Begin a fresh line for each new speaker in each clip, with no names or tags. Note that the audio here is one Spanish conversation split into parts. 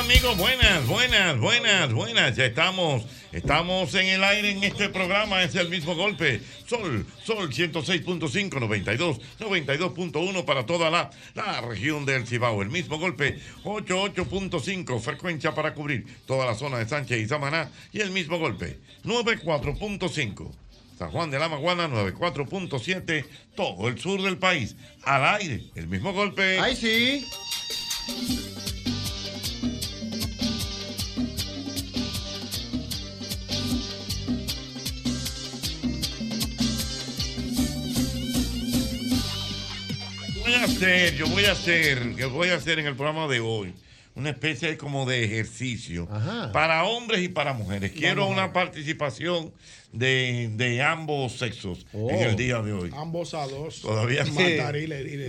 amigos? Buenas, buenas, buenas, buenas. Ya estamos, estamos en el aire en este programa. Es el mismo golpe. Sol, Sol 106.5, 92, 92.1 para toda la, la región del Cibao. El mismo golpe, 88.5, frecuencia para cubrir toda la zona de Sánchez y Samaná. Y el mismo golpe, 94.5. San Juan de la Maguana 94.7, todo el sur del país, al aire, el mismo golpe.
¡Ay, sí!
voy a hacer, yo voy a hacer, yo voy a hacer en el programa de hoy una especie de como de ejercicio para hombres y para mujeres. Quiero
Vamos a
una participación de, de ambos sexos en el día de hoy.
Ambos a dos.
Todavía
Matar y le diré.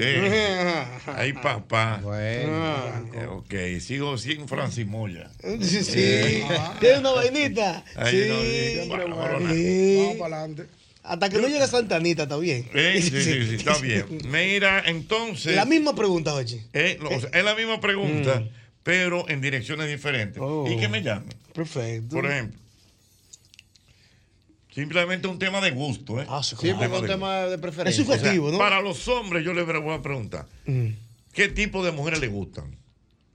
Sí. Ay, Eh, papá. Eh, ok, sigo sin Francis Moya.
Sí, sí.
Eh,
Tiene una vainita.
Ay,
sí.
no, sí, barbarona.
Sí.
Vamos para adelante.
Hasta que no llegue Santa Anita, está bien.
Eh, sí, sí, sí, está bien. Mira, entonces.
La misma pregunta, oye.
Eh, o sea, es la misma pregunta, pero en direcciones diferentes. ¿Y que me llamen?
Perfecto.
Por ejemplo. Simplemente un tema de gusto,
Ah,
¿eh?
Sí, porque es un tema de preferencia. Mm.
O sea, Para los hombres, yo les voy a preguntar: ¿qué tipo de mujeres les gustan?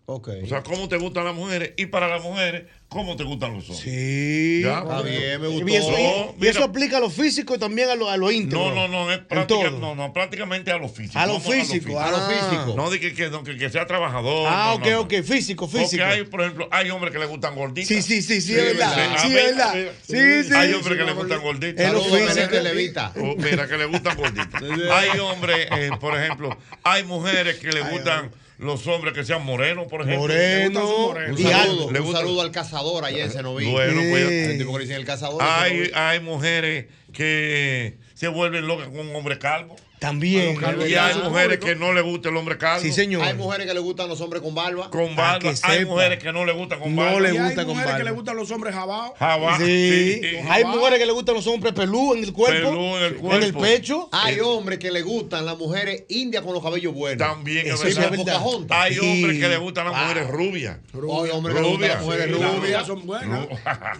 Ok.
O sea, ¿cómo te gustan las mujeres? Y para las mujeres, ¿cómo te gustan los hombres?
Sí.
Ya,
Está bien, me
Y
gustó.
eso, y-
No,
y
mira.
eso aplica a lo físico y también a lo, a lo íntimo.
No, no, no, es
En
práctica-
todo.
no, no, prácticamente a lo físico.
A lo
Vamos
físico, a lo
Ah.
físico.
No, de que, que, no, que- que sea trabajador.
Ah,
no,
ok,
no, no.
ok. Físico, físico.
Porque hay, por ejemplo, hay hombres que le gustan gorditas.
Sí, sí, sí, sí,
Sí,
es verdad.
verdad.
Sí,
A
es
ver,
verdad.
a ver,
Sí, sí.
Hay hombres que le gustan gorditas.
Es lo
Saludos,
físico.
Menéndez
Levita.
Oh, mira, que le gustan gorditas. Hay hombres, eh, por ejemplo, hay mujeres que le gustan los hombres que sean morenos, por ejemplo.
Moreno.
Un
Le gustan-
saludo,
le
un
gusta-
saludo al cazador allá en Senoví.
Bueno, pues,
El tipo que le dicen el cazador.
Hay,
Cenoví.
hay mujeres que se vuelven locas con un hombre calvo.
También.
Y hay mujeres que no le gusta el hombre calvo.
Sí, señor.
Hay mujeres que le gustan los hombres con barba.
Con
Para
barba.
que
Hay
sepa.
mujeres que no le gusta con
No
barba.
le
Y
gusta
hay
con
mujeres que
barba.
le gustan los hombres jabados.
Jabá.
Sí.
Sí.
Hay mujeres que le gustan los hombres pelú en el cuerpo,
Pelú en el
en el
cuerpo.
pecho.
Hay hombres que le gustan las mujeres indias con los cabellos buenos.
También es
Eso
Sí,
es
verdad.
pero
verdad.
Pocahontas.
Hay
Sí.
hombres que le gustan las mujeres rubias.
Hay hombres que le gustan las mujeres
Sí,
Las
rubias.
rubias son buenas.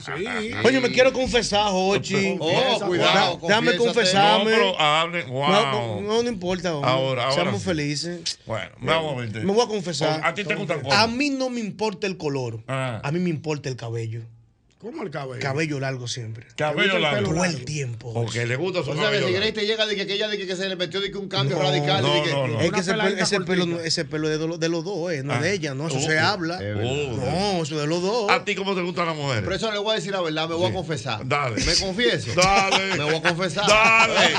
Sí.
Oye, me quiero confesar, Jochi.
Oh,
Da-
cuidado.
dame
confiésate.
confesar.
No, pero hablen. Wow.
No, no, no importa. hombre.
Ahora, ahora
Seamos
sí.
felices.
Bueno, vamos a ver.
Me voy a confesar.
Oh, A ti te gustan
A
cosas.
mí no me importa el color.
Ah.
A mí me importa el cabello.
¿Cómo el cabello?
Cabello largo siempre.
Cabello
el
largo.
pelo
Todo
largo.
el tiempo.
Ok, le gusta su
O sea, que
cabello
si Grace
largo.
te llega de que aquella de que, que se le metió de que un cambio
No,
radical. de
no,
que,
no, no.
Es
Una
que ese pelo,
peladita
ese pelo
cortita.
no- ese pelo es de, lo- de los dos, eh, no
Ah.
es de ella, no, eso
Oh,
se habla.
eh.
No, eso es de los dos.
¿A ti cómo te gustan las mujeres?
Pero eso le voy a decir la verdad, me voy a confesar.
Dale.
Me confieso.
Dale.
Me voy a confesar.
Dale.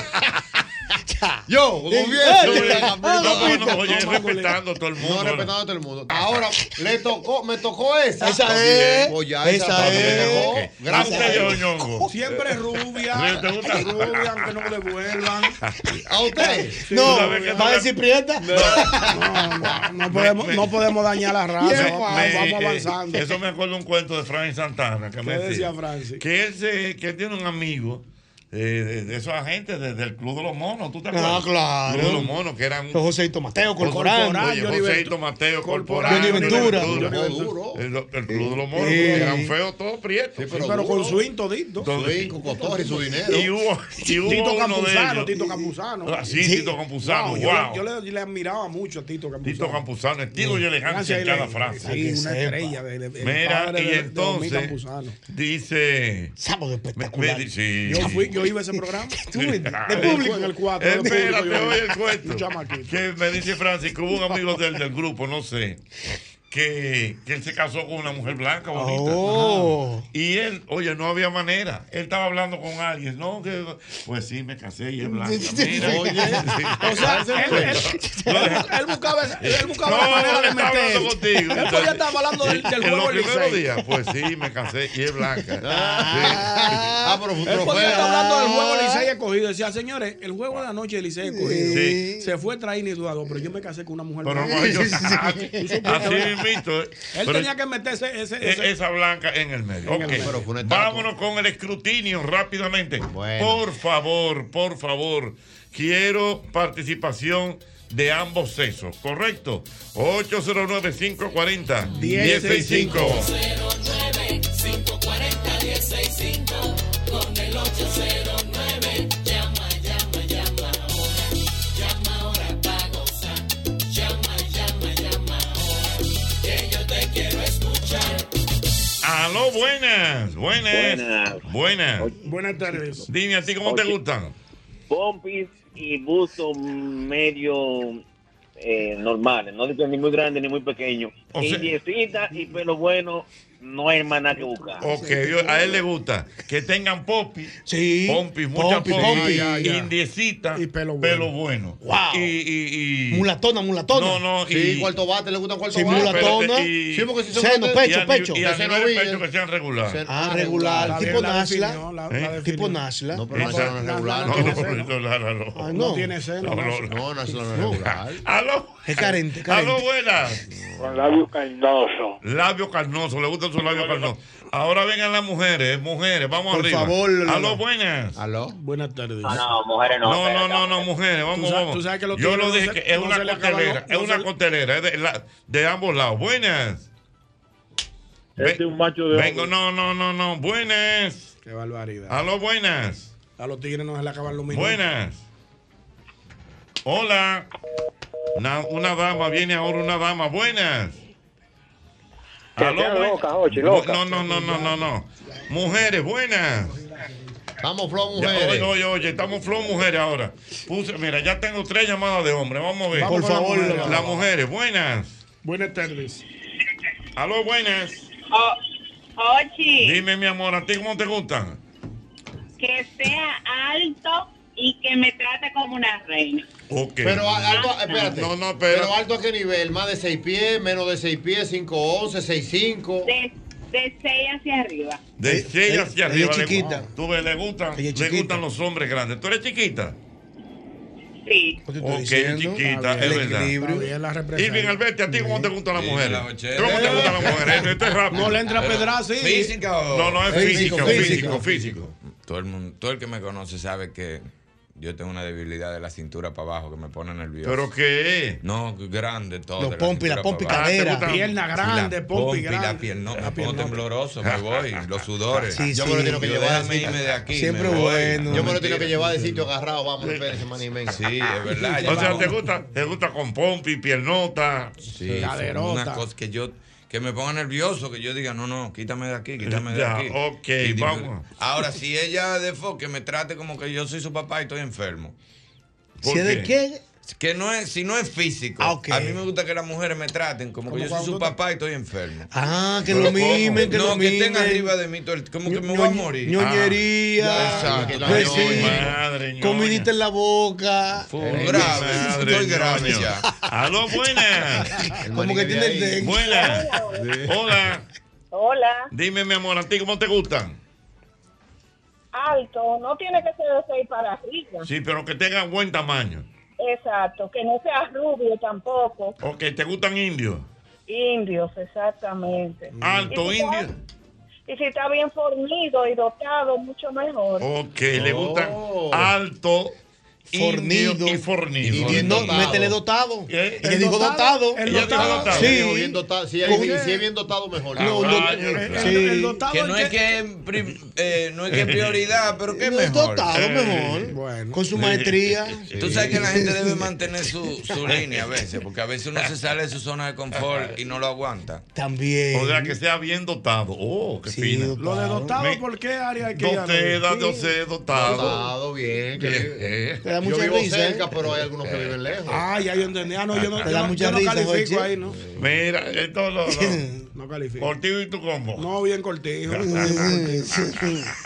Yo,
Sí.
confieso.
eh, No, no, no,
Papito.
oye,
Vamos,
respetando a todo el
No
mundo.
respetando a todo el mundo. Ahora le tocó, me tocó esa.
Esa es,
Pues ya,
esa
me
es.
tocó.
Ok.
Gracias.
A usted, Ñongo.
Siempre
Sí,
rubia.
te gusta.
rubia, aunque no devuelvan.
A usted.
no,
una vez que
va a
tú-
decir prieta.
No, no, no podemos, no podemos dañar la raza.
Me-
vamos,
me-
vamos
eh,
avanzando.
eso me acuerdo un cuento de Frank Santana que me
¿Qué decía
decía
Francis?
que él, se- que él tiene un amigo eh, de, de esos agentes de- del Club de los Monos, ¿tú te acuerdas?
claro.
Club de los Monos, que eran
Los Joseito Mateo, Corporán.
Corporán.
Oye,
Johnny
Joseito
Ventura.
Mateo, Corporal.
Corporán.
Johnny Ventura.
Johnny Ventura.
El, el Club de los Monos,
Sí.
que eran feos todos prietos.
Sí,
Sí, pero con su intodito.
Su ring, con cotorra y su dinero.
Y hubo, y hubo
Tito
uno
Campuzano,
de ellos.
Tito Campuzano.
Ah, sí, Tito Campuzano,
No, yo,
wow.
le, yo le- le admiraba mucho a Tito Campuzano.
Tito Campuzano, estilo y elegancia en
Gracias,
cada
Eli.
frase.
Sí,
que
una
sepa.
estrella. De, de- del
Mira,
padre
y
de- de Omid
entonces
Campuzano.
dice...
Sábado
me-
espectacular.
me- sí.
Yo, fui, yo iba a ese programa.
Tú, de
Ay,
público.
En el 4.
Eh, Espérate, oye el cuento.
Un chamaquito.
Que me dice Francis que hubo un amigo del, del grupo, no sé, que, que él se casó con una mujer blanca bonita.
Oh.
Y él, oye, no había manera. Él estaba hablando con alguien. No, que, pues sí, me casé y es blanca. Mira,
Oye,
O sea, él, él- él- él buscaba, esa- él buscaba la manera de
él estaba
meter.
hablando contigo.
Él podía estar hablando del, del
en
juego
los
del
primeros
Licey.
días, pues sí, me casé y es blanca.
Ah, pero fue un
Él podía estar
trofeo.
hablando del juego del Licey escogido. Decía, señores, el juego de la noche del Licey escogido.
Sí.
Se fue traído y dudado, pero yo me casé con una mujer.
Pero
blanca.
no, yo, Ah, así mismito. eh.
Él
Pero-
tenía que meterse ese.
E-
ese-
esa blanca en el medio.
En el
Ok.
medio.
Pero fue una etapa.
Vámonos con el escrutinio rápidamente.
Bueno.
Por favor, por favor. Quiero participación de ambos sexos, ¿correcto? 809-540-1065.
1065 con el 809 llama llama llama ahora llama ahora pa gozar llama llama llama ahora que yo te quiero escuchar
Aló, buenas, buenas.
Buenas.
Buenas.
Buenas tardes.
Dime, ¿a ti cómo te
Oye.
gustan?
Pompis y buzo medio eh, normales, no ni muy grande ni muy pequeño.
O sea-
Indiecita y pelo bueno, no hay más nada que buscar.
Ok, yo- a él le gusta que tengan popi,
Sí.
pompis, muchas
Pompi,
pompis,
pompi.
Ya, ya.
indiecita,
Y pelo bueno.
pelo bueno.
Wow.
Y, y, y-
Mulatona, mulatona.
No, no, y,
Sí, cuarto bate, le gustan cuarto
Sí,
bate.
mulatón.
espérate,
mulatona.
y-
Sí, porque si son
Seno,
ustedes-
y
pecho,
a nivel-
pecho.
Y a
Que se
nivel
lo
pecho que
brillen.
sean regular.
Sen-
Ah,
La
regular. Tipo
bien la definió,
Nasla.
la-
¿Eh?
la definió.
Tipo Nasla.
No, pero no
Exacto.
son
No,
regular.
no,
No, no,
No,
no, no, no, no.
Ah,
No
no.
tiene seno.
No,
no.
no, no.
no, no son regular.
Aló.
Es carente, es carente.
Aló, buenas.
Con labio carnoso.
Labio carnoso, le gustan sus labios carnosos. Ahora vengan las mujeres, mujeres, vamos
Por
arriba.
favor, Lola.
Aló, buenas.
¿Aló?
Buenas tardes.
Ah,
No, mujeres no.
No, no,
espérate,
no, no, mujeres, vamos,
sabes-
vamos.
tú sabes que los
Yo
tigres
lo
no
dije
se-
que es
no
una
se le acaban
costelera,
los-
es
no
una
se-
costelera, es de, la- de ambos lados. Buenas.
Este es un macho de
Vengo,
hombre.
no, no, no, no. Buenas.
Qué barbaridad.
Aló, buenas.
A los tigres no se le acaban los minutos.
Buenas. Hola. Una, una dama, viene ahora una dama. Buenas.
Que sea
buen-
loca, Jochi, loca.
No, no, no, no, no, no. Mujeres, buenas.
Vamos, Flow,
Ya, oye,
mujeres.
oye, oye, estamos flow mujeres ahora. Puse, mira, ya tengo tres llamadas de hombre. Vamos a ver.
Vamos
Por
con la
favor,
mujer.
la-
Las mujeres, buenas.
Buenas tardes.
Aló, buenas.
O- Ochi,
Dime, mi amor, ¿a ti cómo te gustan?
que sea alto y que me trate como una reina.
Ok.
Pero a- alto, espérate.
No, no, pero-
pero. alto a qué nivel? ¿Más de 6 pies? ¿Menos de 6 pies? 5, 11, 6, 5.
De, de 6 hacia arriba.
de
Ella-
seis
ella-
hacia
ella
arriba.
es
le gu-
chiquita.
Tú ves, le gustan,
Ella es
le
chiquita.
gustan los hombres grandes. ¿Tú eres chiquita?
Sí.
¿Qué Pues te estoy
Ok,
diciendo?
chiquita,
El
es verdad.
equilibrio.
Está bien la representa.
Irving Alberti, ¿a ti cómo te gustan las
Sí,
mujeres?
la ochenta.
¿Cómo te gustan las mujeres? Esto es rápido.
No le entra pedrada, sí.
Física o.
No, no, es
Físico,
físico, físico,
físico.
físico.
Todo el, mundo, todo el que me conoce sabe que yo tengo una debilidad de la cintura para abajo que me pone nervioso.
¿Pero qué?
No, grande todo.
Los
de
pompis, la
cintura
pompi
para abajo.
Ah, te
cadera.
gusta-
Pierna grande,
la
pompi
pompi,
grande.
la piel, no, me pongo
piernota.
tembloroso, me voy, los sudores.
Sí,
Yo
sí.
me lo tengo que
Yo
llevar.
déjame irme de aquí.
Siempre
me voy.
bueno.
No,
Yo me lo tengo
mentira.
que llevar de sitio agarrado. Vamos, espérense, maní, venga.
Sí, es verdad.
O sea,
yo-
¿te gusta, te gusta con pompi, piernota?
Sí,
Caderota.
una cosa que yo que me ponga nervioso, que yo diga, no, no, quítame de aquí, quítame de
Ya,
aquí.
ok,
Y digo,
vamos.
Ahora, si ella de fo- que me trate como que yo soy su papá y estoy enfermo.
¿Por
Si es de qué,
Que no es, si no es físico,
Ah, ok.
a mí me gusta que las mujeres me traten como,
Como
que yo soy
cuando
su
tú-
papá y estoy enfermo.
Ah, que
Pero
lo
¿cómo?
mimen, que lo
no, que
mimen.
estén arriba de mí, todo el- como que me voy a
Ño-
morir. Ah,
Ñoñería.
Exacto. La
Pues
ñoña.
sí.
Madre, ñoña.
Comidita en la boca.
Fue
Ay,
grave,
madre,
estoy grave
ñoño.
ya.
Aló, buenas.
El
Como
maní
que tiene
vive
el
ahí.
dengue.
Buenas. Hola.
Hola,
Dime, mi amor, ¿a ti cómo te gustan?
alto. No tiene que ser de 6 para arriba.
Sí, pero que tengan buen tamaño.
Exacto. Que no sea rubio tampoco.
Ok, ¿te gustan indios?
Indios, exactamente.
Alto
Y si
indio.
está- Y si está bien fornido y dotado, mucho mejor.
Ok, le gustan
Oh.
alto, fornido
Fornido.
y fornido.
Y
Bien
bien no,
dotado.
métele dotado.
¿Eh?
Ella dijo dotado.
El
Ella dijo
dotado.
dotado.
Sí.
Sí.
Bien dotado. Si, hay-
Con-
si es bien dotado, mejor.
No, eh,
Ah,
lo-
bueno,
El-
claro.
Sí.
el dotado
Que no es que, pri- eh, no es que prioridad, pero que es
No, es
mejor.
dotado mejor.
Bueno.
Con su maestría.
Tú sabes que la gente debe mantener su, su línea a veces, porque a veces uno se sale de su zona de confort y no lo aguanta.
También.
O sea, que sea bien dotado. Oh, qué
Sí,
fina.
dotado.
Lo de dotado,
Me-
¿por qué área hay que ir a
Doté,
ver?
da-
Sí.
doté, dotado.
Dotado, bien. que-
Eh,
Te da
Yo
mucha
vivo
risa. ¿eh?
cerca, pero hay algunos que viven lejos.
Ah, ya yo entendí. Ah, no, yo no,
Te
yo
da
no-
mucha
yo no
risa,
califico
Jochi.
ahí, ¿no?
Mira, esto lo. lo-
No califico.
Cortijo y tu combo.
No, bien cortijo.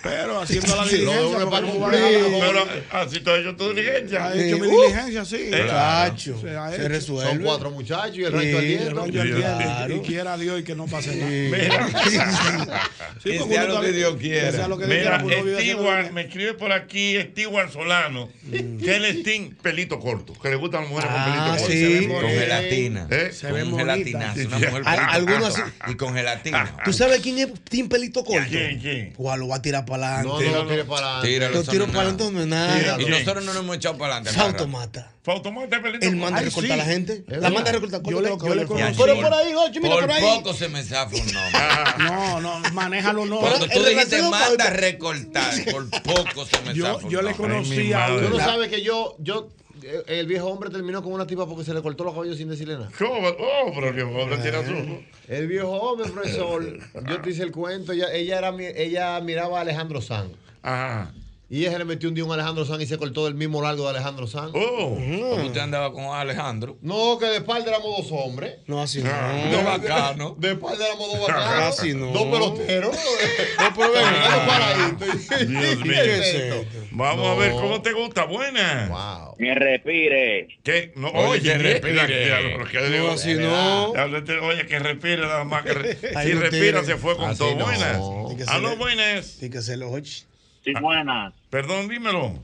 Pero haciendo la
Sí,
lo de uno
diligencia.
es para
porque uno
cumplir.
va a-
Pero ah, así te he hecho tu diligencia.
Ha hecho
Eh,
mi
uh.
diligencia, sí.
Chacho,
Se ha
se
hecho.
resuelve.
Son cuatro muchachos y el
Sí,
resto es
Pero
nieto.
yo
Dios,
entiendo,
Dios.
Y quiera Dios y que no pase nada. Sí,
Que
porque
sea
uno
lo que
también-
Dios quiera.
sea lo que Dios
Mira,
quiera,
eh,
pues uno vive haciendo lo
Stewart,
que-
me escribe por aquí Stewart Solano,
Mm.
¿Qué es el sting? Pelito corto. Que le gustan las mujeres
Ah,
con pelito corto.
sí. Se ve Con gelatina.
¿Eh? Ah.
Se ve Con bonita. gelatinazo, una mujer
Al-
pelito
alguno
corto. Y con gelatina.
Ah.
¿Tú sabes quién es Tim Pelito Corto?
¿Quién,
Guau, lo va a tirar para
No,
adelante.
no lo tire para adelante. Tíralo,
Lo
eso
tiro
no es
para adelante donde es nada.
Y nosotros no nos hemos echado para adelante.
Fautomata.
Fautomata es pelito
Él manda a
Ay,
recortar a
sí.
la gente.
Es
La
verdad.
manda a recortar.
Yo
Corta
le- yo
los
le
cabellos.
conozco.
Pero por ahí, Jochi, mira
por,
por ahí.
poco se me zafa un nombre.
No, no, manéjalo, no.
Cuando tú
El
dijiste
relativo
manda a
pauta.
recortar, por poco se me
Yo,
zafa un
yo le
nombre.
conocí a
Tú no
una.
sabes que yo, yo, eh, el viejo hombre terminó con una tipa porque se le cortó los cabellos sin decirle nada.
¿Cómo? Oh, pero el viejo hombre tiene asunto.
El viejo hombre, profesor, yo te hice el cuento, ella, ella, era, mi- ella miraba a Alejandro San.
Ajá.
Y ella le metió un día a un Alejandro San y se cortó el mismo largo de Alejandro San.
Oh.
Usted andaba con Alejandro.
No, que de espalda éramos dos hombres.
No, así
no.
De
Ah.
Dos bacanos.
De espalda éramos dos bacanos.
Así no.
Dos peloteros.
dos
peloteros
Ah. Dios mío. Vamos a ver cómo te gusta. Buena.
Wow.
Que respire.
¿Qué? No,
Oye,
oye,
que
respira.
respire.
ya, lo que
No,
digo,
así
de
no.
verdad. Ya, usted, Oye, que respire nada más. Que re-
Ay,
si
no
respira,
tire.
se fue con
Así
todo.
no.
Buenas.
Tiene que ser-
Aló, buenas.
Tiene que ser los Jochi.
Sí,
buenas.
Ah, Perdón, dímelo.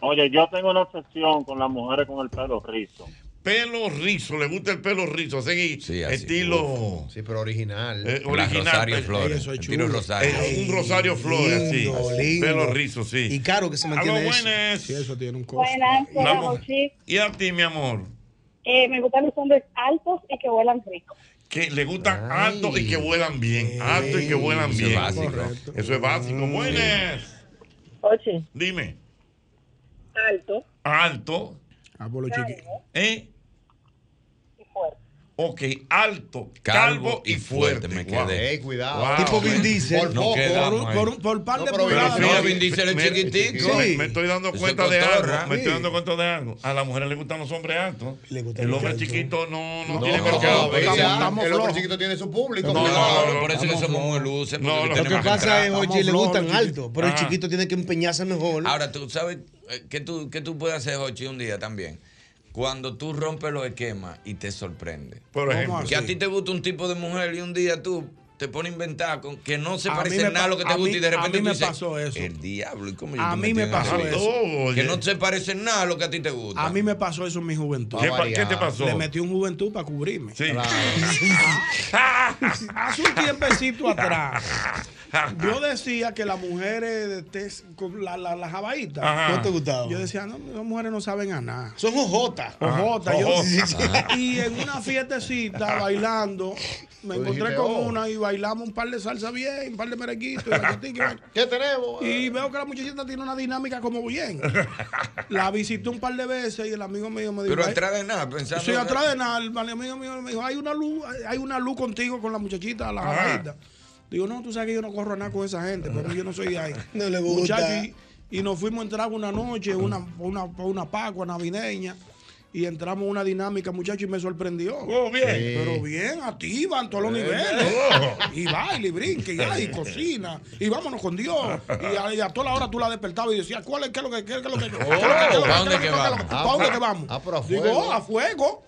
Oye, yo tengo una obsesión con las mujeres con el pelo rizo.
Pelo rizo, le gusta el pelo rizo, así, estilo.
Sí, pero original.
eh, original.
Rosario
Ay,
Flores,
eso es
estilo
chulo.
Rosario.
Eh, un Rosario Flores, sí.
Lindo, lindo.
Pelo rizo, sí.
Y caro que se mantiene
Aló,
eso.
buenas.
eso tiene un
Buenas,
La
hola,
mu-
Jochi.
Y a ti, mi amor,
Eh, me gustan los hombres altos y que vuelan rico.
que le gustan altos y que vuelan bien. Altos y que vuelan
eso es
bien.
básico.
Eso es básico. Buenas.
Oye,
Dime.
alto
Alto. pues
Apolo chiqui-
¿Eh? Ok, alto, calvo,
Calvo
y
y
fuerte.
me
Guau.
quedé.
Ey, cuidado.
Tipo Vin Diesel.
Por,
No
poco.
quedamos
por, un,
ahí.
por, un, por un par de
Pero
pulgadas.
mira,
Vin Diesel es
me-
chiquitico.
me-
Sí.
Me estoy dando
Eso
cuenta
es
de algo.
cotorra.
Me estoy
Sí.
dando cuenta de algo. A las mujeres les gustan los hombres altos. El hombre chiquito no, no,
No,
tiene
no,
mercado.
no,
Estamos-
ya,
estamos
el hombre
flojos.
chiquito tiene su público.
No,
No,
cuidado.
no, no, por eso que somos muy luces.
No,
porque
lo
le
Lo que
tenemos
pasa es,
entrada.
Jochi, le gustan
Ajá.
altos, pero el chiquito tiene que empeñarse mejor.
Ahora, tú sabes eh, que tú, que tú puedes hacer, Jochi, un día también. Cuando tú rompes los esquemas y te sorprende.
Por ejemplo.
Que a ti te gusta un tipo de mujer y un día tú te pones a inventar con, que no se
A
parece
mí me
en nada a lo que
pa-
te
a
gusta y de
mí- a mí
repente tú
me
dices,
pasó eso.
El diablo, ¿y cómo yo
A
te
mí
metí
me
en
pasó
ese
eso.
lío?
Oye.
Que no se parece en nada a lo que a ti te gusta.
A mí me pasó eso en mi juventud.
¿Qué pa- qué te pasó?
Le metí un juventud para cubrirme.
Sí.
Ah, Hace un tiempecito atrás, yo decía que las mujeres de tez- con la- la- las jabaitas
Ajá. ¿No te gustaba?
Yo decía, no, las mujeres no saben a nada.
Son ojotas.
Ojota, yo-
Sí, sí, sí.
Y en una fiestecita bailando, me
Tú
encontré
dijiste,
con
"Oh".
una y bailamos un par de salsa bien, un par de merenguitos. y bailatico, y bail-
¿Qué tenemos?
Y veo que la muchachita tiene una dinámica como bien. La visité un par de veces y el amigo mío me dijo.
Pero
"Ay,
atrás de nada, pensando.
Sí, atrás de nada. El amigo mío me dijo, hay una luz, hay una luz contigo con la muchachita, la
Ajá.
jabadita. Digo, no, tú sabes que yo no corro a nada con esa gente, porque yo no soy de ahí.
No le gusta.
Muchacho, y, y nos fuimos a entrar una noche, una, una, una pacua navideña. Y entramos en una dinámica, muchachos, y me sorprendió.
Oh, bien. Sí.
Pero bien, activa en todos los
Eh.
niveles.
Oh.
Y baile, y brinque, y, ay, y cocina. Y vámonos con Dios. Y a, y a toda la hora tú la despertabas y decías, ¿cuál es, qué es lo que, qué es lo que, qué es lo que, qué es lo que- qué es lo que-
¿Para dónde
qué
que
es lo que-
vamos?
¿Para dónde que vamos?
Ah, pero a
Digo,
fuego.
"Oh, a fuego.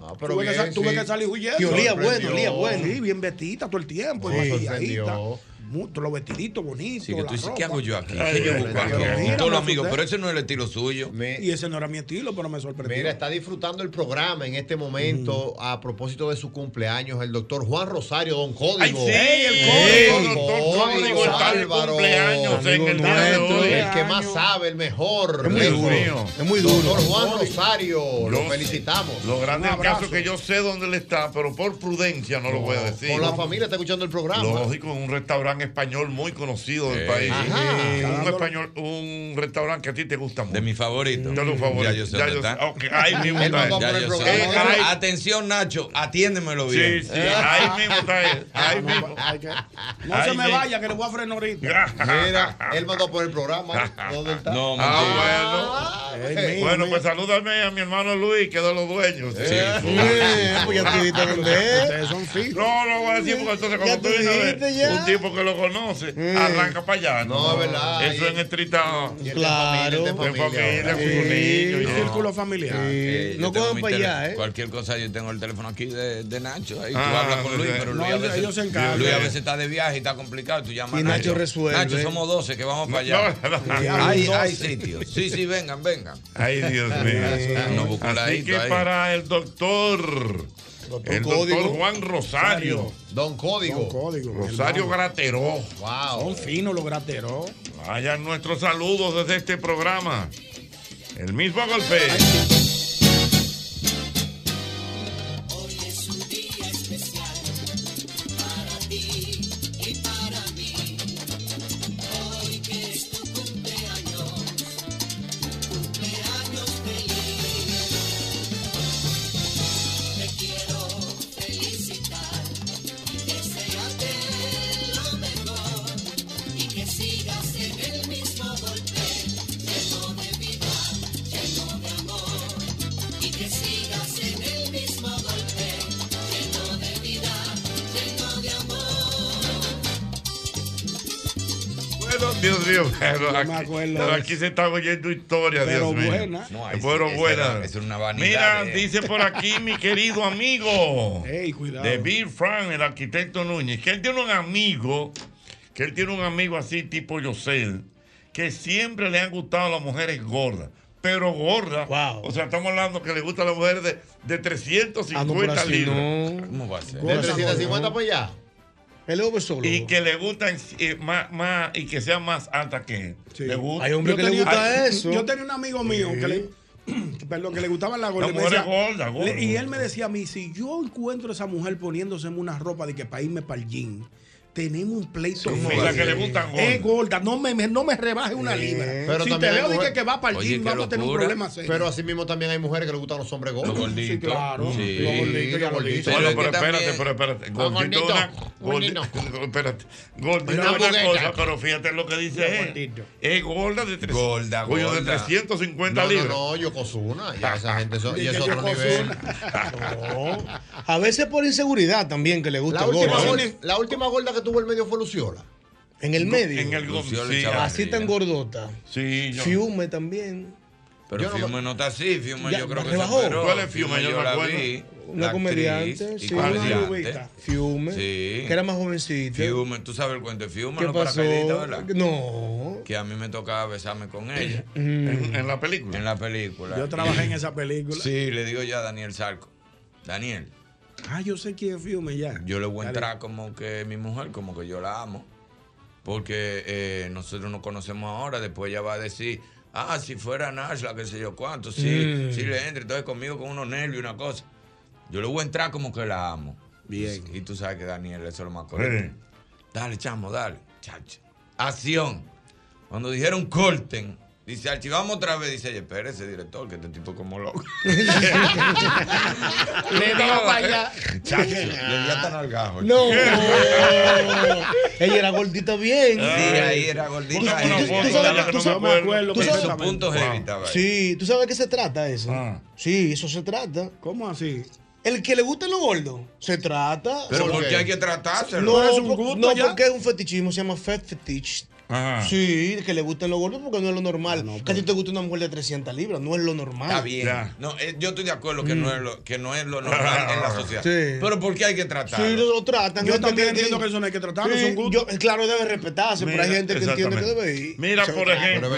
Ah, pero
tuve, que,
bien,
sa- tuve
sí.
que salir huyendo.
Y olía bueno, Sorprendió. olía bueno.
Sí, bien vestida todo el tiempo.
Sí.
y
Sorprendió.
maquilladita. Mu- Los vestiditos bonitos.
Sí, que
la
tú dices,
ropa. Eh,
¿qué hago yo aquí?
Ay,
¿Qué yo busco aquí?
eh, mira,
Con todos
me
los amigos,
asusté.
pero ese no es el estilo suyo.
Y
Eh,
ese no era mi estilo, pero me sorprendió.
Mira, está disfrutando el programa en este momento a propósito de su cumpleaños el doctor Juan Rosario, don Código.
Ay, sí,
Ey,
el código. doctor Código está de
Álvaro.
cumpleaños en el día de
Maestro,
hoy.
El que más sabe, el mejor.
Es muy
Eso.
duro, es muy
Doctor
duro.
Juan Rosario, lo
Yo-
felicitamos.
Lo grande
Un
del caso
abrazo.
es que yo sé dónde él está, pero por prudencia no lo voy a decir.
Con la familia está escuchando el programa.
Lógico, en un restaurante español muy conocido del
Eh,
país.
ajá.
Eh, Un
Dándole-
español, un restaurante que a ti te gusta mucho.
De mi favorito.
De tu favorito.
Ya yo sé
Ya
dónde
yo sé.
está.
Ok, ahí mismo
Ya
está él.
yo
Ya yo
sé.
sé.
Eh,
Ahí-
Atención, Nacho, atiéndemelo
Sí,
bien.
sí, ahí mismo está él. Ahí mismo.
No
Ay,
se me
mi-
vaya, que le voy a frenar ahorita.
Mira, él mandó por el programa. ¿Dónde está?
No,
Ah,
mentira.
bueno.
es mío,
bueno,
mío.
pues salúdame a mi hermano Luis, que es de los dueños. Sí,
Eh,
pues ya tú dijiste dónde es. Ustedes son fijos.
No, no voy a decir porque entonces como
Ya
tú
tú
dices, a ver,
dijiste ya.
un tipo que lo conoce,
Eh.
arranca para allá. No, es verdad. Eso en estricta. Claro. De familia, de
El
familia.
círculo familiar.
Eh, yo
No
tengo
cogen
mi
para
tele-
allá, ¿eh?
Cualquier cosa, yo tengo el teléfono aquí de, de Nacho. Ahí tú
Ah,
hablas con Luis,
sí.
pero
No,
Luis a
ellos-
veces,
ellos se encargan.
Luis a veces está de viaje y está complicado. Tú llamas
Y
a
Nacho resuelve.
Nacho, somos 12 que vamos para allá. Eh,
No, no, no.
Hay,
Diablo,
hay
12.
sitios. Sí, sí, vengan, vengan.
Ay, Dios
Ah,
mío.
Nos busca un
Así
ladito
que
ahí.
para el doctor. el doctor
Código.
Juan Rosario.
Don Código.
Don Código.
Rosario Grateró.
Son finos los grateros.
Vayan nuestros saludos desde este programa. El mismo golpe.
Hoy es un día especial para ti y para mí. Hoy que es tu cumpleaños, cumpleaños feliz. Te quiero felicitar y desearte lo mejor y que sigas en el mismo golpe lleno de vida, lleno de amor y que sigas en el mismo golpe, lleno de vida, lleno de amor.
Bueno, Dios mío, pero aquí, pero aquí se está oyendo historia,
Pero
Dios mío.
buena. No, ahí sí,
pero
esa
buena.
era- esa era una vanidad,
Mira,
eh.
dice por aquí mi querido amigo
Ey, cuidado.
de Bill Frank, el arquitecto Núñez, que él tiene un amigo, que él tiene un amigo así tipo Yosel, que siempre le han gustado las mujeres gordas. Pero gordas. O sea, estamos hablando que le gusta a las mujeres de, de 350 libras.
¿Cómo va a ser?
De 350
para allá.
El Y que le gustan eh, más, más- y que sean más altas que él. Le gusta.
Yo tenía- ay, Yo tenía un amigo mío que le. Perdón, que le gustaban las gordas.
La
y me
mujer es
decía-
gorda, gorda.
le- Y él me decía a mí: si yo encuentro a esa mujer poniéndose en una ropa de que para irme para el gym, tenemos un pleito.
¿Cómo
fuerte.
va a ser? La que le gustan gordas.
Es gorda, no me, me- no me rebaje una libra. si
Pero
te
también hay
veo, dije
mujeres-
que va para el gym, vamos a tener un problema serio.
Pero así mismo también hay mujeres que les gustan los hombres gordos.
Sí,
claro.
Sí.
Los gorditos, los gorditos.
Bueno, pero espérate, pero espérate.
Ah,
Gordito es
gordito.
una,
Gordito.
gordi- espérate. Gordito
Una
es una
hamburguesa.
cosa, pero fíjate lo que dice él.
Gordito.
Es gorda de, tres,
Gorda,
coño, de
gorda.
350
No, no,
libras.
no, Yokozuna. Ya esa gente eso, y
Dice
es otro
Yokozuna.
nivel.
A veces por inseguridad también que le gusta
La
el
última,
gordo.
gorda, la última gorda que tuvo el medio fue Luciola.
En el medio.
En el
Lucio le echaba
Así
barriga.
tan gordota.
Sí, yo-
Fiume también.
Pero
Yo no
Fiume no, está así, Fiume
Ya,
yo creo que
rebajó.
se operó.
¿Cuál es Fiume? Yo no me
la
acuerdo.
vi,
Una
la
comediante,
actriz y
sí. Una
comediante.
rubita. Fiume.
Sí.
Que era más jovencita.
Fiume, tú sabes el cuento de Fiume,
¿Qué
no
pasó?
paracaidista, ¿verdad?
No.
Que a mí me tocaba besarme con ella.
¿En, la película?
En la película.
Yo trabajé en esa película.
Sí, le digo ya a Daniel Sarco. Daniel,
Ah, yo sé quién es Fiume ya.
yo le voy a
Dale.
entrar como que mi mujer, como que yo la amo. Porque eh, nosotros nos conocemos ahora, después ella va a decir, ah, si fuera Nash, la que sé yo cuánto, sí,
Mm.
sí le entra, entonces conmigo con unos nervios y una cosa. Yo le voy a entrar como que la amo. Bien. Y tú sabes que Daniel eso es lo más correcto.
Eh,
Dale, chamo, dale, chacho. Acción. Cuando dijeron corten, dice archivamos otra vez, dice, oye, espérese, director, que este tipo es como loco.
Le dio para allá.
Chacho, le dio hasta nalgajo.
No. Ella era gordita bien.
Sí, ahí era gordita.
Tú- tú- tú sabes- tú sabes- tú
Tú
sabes-
sabes puntos heavy estaba ahí. Ah.
Sí, ¿tú sabes de qué se trata eso? Sí, eso se trata.
¿Cómo así?
El que le gusta lo gordo, se trata.
Pero
¿Por
¿por
qué?
qué hay que tratárselo?
No,
Pero es un
por-
gusto
no
ya.
porque es un fetichismo, se llama fat fetish.
Ajá.
Sí, que le gustan los gordos porque no es lo normal. que a ti te gusta una mujer de 300 libras, no es lo normal.
Ah, pues. Está bien. No, eh, yo estoy de acuerdo que, no es lo, que no es lo normal en la sociedad.
Sí.
Pero ¿por qué hay que tratarlo?
Sí, lo tratan.
Yo
Gente
también
entiendo que eso no hay que tratarlo,
Sí,
son
yo- claro, debe respetarse, pero hay gente que entiende que debe ir.
Mira,
Sí,
por
claro.
ejemplo.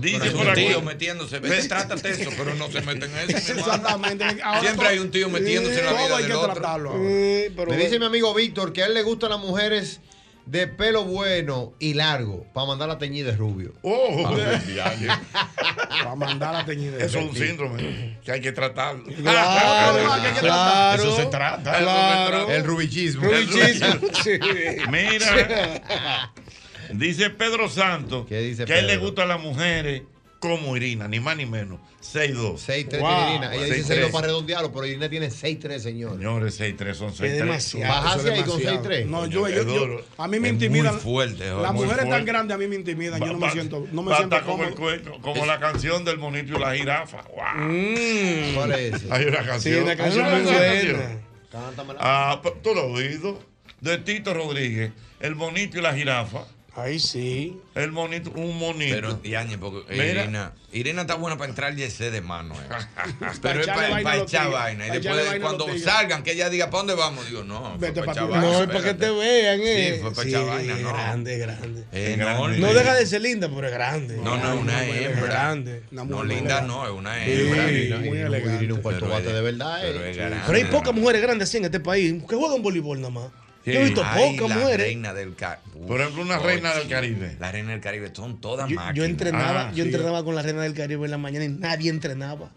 Dice
Es
por
un
aquí.
tío metiéndose. Vete, trátate eso, pero no se meten en eso. mi hermano.
Exactamente.
Siempre hay un tío metiéndose en la vida del otro.
Eh, pero
Me dice mi amigo Víctor que a él le gustan las mujeres de pelo bueno y largo para mandar la teñida de rubio.
Oh,
Ah,
Para mandar la teñida.
Eso es un síndrome que hay que tratarlo.
claro,
Eso se trata.
claro. El rubichismo.
Mira, dice Pedro Santos que a él le gustan las mujeres eh, como Irina, ni más ni menos. 6-2.
6-3 tiene Irina. Ella dice 6 para redondearlo, pero Irina tiene 6-3, señor.
Señores, 6-3 son 6-3.
Es demasiado, Bajaste eso es ahí con demasiado. 6-3.
No,
Coño,
yo,
qué
yo, yo-
duro.
a mí me
Es muy
intimidan.
fuerte, joder,
las
muy
mujeres tan
fuerte.
grandes a mí me intimidan. yo no me
Ba-
siento, no me
bata
siento
como el
cómodo.
cuento, como la canción del monito y la jirafa. ¡Guau!
¿Cuál es?
Mm. Hay una canción.
Sí, una canción
Hay una
muy
canción.
buena. Cántamela.
Ah, pero tú lo has oído. De Tito Rodríguez, el monito y la jirafa.
Ahí sí.
El monito, un monito.
Pero, Yañez, porque eh,
Mira.
Irina, Irina está buena para entrar y ese de mano. eh. Pero es
echarle
para,
vaina
para
a los
echar
tigres,
vaina. Y
para echarle
después,
vaina a los
cuando
tigres.
salgan, que ella diga, ¿para dónde vamos? Digo, no.
Vete pa'
fue para echar
tu
vaina.
No, es para que te vean, eh.
Sí, fue Eh, para
Sí,
echar vaina. No.
grande, grande.
Es
Enorme.
enorme.
No deja de ser linda, pero es grande.
No, no, es una hembra.
grande.
No, linda no, es una
Sí,
hembra.
muy elegante.
Irina, un cuarto
bate de verdad,
eh. Pero es grande.
Pero hay pocas mujeres grandes así en este país que juegan voleibol nada más.
Sí.
Yo he visto
Ay,
pocas
la
mujeres.
reina del Caribe.
Por ejemplo, una reina del Caribe.
La reina del Caribe son todas
Yo,
máquinas.
yo entrenaba,
Ah,
yo
sí.
entrenaba con la reina del Caribe en la mañana y nadie entrenaba.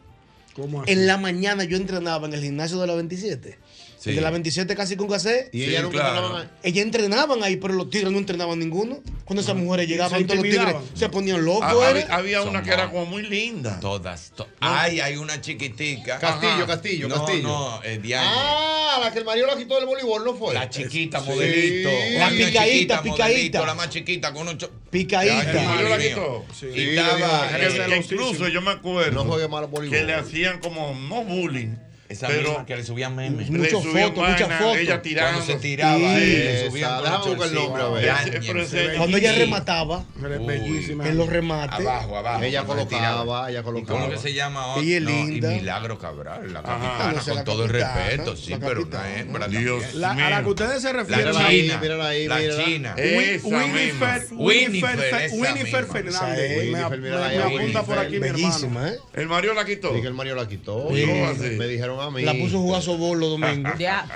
¿Cómo así?
En la mañana yo entrenaba en el gimnasio de la 27.
Sí.
El De la 27 casi con casé.
Y Sí, ella nunca claro. entrenaba ahí.
Ellas entrenaban ahí, pero los tigres no entrenaban ninguno. Cuando esas mujeres
Se
llegaban, todos los tigres
intimidaban.
se ponían
Ah,
locos.
hab-
¿eh?
Son más.
muy linda.
Todas. to- Ay, hay una chiquitica.
Castillo,
Ajá.
Castillo,
no,
Castillo.
No, es Diana.
Ah, la que el marido la quitó del voleibol, ¿no
pues,
fue?
La chiquita,
Sí.
modelito.
La
Una
picaíta,
chiquita,
picaíta.
modelito, La más chiquita con ocho.
Picaíta.
Ay,
El marido la
Dios mío.
quitó. Sí.
Y estaba.
Que- que incluso yo me acuerdo
No juegue mal al voleibol.
que le hacían como, no bullying,
Esa
pero
misma que le subían memes.
Le Muchas subían fotos, muchas vaina, fotos. ella tirando.
Cuando se tiraba,
Sí,
eh,
esa,
le subían con
déjame
un
buscar el
chorcito.
nombre, a ver.
Yañez,
Ese- pero ese-
se ve
Cuando ella
allí.
remataba,
Uy.
en los remates.
Abajo, abajo.
Ella
cuando
colocaba,
tiraba.
ella colocaba.
¿Y cómo que se llama ahora?
Ella es
No,
linda.
Y Milagro Cabral, la
Ajá.
capitana,
No, o sea,
con
la
todo el
capitana,
respeto, sí,
la
pero una hembra Dios
La- a la que ustedes se refieren.
La China.
mírala ahí,
la
mírala.
China.
Win- Winifer, Winifer, Fe- Winifer Fernández. Eh, Me, ap- me apunta por aquí mi hermano.
Bellísima, ¿eh?
El Mario la quitó.
Dije, el Mario la quitó.
Sí.
Yo así. Me dijeron a mí.
La puso a jugar softball los domingos.
Ya.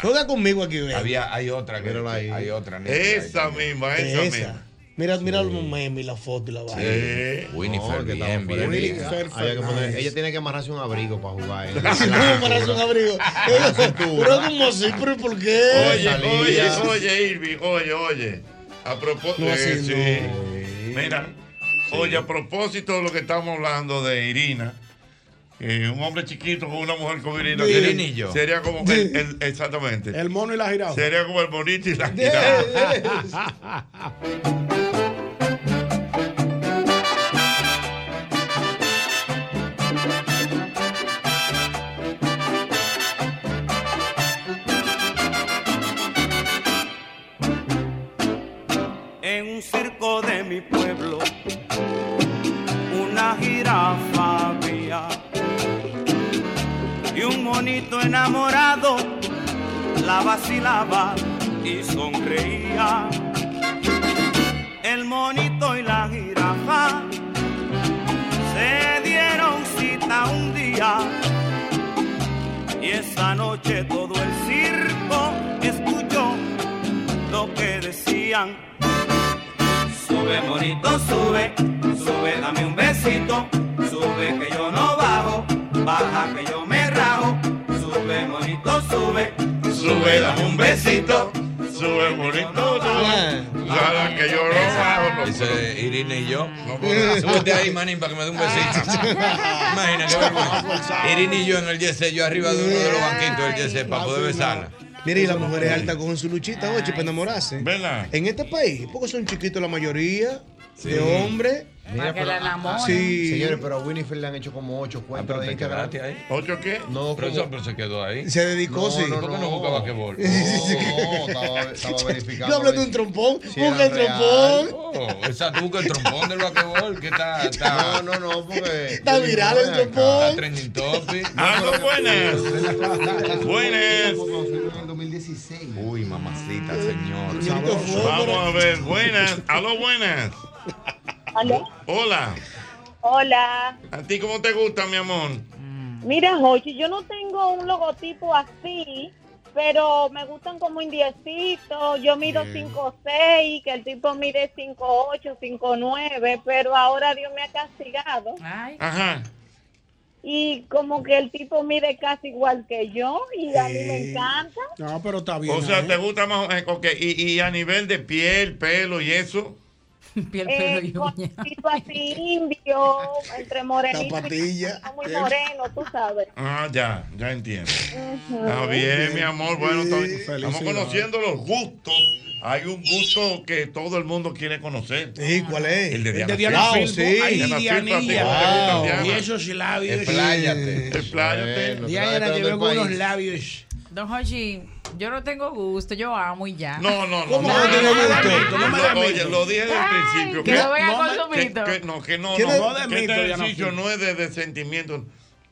Juega conmigo aquí, ve.
Había, hay otra que, que- hay otra. negra ahí
Esa
también.
misma, esa,
Esa.
misma.
Mira, mira los memes, y la foto y la vaina.
Sí.
Winifer,
que estaba
bien,
fuera
bien,
de
bien.
liga. Había que poner- ella tiene que amarrarse un abrigo para jugar. ¿eh?
Si no me amarras un abrigo. Pero como así, pero ¿por qué?
Oye, oye, oye, Irving, oye, oye. A propósito.
No, así
eh, sí. Mira, oye, a propósito de lo que estamos hablando de Irina. eh, un hombre chiquito con una mujer con Irina.
Sí.
sería-
Irina y yo.
Sería como que. el- el- exactamente.
El mono y la jirafa.
Sería como el bonito y la
jirafa.
en un circo de mi pueblo una jirafa había y un monito enamorado la vacilaba y sonreía el monito y la jirafa se dieron cita un día y esa noche todo el circo escuchó lo que decían Sube, monito, sube, sube, dame un besito. Sube que yo no bajo, baja que yo me rajo. Sube, monito, sube,
Sube, dame un besito. Sube, bonito, sube. Nada que yo no bajo. no
Dice Irina y yo.
puedo.
Súbete ahí, manín, para que me dé un besito. Imagina qué vergüenza. Irina y yo en el Yese, yo arriba de uno de los banquitos del Yese para poder besarla.
Mira, y las mujeres altas con su luchita, oye, para enamorarse.
¿Verdad?
En este país, porque son chiquitos la mayoría
Sí.
de hombres.
Mira, pero-
Sí.
Señores, pero a Winifred le han hecho como ocho cuentas de Instagram.
¿Ocho qué?
No,
Pero
como-
eso pero se quedó ahí.
Se dedicó,
No,
sí.
No, ¿Por qué no buscaba que bol?
No, estaba, estaba verificando.
Yo hablo de un trompón,
Si
busca el
era real.
trompón.
Oh, esa tú busca el trompón del vaquebol, que está,
No,
está.
no, no, porque.
Está viral el
Está
trompón.
trending topic.
Algo buenas. Ah, Buenas.
En el 2016.
Uy, mamacita, señor.
Vamos a ver, buenas. Aló, buenas. Hola.
Hola.
¿A ti cómo te gusta, mi amor?
Mira, Jochi, yo no tengo un logotipo así, pero me gustan como indiecitos. Yo mido
Bien.
5'6", que el tipo mide 5'8", 5'9", pero ahora Dios me ha castigado.
Ajá.
Y como que el tipo mide casi igual que yo y a mí me encanta.
No, pero está bien.
O sea, ¿te gusta más? eh, Ok, y, y a nivel de piel, pelo y eso.
Piel,
eh,
pelo y
con
uña.
tipo así indio, entre morenito. y-
Zapatilla.
Muy moreno, tú sabes.
Ah, ya, ya entiendo.
Ujú.
Está bien, mi amor. Bueno, está bien. estamos
Ah, Felicidades.
conociendo los gustos. Hay un gusto que todo el mundo quiere conocer.
Sí, ¿cuál es?
El de Diana,
de Diana Filpo.
Filpo. Sí.
Ahí,
Diana Filpo, a ti que
Dianilla.
te gusta,
Wow.
Diana.
Y esos labios.
Expláyate. Expláyate.
Diana,
te veo con unos labios.
Don Hochi, yo no tengo gusto, yo amo y ya.
No, no, no.
¿Cómo
no,
que no tiene gusto?
No,
Tú no me
no,
das
oye,
mito.
lo dije desde el
Ay,
principio.
que no venga con su
que-
mito.
que- No, que no,
¿Quién es-
no.
de
que
mito,
este
Diana
ejercicio
Filpo?
no es de, de sentimiento.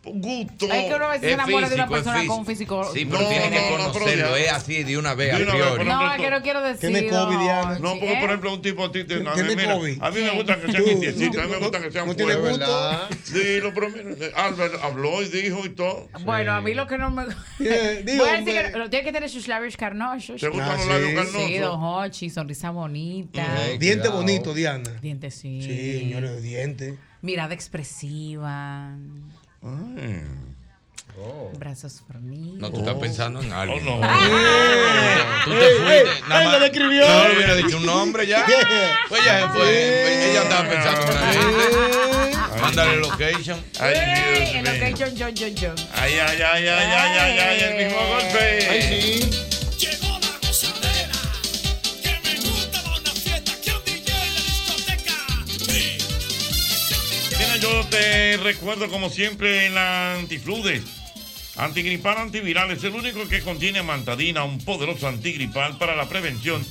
Gusto.
Es que uno a veces se
Es
enamora de una
físico, es
persona con un
físico.
físico.
Sí, pero tiene que
no, pero
conocerlo.
ya-
es así de una vez,
De
a
una vez,
priori.
por
No, es que no quiero decir. don
No,
Hochi,
porque
¿eh?
por ejemplo, un tipo a ti te. A mí,
¿Tiene
mira,
COVID?
a mí me gusta que sean quietiecitos, a mí me gusta que sean
tiene
fuertes.
gusto.
¿Verdad? Dilo, pero mira, Albert habló y dijo y todo.
Bueno, a mí lo que no me. Voy a decir que lo tiene que tener sus labios carnosos.
¿Te gustan Ah, los labios sí. carnosos?
Sí, don Hochi, sonrisa bonita.
Diente bonito, Diana.
Diente, sí.
Sí, señores, diente.
Mirada expresiva. Brazos fornidos.
No, tú estás pensando en algo.
Oh. no. Eh,
Tú te
Ey,
fuiste.
ey,
nada
él
más-
le escribió.
No le hubiera dicho un nombre ya. Pues ya se fue. Pues ella estaba pensando en algo. Mándale location.
Ey, en lo que es John, John, John, John.
Ay, ay, ay, ay, ay, ay, ay, el mismo golpe. Ay, sí.
Llegó la gozadera, que me gusta más una fiesta que un DJ en la discoteca.
Mira, yo te recuerdo como siempre la antifludes. Antigripal antiviral es el único que contiene mantadina, un poderoso antigripal para la prevención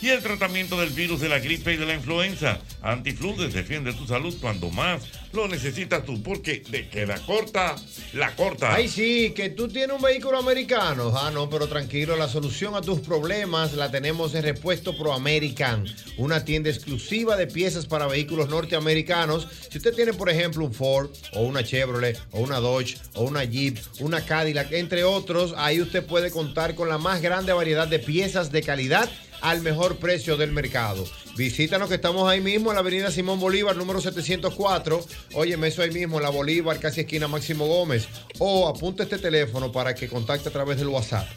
y el tratamiento del virus de la gripe y de la influenza. Antifludes defiende tu salud cuando más lo necesitas tú, porque de que la corta, la corta.
Ay, sí, que tú tienes un vehículo americano. Ah, no, pero tranquilo, la solución a tus problemas la tenemos en Repuesto Pro American, una tienda exclusiva de piezas para vehículos norteamericanos. Si usted tiene, por ejemplo, un Ford o una Chevrolet o una Dodge o una Jeep, una Cadillac, entre otros, ahí usted puede contar con la más grande variedad de piezas de calidad al mejor precio del mercado. Visítanos que estamos ahí mismo en la avenida Simón Bolívar, número 704. Óyeme, eso ahí mismo, en la Bolívar, casi esquina Máximo Gómez. O apunta este teléfono para que contacte a través del WhatsApp.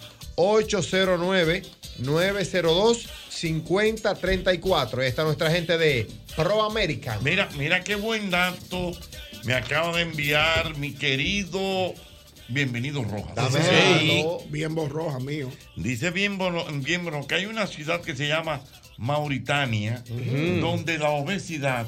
809-902-5034. Ahí está nuestra gente de Pro American.
Mira, mira qué buen dato me acaba de enviar mi querido bienvenido Rojas. Sí.
Bien borroja, mío.
Dice bien, Bono- bien Bono que hay una ciudad que se llama Mauritania,
Ujú.
donde la obesidad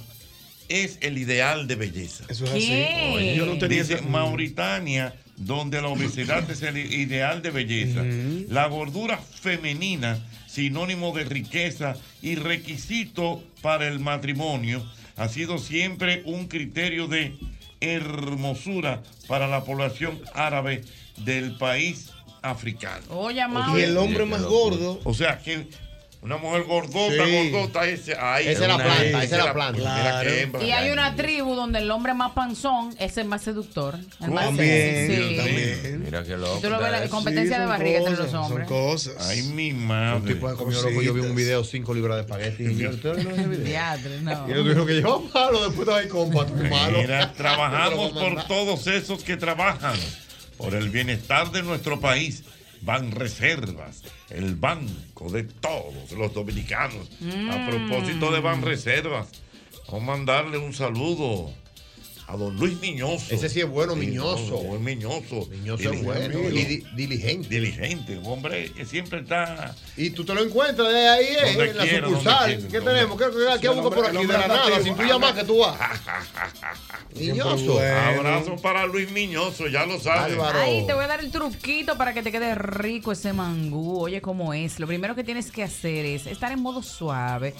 es el ideal de belleza. Eso
es así. ¿Qué? Oye, yo no tenía
Dice
esa-
Mauritania, donde la obesidad es el ideal de belleza. La gordura femenina, sinónimo de riqueza y requisito para el matrimonio, ha sido siempre un criterio de hermosura para la población árabe del país africano.
Oye, amado.
Y el hombre más gordo.
O sea, que una mujer gordota,
Sí.
gordota, ese, ahí.
Esa es la
una-
planta,
esa
esa es la planta.
mira
Claro.
qué hembra.
Y hay una tribu donde el hombre más panzón es el más seductor. El más
También,
sexy, sí.
Mira qué loco.
Tú lo ves la competencia de barriga entre los hombres.
cosas.
Ay, mi madre.
Un tipo que comió loco. Yo vi un video, 5 libras de espagueti. Y yo, ¿ustedes vieron ese video?
Diadre, no.
Y él dijo que yo, malo, después de ahí, compa, tú malo.
Mira, trabajamos
Te lo voy a
por
mandar.
todos esos que trabajan por el bienestar de nuestro país. Van Reservas, el banco de todos los dominicanos.
Mm.
A propósito de Van Reservas, vamos a mandarle un saludo a don Luis Miñoso.
Ese sí es bueno, Miñoso.
no, buen Miñoso.
Miñoso es bueno. Y di- diligente.
Diligente, un hombre que siempre está.
Y tú te lo encuentras de ahí, eh,
Donde
en la
quiera,
sucursal.
donde
¿Qué
quiera,
tenemos? ¿Qué, qué, qué
Sí, el
busco por
hombre- el
aquí? De
hombre
la nada,
nativo.
sin tú llamas que tú vas.
Ah,
Miñoso.
Abrazo para Luis Miñoso, ya lo sabes.
Ay, te voy a dar el truquito para que te quede rico ese mangú. Oye, cómo es. Lo primero que tienes que hacer es estar en modo suave.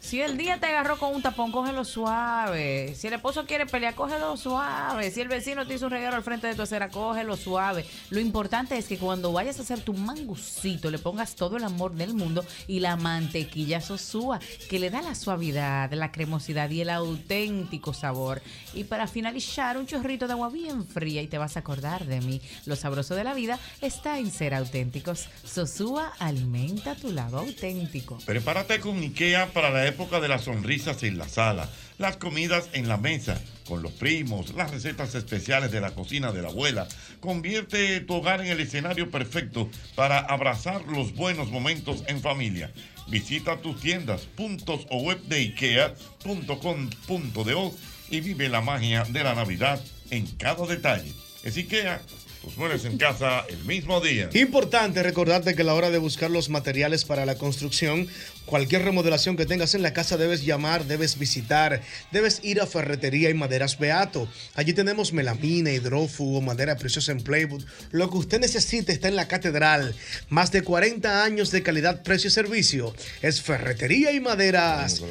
Si el día te agarró con un tapón, cógelo suave. Si el esposo quiere pelear, cógelo suave. Si el vecino te hizo un regalo al frente de tu acera, cógelo suave. Lo importante es que cuando vayas a hacer tu mangucito, le pongas todo el amor del mundo y la mantequilla sosúa, que le da la suavidad, la cremosidad y el auténtico sabor. Y para finalizar, un chorrito de agua bien fría y te vas a acordar de mí. Lo sabroso de la vida está en ser auténticos. Sosúa alimenta tu lado auténtico.
Prepárate con IKEA para la época de las sonrisas en la sala. las comidas en la mesa, con los primos, las recetas especiales de la cocina de la abuela. Convierte tu hogar en el escenario perfecto para abrazar los buenos momentos en familia. Visita tus tiendas, puntos o web de ikea.com.do y vive la magia de la Navidad en cada detalle. Es IKEA, tus muebles en casa el mismo día.
Importante recordarte que a la hora de buscar los materiales para la construcción, cualquier remodelación que tengas en la casa debes llamar, debes visitar, debes ir a Ferretería y Maderas Beato. Allí tenemos melamina, hidrófugo, madera preciosa en Playwood. Lo que usted necesite está en la catedral. Más de 40 años de calidad, precio y servicio. Es Ferretería y Maderas.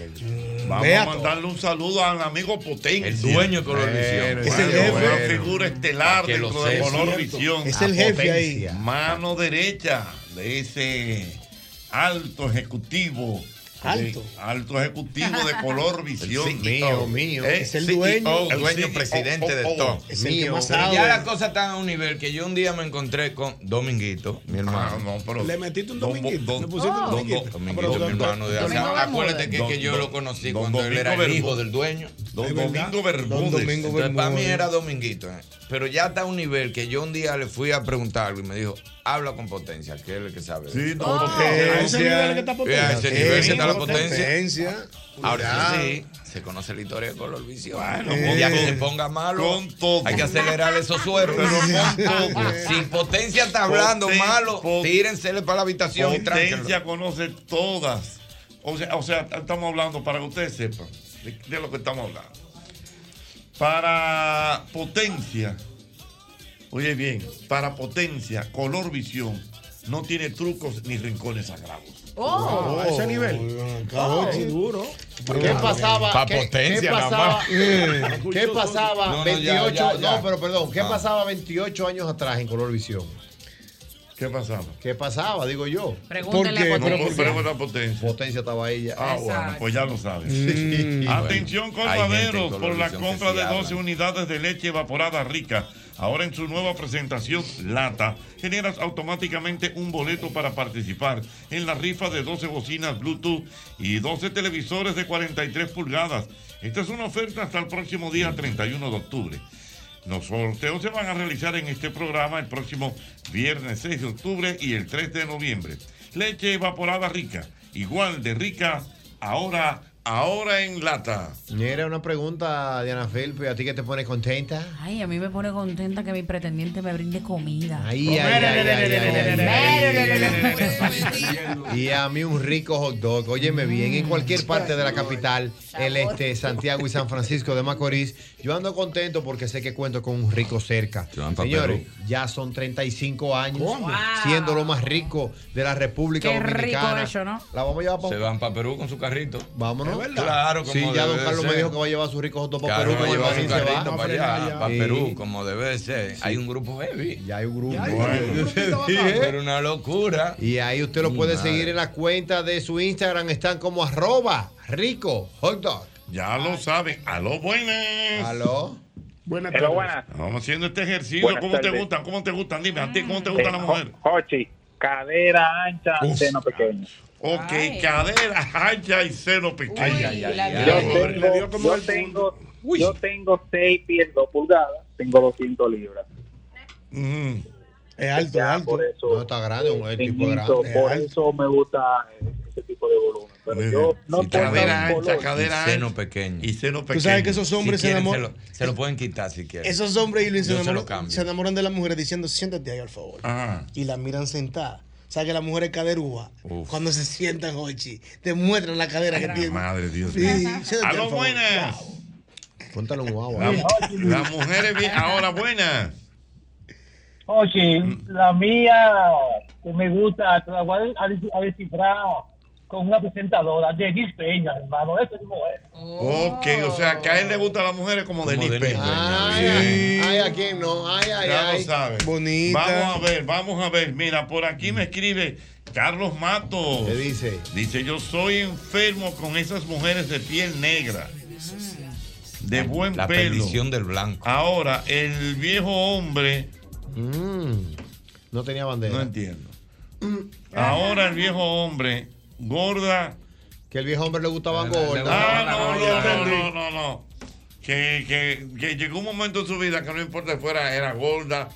Vamos
Beato.
a mandarle un saludo al amigo Potencia.
El dueño de Colorvisión.
Es el jefe. Una figura estelar
Que lo
dentro de
sepa.
Colorvisión.
Es el
A
jefe
Potencia.
ahí.
Mano derecha de ese alto ejecutivo. de-
Alto.
alto ejecutivo de Colorvisión.
El CEO.
Eh,
Es el
CEO,
dueño.
el
dueño
CEO,
presidente de
oh, oh,
todo.
Es el que más
Pero
sabe.
Ya la cosa está a un nivel que yo un día me encontré con Dominguito, mi hermano.
Ah, no, pero-
Le metiste un Dominguito.
Le
pusiste
un Dominguito.
Dominguito,
Ah, pero
mi
don-
hermano. de
don-
hace-
Domingo
Acuérdate que,
Bermúdez.
que yo
Don-
lo conocí
don
cuando él
Domingo
era el
Bermúdez.
hijo del dueño.
Don Domingo Bermúdez.
Entonces, para mí
Bermúdez.
era Dominguito. eh. Pero ya está a un nivel que yo un día le fui a preguntar algo y me dijo, habla con potencia, que es el que sabe.
Sí,
no,
don Potencia.
A
A
ese
ese
nivel
nivel
que
que
está
está
potencia. A
Potencia.
ese nivel que está la
Potencia.
potencia. Ahora
Cuidado.
sí, se conoce la historia de Color Visión.
con
ya que
todo.
se ponga malo,
Con todo.
hay que acelerar esos sueros. si potencia está hablando
Poten-
malo,
pot-
tírensele para la habitación y
Potencia
tránquenlo.
conoce todas. O sea, o sea, estamos hablando para que ustedes sepan de, de lo que estamos hablando. Para potencia, oye bien, para potencia, color visión, no tiene trucos ni rincones sagrados.
Oh. A ese nivel.
Oh.
Sí, duro.
¿Qué pasaba?
Pa'
¿Qué,
potencia,
qué
nada
pasaba?
más.
¿Qué pasaba
No, no, ya,
28?
ya, ya.
No, pero perdón, ¿qué
Ah.
pasaba 28 años atrás en Colorvisión?
¿Qué pasaba?
¿Qué pasaba? Digo yo.
Pregúntele ¿Por qué? a Potencia. No, pregúntale a Potencia.
Potencia estaba ella.
Ah, bueno, pues ya lo sabes.
Mm.
Atención,
Bueno, hay gente en
colmaderos, por la
Colorvisión que
compra
sí
de
habla.
12 unidades de leche evaporada rica. Ahora en su nueva presentación, Lata, generas automáticamente un boleto para participar en la rifa de 12 bocinas Bluetooth y 12 televisores de 43 pulgadas. Esta es una oferta hasta el próximo día 31 de octubre. Los sorteos se van a realizar en este programa el próximo viernes 6 de octubre y el 3 de noviembre. Leche evaporada rica, igual de rica, ahora, ahora en lata.
Era una pregunta, Diana Felipe, ¿a ti que te pones contenta?
Ay, a mí me pone contenta que mi pretendiente me brinde comida.
Ay, ay, ay, ay, ay, ay, ay. Y a mí un rico hot dog. Óyeme bien, en cualquier parte de la capital, el este, Santiago y San Francisco de Macorís, yo ando contento porque sé que cuento con un rico cerca.
pa'
Señores, ya son 35 años siendo lo más rico de la República
Qué rico
Dominicana.
eso, ¿no?
La vamos a llevar para
Se van para Perú con su carrito.
Vámonos.
Es verdad. Claro, como
Sí, ya
debe
don
de
Carlos me
ser.
dijo que va a llevar su rico hot dog para
Claro,
Perú.
va a
que
llevar su
Marin se va.
carrito para allá, para
Sí.
Perú, como debe ser. Hay un grupo heavy.
Ya hay un grupo.
Pero una locura.
Y ahí usted lo
Mi
puede
madre.
seguir en la cuenta de su Instagram. Están como arroba rico hot dog.
Ya lo saben. Aló, buenas.
Aló.
Buenas
tardes.
buenas.
Vamos haciendo este ejercicio.
Buenas
¿Cómo te
tardes.
gustan? ¿Cómo te gustan? Dime, a ti, ¿cómo te gustan
Eh,
las mujeres?
jo- Jochi, cadera ancha, seno pequeño.
Ok, cadera, ancha y seno pequeño.
Yo tengo- yo tengo- Yo tengo 6 pies 2 pulgadas, tengo 200 libras.
Mm-hmm.
Es alto, es alto.
no está grande, es Mm-hmm. tipo
Eso, por eso me gusta eh, ese tipo de volumen. Pero yo no
Sí,
tengo
cadera
un
ancha,
color.
cadera ancha. Seno pequeño. Y
seno
Tú sabes que esos hombres se
quieren,
enamoran-
lo- se lo pueden quitar si quieren.
Esos hombres y lo- se,
Yo se lo
enamoran,
cambio.
se enamoran de las mujeres diciendo, siéntate ahí, al favor.
Ajá.
Y la miran sentada. O sea que las mujeres caderúa, cuando se sientan, Hochi, te muestran la cadera que tienen.
Madre Dios
Sí,
mío.
siéntate, por
Aló,
favor.
buenas.
Póntale un guau.
La- Las mujeres bien. Ahora, buenas.
Oye,
Mm.
la mía que me gusta, te la voy a, des- a descifrar con una presentadora, Denise Peña, hermano, eso es mujer.
Ok, o sea, que a él le gustan las mujeres como, de Denise Peña.
Ay, ay, a quién no. Ay, ay,
ya
ay.
lo sabes.
Bonita.
Vamos a ver, vamos a ver. Mira, por aquí me escribe Carlos Matos. ¿Qué
dice?
Dice, yo soy enfermo con esas mujeres de piel negra, de buen
La
pelo.
perdición del blanco.
Ahora, el viejo hombre...
no tenía bandera. Mm.
No entiendo. Ahora el viejo hombre, gorda,
Que el viejo hombre le gustaban gordas.
Ah, no, no, no, no, no. Que, que, que llegó un momento en su vida que no importa si fuera, era gorda.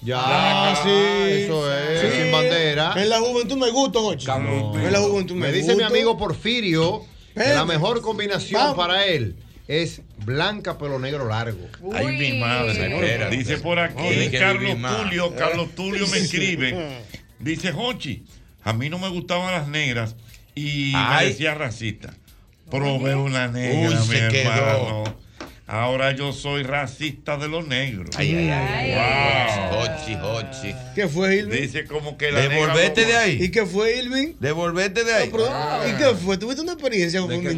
Ya,
Ah,
sí. Eso es, sin bandera.
En la juventud me gusta, Jochi. En la juventud me,
Me dice mi
gusto.
amigo Porfirio que la
Pedro.
mejor combinación
Vamos.
para él es blanca pelo negro largo.
Ay, mi madre. Dice por aquí
Oye, que
Carlos
viví más.
Tulio. Carlos Tulio me
Sí.
escribe. Dice, Jochi, a mí no me gustaban las negras y
Ay.
me decía racista. Probé una negra,
Uy,
mi
se quedó.
hermano. Ahora yo soy racista de los negros.
Ay, ay, ay.
Wow.
Jochi, Jochi.
¿Qué fue, Irving?
Dice como que la
Devolvete de
negra-
ahí.
¿Y qué fue, Irving?
Devolvete de ahí.
Pero, ¿Y qué fue? ¿Tuviste una experiencia con un niño?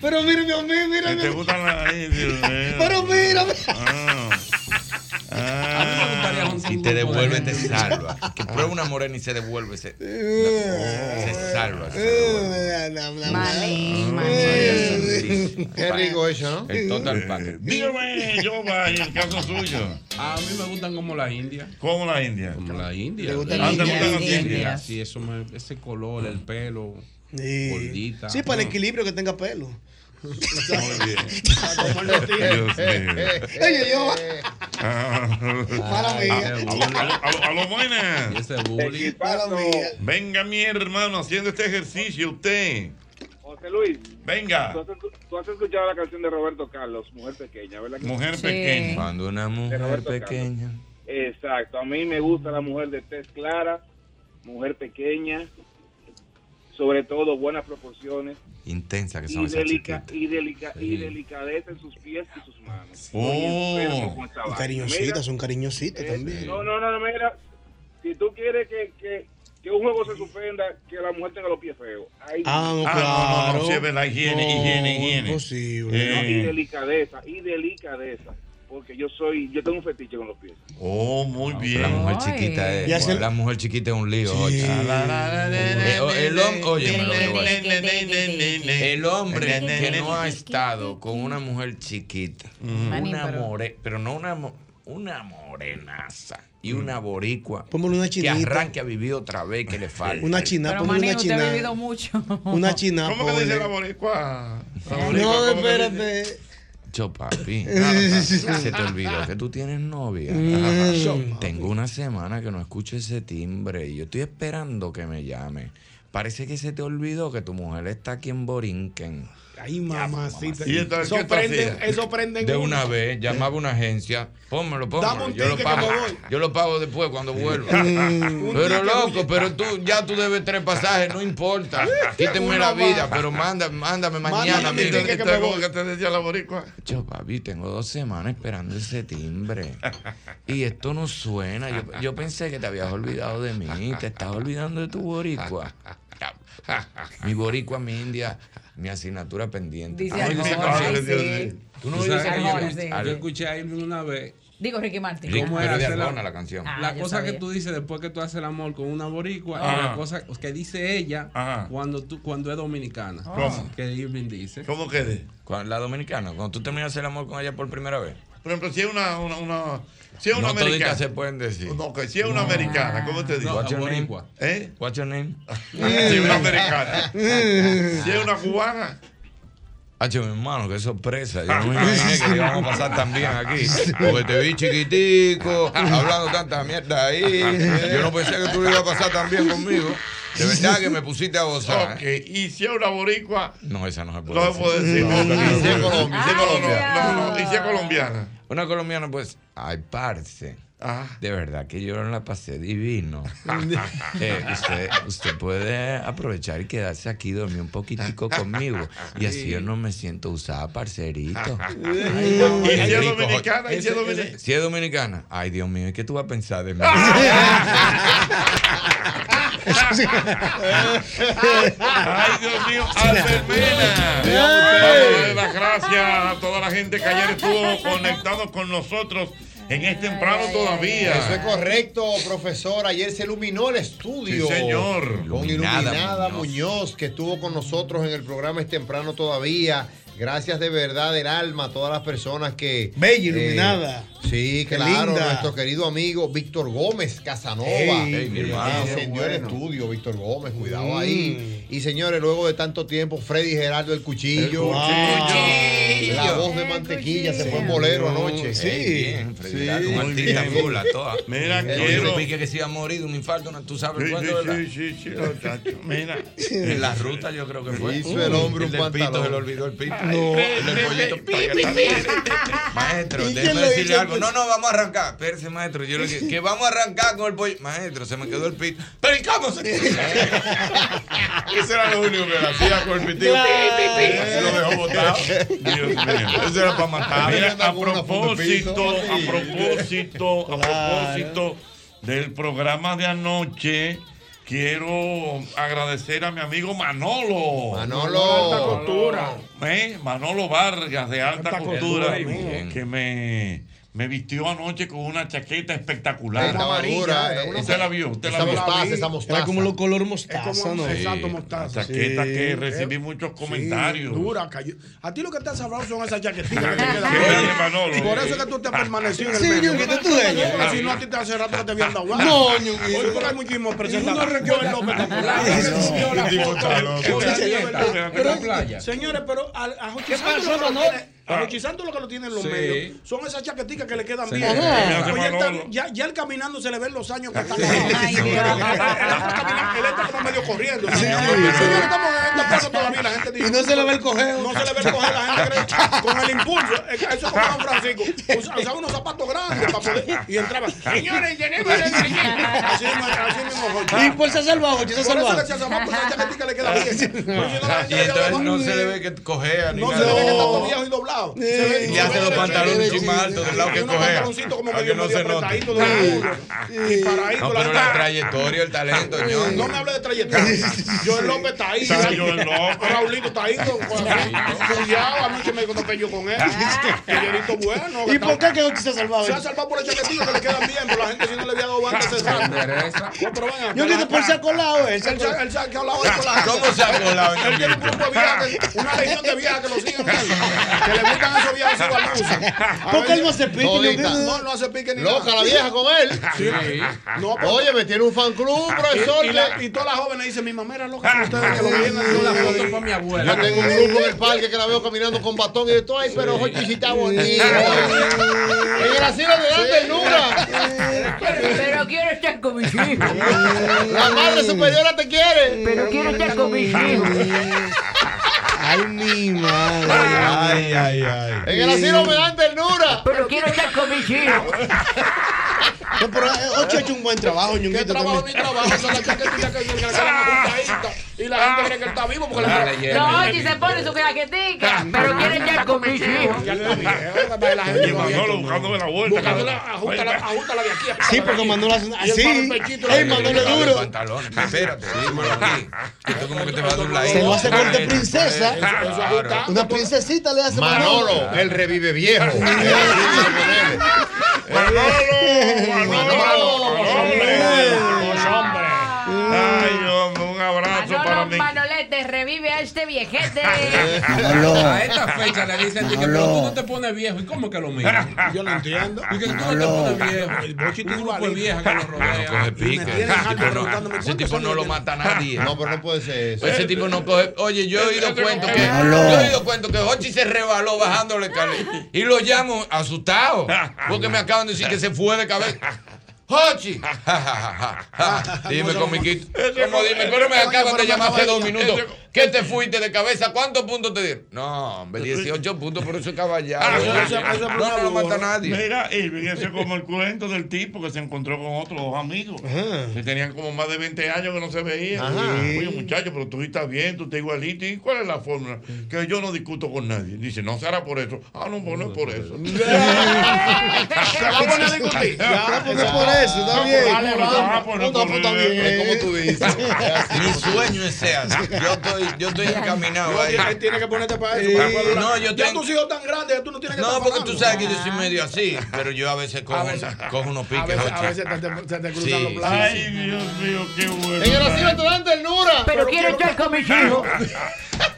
Pero mírame a mí, mírame. a mí. Pero mírame.
Ah. y te devuelve, te salva. Que prueba una morena y se devuelve. Se,
Eh,
se salva. se
Eh,
Qué rico eso, ¿no?
El total package.
Dígame, yo va, y el caso suyo.
A mí me gustan como la India.
¿Cómo la India?
Como la India.
¿Le gustan las
Ah, ¿te
indias?
gustan las
Indias.
indias? Sí, eso me- ese color, el pelo, gordita.
Sí, para el equilibrio que tenga pelo.
Dios mío.
Oye, yo. Ah,
Para
mía.
A lo buena.
Mala mía.
Venga, mi hermano, haciendo este ejercicio, usted.
José Luis.
Venga.
Tú has, escu- tú has escuchado la canción de Roberto Carlos, Mujer Pequeña, ¿verdad? que
Mujer
sí?
pequeña.
Cuando una mujer pequeña.
Exacto. A mí me gusta la mujer de tez clara, mujer pequeña, sobre todo buenas proporciones
Intensa que son
y,
esas
delica,
chiquitas.
y, delica, y
Sí.
delicadeza en sus pies y sus manos. Oye, pero
Oh,
con esa vaina.
cariñositas, son cariñositas
Mira, eh,
también.
no, no, no, no, mira, si tú quieres que, que, que un juego se suspenda, que la mujer tenga los pies feos. Ahí
Ah, no,
Ah,
claro.
no, no, no, sí, es verdad, higiene, higiene, higiene. Eh.
Imposible.
Y delicadeza, y delicadeza. Porque yo soy, yo tengo un fetiche con los pies.
Oh, muy bien.
La mujer chiquita es.
Y hace-
La mujer chiquita es un lío. oye. Eh, o- El hom- oye, me lo digo así. El hombre que no ha estado con una mujer chiquita,
Manín,
una
pero-
more, pero no una, mo- una morenaza y una boricua
Mm. Póngale una
que
chinita.
arranque a vivir otra vez que le falta.
Una china, Pero, póngale una Manín, usted ha china. vivido
mucho.
Una china.
¿Cómo que dice
ponle.
la boricua? La boricua,
No,
¿cómo que dice?
espérate.
Yo, papi,
Ah,
se te olvidó que tú tienes novia.
Mm.
Yo, Tengo una semana que no escucho ese timbre y yo estoy esperando que me llame. Parece que se te olvidó que tu mujer está aquí en Borinquen.
Ay, mamacita.
¿Y esta-
eso,
qué te
prende,
hacía?
eso prende en
De
uno.
una vez, llamaba a una agencia, pónmelo,
Dame
pónmelo.
un
Yo
ticket
lo,
que
pago,
me voy.
yo lo pago después cuando vuelva.
Un
pero
ticket,
loco, pero tú ya tú debes tres pasajes, no importa. Quíteme
Uno
la vida,
más.
pero manda, mándame mañana.
Mándame el
mira.
ticket que me voy. ¿Cómo que te decía la boricua?
Yo, papi, tengo dos semanas esperando ese timbre. Y esto no suena. Yo, yo pensé que te habías olvidado de mí. Te estás olvidando de tu boricua. Mi boricua, mi india, mi asignatura pendiente.
Dice
Ah,
algo,
esa
sí.
canción.
Sí.
Tú no
¿Tú
oyes
sabes
esa
que
canción?
sí.
yo, yo escuché a Irving una vez.
Digo Ricky Martin.
¿Cómo
pero
era
de
hacer
Arjona la canción.
Ah,
la
yo
cosa que
sabía.
tú dices después que tú haces el amor con una boricua y
Ajá.
la cosa que dice ella cuando tú cuando es dominicana.
¿Cómo?
Que Irving dice.
Ah. ¿Cómo que de?
Con La dominicana, cuando tú terminas el amor con ella por primera vez.
Por ejemplo, si es una, una, una, si es una
no toditas
americana.
se pueden decir.
No, que si es una americana, ¿cómo te digo?
What's your name?
¿Eh?
What's your name?
Si es una americana. Si es una cubana.
Hacho, mi hermano, qué sorpresa. Yo no me imaginé que le íbamos a pasar tan bien aquí. Porque te vi chiquitico, hablando tanta mierda ahí. Yo no pensé que tú lo ibas a pasar tan bien conmigo. De verdad que me pusiste a gozar. ¿eh?
Ok, y si es una boricua,
No, esa no se puede
no
decir.
se puede decir.
No, no, no.
Y si es colombiana, y si es colombiana. No, no, y si es colombiana. Ah.
Una colombiana, pues, ay, parce. De verdad que yo la pasé divino. Eh, usted, usted puede aprovechar y quedarse aquí, dormir un poquitico conmigo. Y así yo no me siento usada, parcerito.
Ay, mamá. ¿Y si es
Rico,
dominicana? Ah, ¿Y si es
ese-
dominic-
ese- si es dominicana. Ay, Dios mío, ¿y qué tú vas a pensar de mí?
Ay, Dios mío, Albert Mena.
Sí.
Dándole las gracias a toda la gente que ayer estuvo conectado con nosotros en este temprano todavía.
Eso es correcto, profesor. Ayer se iluminó el estudio.
Sí, señor.
Con
Iluminada
Iluminada, Muñoz. que estuvo con nosotros en el programa Es Temprano Todavía. Gracias de verdad del alma a todas las personas que...
Bella,
eh,
iluminada.
Sí,
Qué
claro,
linda.
nuestro querido amigo Víctor Gómez Casanova.
Ey,
Ey,
mi
que
hermano.
encendió el
Bueno.
estudio, Víctor Gómez, cuidado
Mm.
ahí. Y señores, luego de tanto tiempo, Freddy Gerardo el Cuchillo.
El Cuchillo.
La voz de mantequilla se fue en bolero anoche.
Sí. bien, Freddy Lara, un artista mula, toda.
Mira,
Oye,
quiero-
se pique que se iba a morir de un infarto, no- tú sabes
Sí,
cuándo,
sí,
¿verdad?
sí, sí, sí, muchacho, mira.
En la ruta yo creo que fue.
Hizo el hombre un
del pito,
pantalón.
se le olvidó el pito.
Ay,
No.
pe-
El del
pe-
pollito.
pe- pi, pi,
Maestro,
¿Y quién
déjeme
lo
decirle
hizo?
algo. No, no, vamos a arrancar. Espérese, maestro. Yo le dije, que vamos a arrancar con el pollo. Maestro, se me quedó el pito. Pero ¿y cómo se Eso era lo único que le hacía con el pitito.
Claro.
Pi, pi, pi. Así Lo dejó botado. Dios mío. Eso era para matar.
Mira, a propósito, a propósito, a propósito del programa de anoche, quiero agradecer a mi amigo Manolo.
Manolo. Alta Costura.
Eh, Manolo Vargas de Alta,
Alta
Costura,
Costura, bien.
que me, me vistió anoche con una chaqueta espectacular.
Estaba
Amarilla,
dura,
era
eh,
una- usted la vio, usted la
esa
vio.
mostaza, esa mostaza.
Era como lo color mostaza, ¿no?
Sí, la Chaqueta
Sí.
que recibí muchos comentarios.
Dura, cayó. A ti lo que te ha sabrado son esas chaquetitas que te
Qué grande,
quedan.
Manolo.
Por eso es que tú te has permanecido en el
Sí,
medio.
Ñonguito, tú
Porque
eres.
Si no, a ti te hace rato que te habían dado
No, Ñonguito.
Hoy por hay muchísimos presentadores. Yo el nombre popular. Yo la
tipo
foto,
está loco.
yo la-
Sí,
yo
sí,
la-
está loco.
Pero,
En la playa.
Señores, pero a, a Jochi
¿Qué
Santos
pasó,
lo que lo
Manolo?
tiene- a Jochi Santos lo que lo tiene en los
Sí.
medios son esas chaquetitas que le quedan
Sí.
bien.
Ajá.
Oye, él está-
Manolo. Oh,
ya, ya él caminando se le ven los años que está. Ay, Dios. Él está caminando, él está como medio corriendo. Señores, estamos en esta casa todavía, la gente dice,
Y no se le ve el cojeo.
no se le ve el coger, la gente cree con el impulso. eh, Eso es como Don Francisco. Usa- Usaba unos zapatos grandes para poder. Y entraba. Señores, llenemos el Así mismo, así mismo,
Ah.
Jorge.
Y por ser salvaje,
Por
se
eso
ha
que se ha salvado,
pues,
por esa chaquetica le queda bien.
Ah. Y entonces no se le ve que cojea ni
No se
nada.
le ve que está todo viejo y doblado. Se ve-
Y
se
hace
ve
los
derecho.
pantalones un más altos del lado que
Unos
cojea.
pantaloncitos como
a
medio-
que no
medio
se note.
apretaditos de lado. Y para ahí
No,
con la-
pero la trayectoria, el talento, ñongo.
No me hable de trayectoria. Joel López está ahí.
Está Joel López.
Raulito está ahí. con- con- Cuidado, anoche me conté yo con él. Que yo he visto bueno. que
¿Y por
está-
qué quedó que se ha salvado?
Se ha salvado por el chaquetito que le quedan bien, pero la gente si no le había dado banda se salva. No, pero ven acá.
Yo que por se ha colado
Él
él.
se ha- él se ha colado ahí con la gente.
¿Cómo se ha colado,
Él tiene un grupo de viajes, una legión de viajes que lo siguen. a él, Que le gustan esos viajes subalusos. A
¿Por qué
ver,
él no se pique?
Todita.
No, no hace pique ni
Loca
nada.
la vieja con él.
Sí. No, pero-
Oye, me tiene un fan club, profesor.
Y, y, la- y todas las jóvenes dicen, mi mamá era loca
Ah.
con ustedes que lo vienen haciendo las fotos para mi abuela.
Yo tengo un grupo en el parque que la veo caminando con bastón y de todo. Ay, pero hoy sí está bonito.
Sí.
En el asilo de la ternura.
Eh.
Pero quiero estar con mis hijos.
Eh.
La madre superiora te quiere.
Pero quiero estar con mis hijos.
Eh.
Ay, mi madre. Ay, ay, ay.
En el asilo me dan ternura.
Pero quiero estar con mis hijos.
No, pero eh, Ocho ha hecho un buen trabajo, Ñonguito. ¿Qué trabajo
ni trabajo? Son las chaquetillas que se le quedan juntaditas. Y la gente cree que él está vivo porque
Dale,
le
Jerry.
No, Ochi se pone su
Ah,
jaquetica. Pero quiere estar con mis hijos.
Y Manolo buscándome la vuelta.
Ajústala, ajústala de aquí.
Sí, porque Manolo hace
Y el
así.
palo en el pechito,
Ey,
la-
Manolo es duro.
Pantalones, espérate, dímelo aquí. Esto como que te va a dar un like.
Se lo hace corte princesa. Una princesita le hace
Manolo, el revive viejo.
Ay, Dios, un abrazo para
Manolo
mi
Manolete, revive a este viejete.
A esta fecha le dicen, dije, pero tú no te pones viejo. ¿Y cómo que lo mismo? Yo lo entiendo. Dije, tú no te pones viejo. El bochito un grupo de viejas que lo rodea.
Coge pique. Ese tipo Ah, no- Ese tipo no lo mata a nadie.
No, pero no puede ser eso.
Ese tipo no coge. Oye, yo he oído cuentos que.
Manolo.
Yo he oído cuentos que Hochi se rebaló bajándole escalera. Y lo llamo asustado. Porque me acaban de decir que se fue de cabeza. ¡Hochi! dime, comiquito. ¿Cómo dime? Pero me acaban de llamar hace dos minutos. ¿Qué te fuiste de cabeza? ¿Cuántos puntos te dieron? No, hombre, 18 puntos, pero eso es
Ah,
caballado. Ah, No, no lo mata a nadie.
Mira, y eso es como el cuento del tipo que se encontró con otros dos amigos. Que tenían como más de 20 años que no se veían.
Ajá.
Oye, muchacho, pero tú estás bien, tú estás igualito. ¿Y cuál es la fórmula? Que yo no discuto con nadie. Dice, no será por eso. Ah, no, pues no es por eso.
Se va a poner a discutir. Ya, pues, no es por eso, está bien.
Dale, vamos, ah, pues, no
No, pues, está bien.
Es como
tú dices.
Mi sueño es ser así. Yo estoy, yo estoy encaminado ahí.
Ahí tienes que ponerte para eso.
Sí.
para cuadrar.
No, yo
Ya
tengo-
tus hijos tan grandes, ya tú no tienes que
No,
estar
porque tú
parando.
sabes que yo soy medio así, pero yo a veces cojo, cojo unos piques.
A veces, a
Jochi.
veces te, te- te- te cruzan
Sí,
los
sí,
planes.
sí.
Ay, Dios mío, qué bueno.
En el asilo te dan ternura.
Pero quiero estar con mis hijos.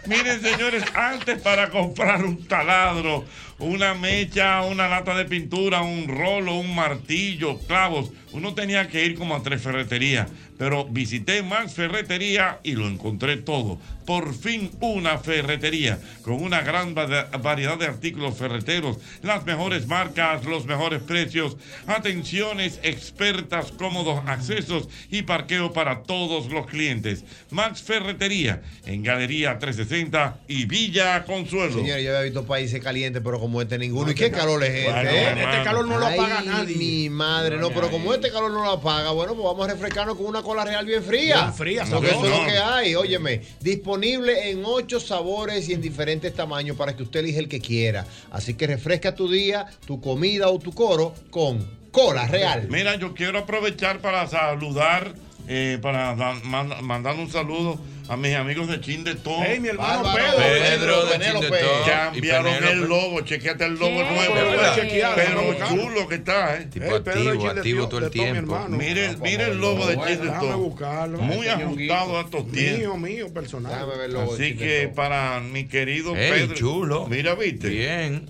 Miren, señores, antes para comprar un taladro una mecha, una lata de pintura, un rolo, un martillo, clavos. Uno tenía que ir como a tres ferreterías, pero visité más ferretería y lo encontré todo. Por fin una ferretería con una gran va- variedad de artículos ferreteros, las mejores marcas, los mejores precios, atenciones expertas, cómodos accesos y parqueo para todos los clientes. Max Ferretería en Galería 360 y Villa Consuelo.
Señores, yo había visto países calientes, pero como este ninguno. ¿Y
qué
qué calor es este?
Bueno,
eh?
hermano. Este calor no lo
Ay,
apaga nadie.
Mi madre, no, pero como este calor no lo apaga, bueno, pues vamos a refrescarnos con una cola real bien fría.
Bien fría,
porque eso
sabrosa.
es lo que hay. Óyeme, disponible en ocho sabores y en diferentes tamaños para que usted elija el que quiera. Así que refresca tu día, tu comida o tu coro con cola real.
Mira, yo quiero aprovechar para saludar, eh, para da- man- mandar un saludo a mis amigos de Chin de Tom.
Ey, mi hermano
Bárbaro,
Pedro. Pedro de
Penélope.
Chin de Tom y
Cambiaron
Penélope.
el logo, chequeate el logo
Sí.
nuevo.
Pero
¿verdad?
chequeado,
Pero
¿no?
chulo que está, ¿eh?
Tipo Ey, Pedro de activo, Chin de activo Tom, todo el de Tom, mi tiempo. hermano.
Mire,
Vamos
mire
a
el logo de
verlo.
Chin de
Déjame
Tom.
buscarlo.
Muy
Este
ajustado a estos
Mío,
tiempos.
mío, personal.
Así que para mi querido
Ey,
Pedro.
chulo.
Mira, viste.
Bien.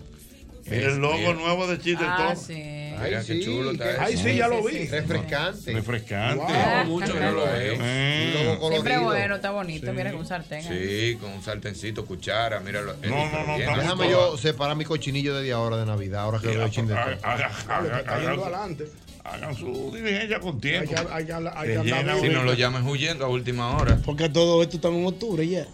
Mira el logo
Bien.
nuevo de Chin de
Ah,
Tom.
sí.
Mira
Ay,
qué
sí,
chulo está
qué-
eso.
ay, sí, ya lo
Sí, sí,
vi.
sí.
Refrescante.
Refrescante.
Wow, mucho que lo es.
Mm.
Siempre
colorido.
bueno, está bonito. Mira con un sartén. ahí.
Sí, con un sartencito, cuchara, míralo.
No, no, no, Déjame yo separar mi cochinillo de día ahora de Navidad, ahora que veo chin de este.
haga-
todo.
haga- haga-
Está yendo
haga-
adelante.
Hagan su diligencia con tiempo.
Hay que- hay que hablar- hay
Que
que hablar
llegan,
bien.
si no lo llamen huyendo a última hora.
Porque todo esto estamos en octubre ya.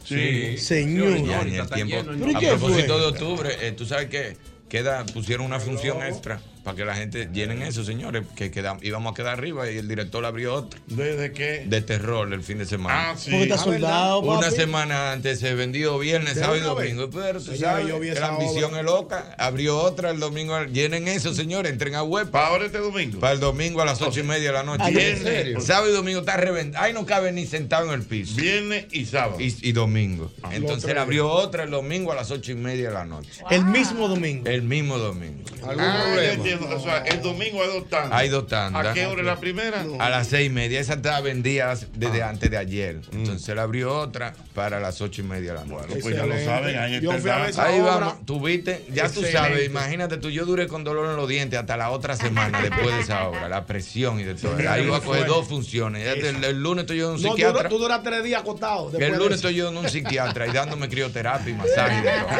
Señor.
Ya, ni el tiempo.
¿Pero y
A
qué
propósito
fue?
de octubre, eh, tú sabes que queda, pusieron una función extra para que la gente llenen eso, señores, que queda- íbamos a quedar arriba y el director abrió otra.
¿Desde qué?
De terror el fin de semana.
Ah, sí. Porque está Ah, ¿verdad? soldado,
Una
papi.
semana antes se vendió viernes,
¿De
sábado y
una vez?
domingo. Pero tú
Señores,
sabes,
yo vi
que
esa
la ambición
obra.
es loca. Abrió otra el domingo. Llenen eso, señores, entren a web. ¿Para
ahora este domingo?
Para el domingo a las ocho y media de la noche.
¿Ah, en serio?
Sábado y domingo está reventado. Ahí no cabe ni sentado en el piso.
Viernes y sábado. Ah.
Y, y domingo. Entonces
Lo
le
otro
abrió otra el domingo a las ocho y media de la noche.
El mismo domingo.
El mismo domingo.
Ah, ya entiendo. O sea, el domingo hay dos tandas.
Hay dos tandas.
¿A qué hora es la primera?
A las seis y media. Esa estaba vendida desde
Ah.
antes de ayer. Entonces le abrió otra para las ocho y media de la noche.
Mm. pues ya lo Excelente. saben, ahí está Yo el fui a ver dato. esa
Ahí
obra.
vamos. Tuviste, ya tú
Excelente.
sabes, imagínate tú, yo duré con dolor en los dientes hasta la otra semana después de esa obra, la presión y de todo. Ahí iba a coger dos funciones. El, el- el lunes estoy yo en
No,
un
tú,
psiquiatra.
tú duras tres días acostado.
Que el lunes estoy yo en un psiquiatra y dándome crioterapia y masaje. y de todo.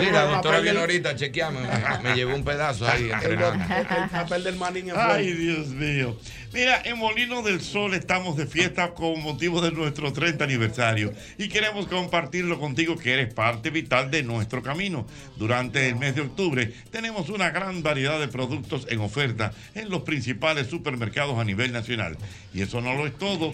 Sí, la doctora viene ahorita, chequeame. Me, me llevó un pedazo ahí entrenando.
El papel del manín es
Ay,
bueno.
Dios mío. Mira, en Molino del Sol estamos de fiesta con motivo de nuestro 30 aniversario y queremos compartirlo contigo que eres parte vital de nuestro camino. Durante el mes de octubre tenemos una gran variedad de productos en oferta en los principales supermercados a nivel nacional. Y eso no lo es todo.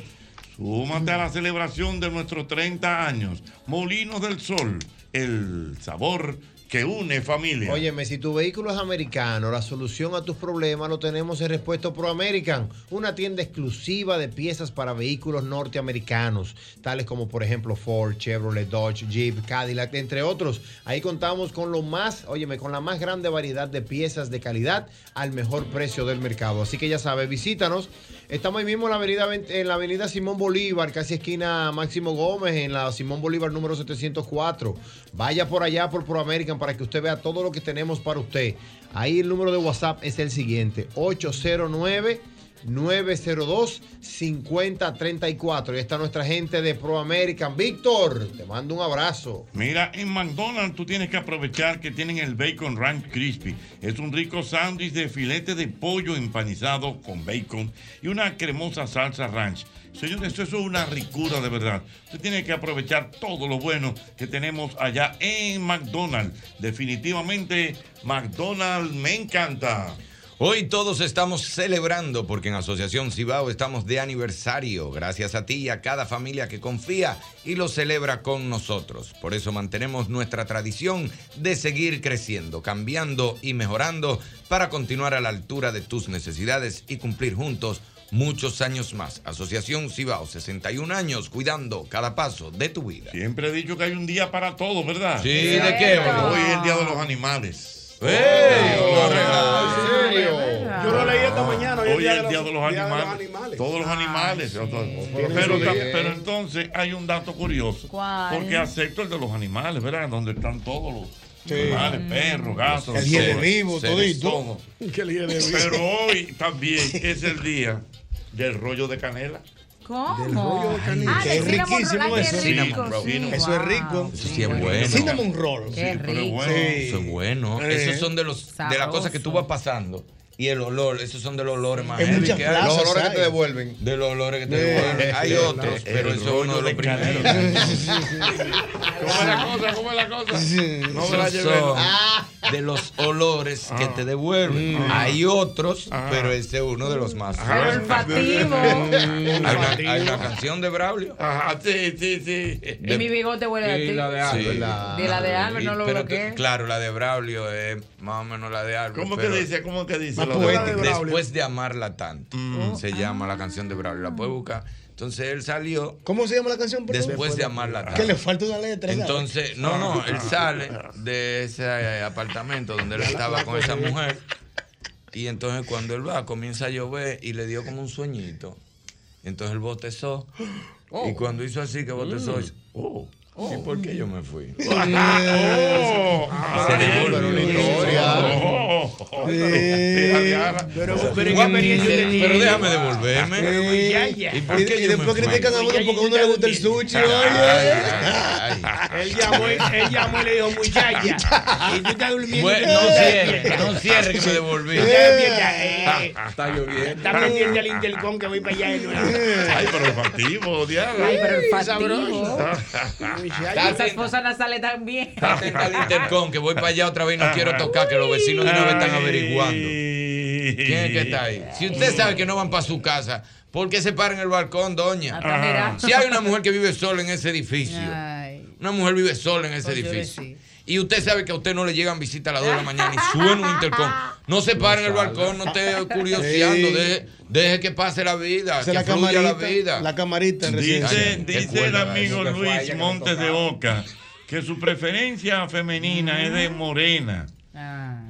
Súmate a la celebración de nuestros 30 años. Molinos del Sol, el sabor que une familia.
Óyeme, si tu vehículo es americano, la solución a tus problemas lo tenemos en Respuesto Pro American, una tienda exclusiva de piezas para vehículos norteamericanos, tales como por ejemplo Ford, Chevrolet, Dodge, Jeep, Cadillac, entre otros. Ahí contamos con lo más, óyeme, con la más grande variedad de piezas de calidad al mejor precio del mercado. Así que ya sabes, visítanos. Estamos ahí mismo en la avenida, 20 en la avenida Simón Bolívar, casi esquina Máximo Gómez, en la Simón Bolívar número 704. Vaya por allá por Pro American para que usted vea todo lo que tenemos para usted. Ahí el número de WhatsApp es el siguiente, 809 902 5034. Y está nuestra gente de Pro American. Víctor, te mando un abrazo.
Mira, en McDonald's tú tienes que aprovechar que tienen el Bacon Ranch Crispy. Es un rico sándwich de filete de pollo empanizado con bacon y una cremosa salsa ranch. Señores, eso es una ricura de verdad. Usted tiene que aprovechar todo lo bueno que tenemos allá en McDonald's. Definitivamente, McDonald's me encanta.
Hoy todos estamos celebrando porque en Asociación Cibao estamos de aniversario, gracias a ti y a cada familia que confía y lo celebra con nosotros. Por eso mantenemos nuestra tradición de seguir creciendo, cambiando y mejorando para continuar a la altura de tus necesidades y cumplir juntos muchos años más. Asociación Cibao, 61 años cuidando cada paso de tu vida.
Siempre he dicho que hay un día para todo, ¿verdad?
Sí, ¿de qué? Manolo?
Hoy es el Día de los Animales.
Yo lo leí esta mañana.
Hoy es el
de
día de los animales. Todos los animales. Pero, pero
sí.
tam- pero entonces hay un dato curioso.
¿Cuál?
Porque acepto el de los animales, ¿verdad? Donde están todos los, Vale, perro, gato.
El hielo vivo, todito.
Que Pero hoy también es el día del rollo de canela.
¿Cómo?
rollo de canela.
Ah, de
Que es
cinnamon roll.
riquísimo
Ay, qué
eso.
rico,
Eso es rico.
sí, wow.
Cinnamon roll. Cinnamon.
Eso sí es bueno.
Cinnamon roll.
Qué
pero
rico.
bueno. Eso es bueno.
Eh.
Esos son de los de las
Sabroso.
cosas que tú vas pasando. Y el olor, esos son de los olores más
En
heavy
muchas
que hay.
plazas
Los olores que
hay.
te devuelven. De los olores que te
Eh.
devuelven. Hay
Eh,
otros, pero eso es uno de los primeros.
¿Cómo es la cosa? ¿Cómo es la cosa? No me la
Esos
llevé.
son de los olores que te devuelven. Ah. Hay otros, pero ese es uno de los más.
Ajá. Olfativo.
Hay una, hay una canción de Braulio.
Ajá, sí, sí, sí.
Y mi bigote huele a ti.
Sí.
De la de Albert, no lo
Pero
bloqueé.
tú- Claro, la de Braulio es más o menos la de Albert.
¿Cómo que
pero-
dice? ¿Cómo que dice?
Más
la
poética.
de-
Después de amarla tanto,
Oh,
se llama
ah.
la canción de Braulio. La puedes buscar. Entonces él salió
¿Cómo se llama la canción? perdón?
después de amarla tanto.
Que le falta una letra. ¿sabes?
Entonces,
Ah.
no, no, él sale de ese eh, apartamento donde él estaba con esa mujer. Y entonces cuando él va, comienza a llover y le dio como un sueñito. Entonces él botezó. Y cuando hizo así que botezó, hizo, "Oh, ¿y por qué yo me fui? Y se
Oh, Ah,
devolvió.
Pero,
pero Pero déjame devolverme. ¿Y por qué
Y
yo
después
me fui?
critican a uno porque a uno le gusta el sushi.
Ay,
oye.
ay, ay.
Él llamó, y- él llamó y le dijo, muchacha, y tú estás durmiendo.
Bueno, no cierre, no cierre que me devolví.
Está
Ah.
lloviendo, eh.
Está lloviendo.
Está pendiente el intercom que voy para allá de nuevo.
Ay, pero olfativo, diablo.
Ay, pero
sabroso.
olfativo. Esa
Está
esposa no sale tan bien.
atenta al intercom, que voy para allá otra vez y no quiero tocar, que los vecinos de una vez están averiguando. ¿Quién es que está ahí? Si usted sabe que no van para su casa, ¿por qué se para en el balcón,
Ajá.
doña?
mirar.
Si hay una mujer que vive sola en ese edificio, una mujer vive sola en ese edificio. Y usted sabe que a usted no le llegan visitas a las 2 de la mañana y suena un intercom. No se pare en el balcón, no esté curioseando,
Sí.
deje, deje que pase la vida,
Esa
que
es la
fluya la
camarita.
vida.
La camarita en
Dice,
residencia.
dice el amigo Luis Montes de Oca que su preferencia femenina es de morena.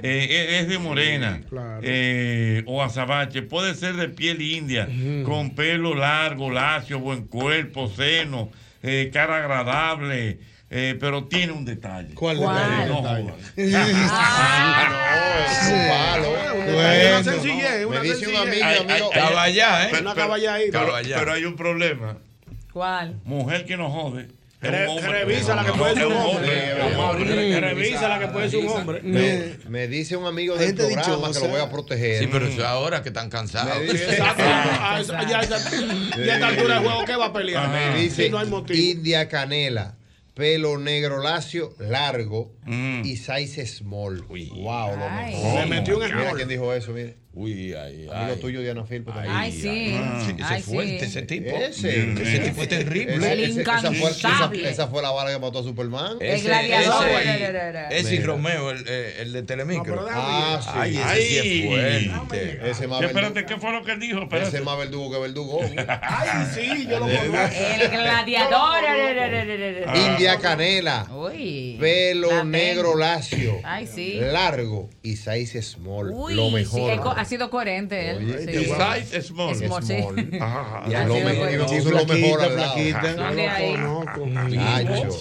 Eh, eh, es de morena eh, o azabache, puede ser de piel india, con pelo largo, lacio, buen cuerpo, seno, eh, cara agradable, eh, pero tiene un detalle. Ah,
¿Cuál
detalle?
No,
¿Cuál
jodas.
Una sencillez, una
Me dice un amigo,
sencillez.
Ay, ay, ay,
Caballá,
pero-
Una
pero-
caballá ahí.
pero- Pero hay un problema.
¿Cuál?
Mujer que no jode. es
Re-
un hombre.
revisa la que
No,
puede
es
ser un
hombre.
hombre.
es un hombre.
Revisa la que puede ser un hombre.
Me, me dice un amigo del
Gente
programa
dichosa.
que lo voy a proteger.
Sí, pero eso es ahora que están cansados.
Me dice-
Ah, ah, esa- Ya esa- ya esta altura de juego, ¿qué va a pelear?
Me
Si
dice
no hay motivo.
India Canela, pelo negro lacio, largo y size small. Wow, lo
Ay.
mejor.
Se metió un
Mira
small.
quién dijo eso, mire.
Uy, ay,
Amigo tuyo, Diana Filpo. también.
Ay, sí.
Ah.
Ese Ay, fuerte, sí. ese tipo.
Ese, Mm.
Ese tipo es terrible.
Ese-
El
ese- esa, fue, esa,
incansable.
esa fue la bala que mató a Superman.
Ese- El gladiador. ese- ese y Romeo, el, de Telemicro.
Ah, sí.
Ay, ese sí es fuerte.
Ese más
Sí,
verdugo.
¿qué fue lo que él dijo?
Ese es más verdugo que verdugo.
Ay, sí, yo lo
El gladiador. eh,
India Canela.
Uy.
Pelo
La
negro
tengo.
lacio.
Ay, sí.
Largo y size small.
Uy,
lo
sí, es co-
mejor.
ha sido coherente él.
Oye,
sí.
y size
Size small.
Small, sí.
Small.
Ajá.
Ya, lo
Sí,
mejor,
sí,
iba a
sí.
decir lo mejor al lado.
Flaquita,
Ajá.
flaquita. Yo lo
Nacho.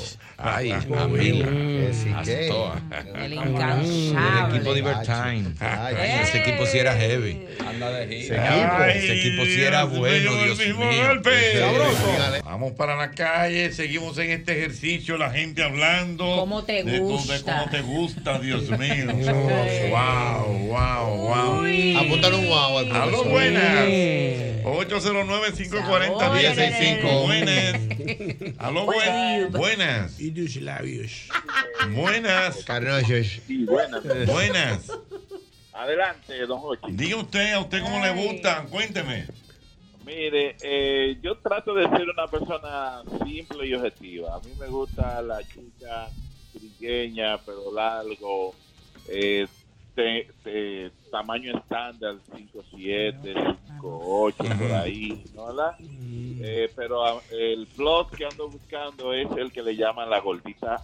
Ay, amigo.
El incansable.
El equipo Divertime. Ese equipo sí era heavy. Ese equipo,
Ay,
ese equipo sí era
Dios
bueno,
mío, el
Dios
mismo
mío.
golpe.
Ese-
Vamos para la calle, seguimos en este ejercicio, la gente hablando.
¿Cómo te
de tu-
gusta?
De cómo te gusta, Dios mío. wow, wow, wow.
Uy.
Apuntaron guau al
Aló,
profesor.
buenas.
Sí.
809-540-1065. Buenas. Aló, buenas. Buenas.
Y tus labios.
Buenas.
buenas.
Buenas.
Adelante, don Jochi.
Diga usted, a usted cómo le gustan, cuénteme.
Mire, eh, yo trato de ser una persona simple y objetiva. A mí me gusta la chica trigueña, pero largo, eh, te- te- tamaño estándar, 5'7", 5'8", por ahí, ¿no? ¿verdad? Eh, pero a- el plot que ando buscando es el que le llaman la gordita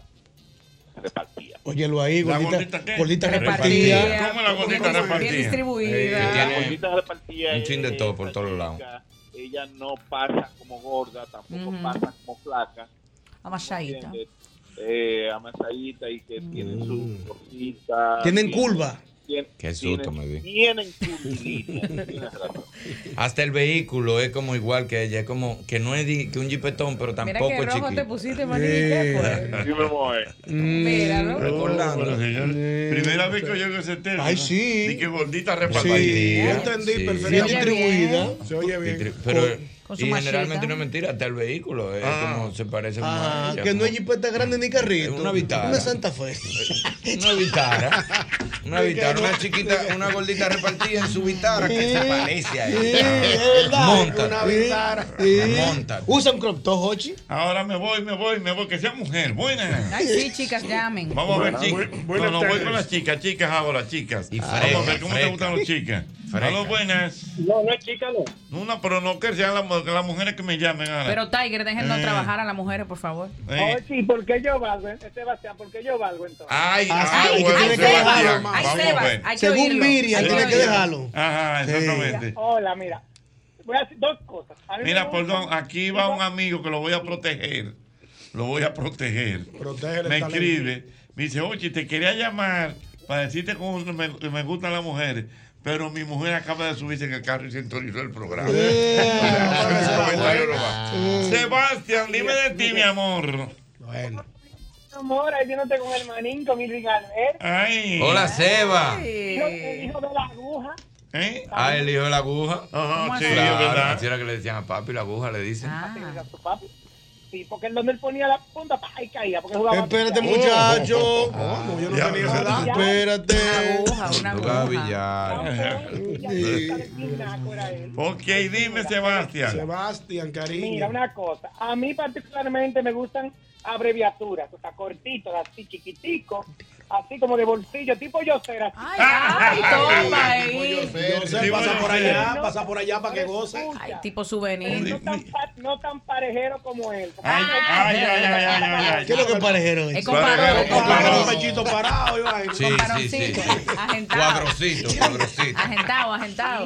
repartida.
Óyelo ahí,
¿La
gordita,
gordita qué?
gordita
Repartida.
repartida.
¿Cómo la gordita
Bien
repartida?
distribuida.
La
Eh, Tiene
gordita repartida
un chin de
es
todo por
esa
todos
chica,
lados.
Ella no pasa como gorda, tampoco
Ujú.
pasa como flaca.
Amachadita.
¿entiendes? eh, amasaditas y que tienen sus cositas.
Tienen
curva.
curva.
Qué susto me di.
Tienen curvilíneas, tienes razón.
Hasta el vehículo es como igual que ella, es como que no es di- que un jipetón, pero
Mira
tampoco
qué
es
rojo
chiquito.
te pusiste, maní. ¿qué fue?
pues.
Míralo.
Recordando. Oh, señor. Primera vez que oigo ese tema. Ay, sí. Y que gordita repartida.
Sí.
Yo
Entendí Sí. perfectamente. Bien
perfectamente.
distribuida. Se oye
Y
bien.
tri- Pero
con su
y
machita.
generalmente no es mentira, hasta el vehículo es como se parece como a
Ah,
ella,
que no
como
es jipeta grande ni carrito.
Una vitara.
Una Santa Fe.
una vitara. Una vitara, una chiquita, una gordita repartida en su vitara que se parece a
Sí, es
ella.
verdad.
Monta.
Una vitara.
Monta.
Usa un crop top, Hochi.
Ahora me voy, me voy, me voy. Que sea mujer. Buena.
Ay, sí, chicas, llamen.
Vamos a ver, chicas.
buenas
No, no, voy
tardes.
con las chicas, chicas ahora, chicas. Vamos
fresca,
a ver cómo te
fresca.
gustan las chicas.
Fresca.
Aló, buenas. No, no es chica, no. Una, pero no que sean las mu- las mujeres que me llamen ahora.
Pero Tiger, déjenos
Eh.
trabajar a las mujeres, por favor.
Eh.
Oye, ¿y Oh, por qué yo valgo, eh, Sebastián? ¿Por qué yo valgo entonces?
Ay,
ay, ay,
bueno,
ay,
Sebastián.
Sebas, ay,
Vamos a
Sebas,
ver.
hay que Según oírlo, Miriam, hay que tiene que oírlo. dejarlo.
Ajá, exactamente.
Hola, mira. Voy a hacer dos cosas. A mí me
Mira,
gusta-
perdón, aquí va un amigo que lo voy a proteger. Lo voy a proteger.
Protégele
Me
el talento.
escribe, me dice, oye, te quería llamar para decirte cómo me, me gustan las mujeres, pero mi mujer acaba de subirse en el carro y sintonizó el programa. Ese comentario no va. Sebastián, dime de ti, mi amor.
amor, ahí viéndote con el manín, con mi Galvez.
Ay.
Hola, Seba.
Yo el hijo de la aguja.
¿Eh?
Ah, el hijo de la aguja.
Ajá,
sí, es verdad.
Así era que le decían a papi, la aguja le dicen.
Ah,
Así que era su
"Ah".
papi. Sí, porque donde él ponía la punta, pa, ahí caía. Porque jugaba
Espérate,
mucho. Oh.
muchacho.
Oh,
yo no tenía esa edad.
Espérate.
Una
Jugaba billar.
Ok, dime, Sebastián.
Sebastián, cariño. Mira, una cosa. A mí particularmente me gustan abreviaturas, o sea, cortitos, así chiquiticos, así como de bolsillo, tipo yo será. Ay,
ay, toma
ahí.
Entonces, pasa por allá, pasa por allá para que goce.
Ay, tipo souvenir.
No tan parejero como él.
Ay, ay, ay, ay, ay, ay.
¿Qué es lo que parejero es?
Es con parón,
Parejero,
con
parón.
parón.
Pechito parado, yo ahí.
Sí, sí, sí.
Varoncito, Agentado,
Cuadrocito, cuadrocito.
agentado, agentado.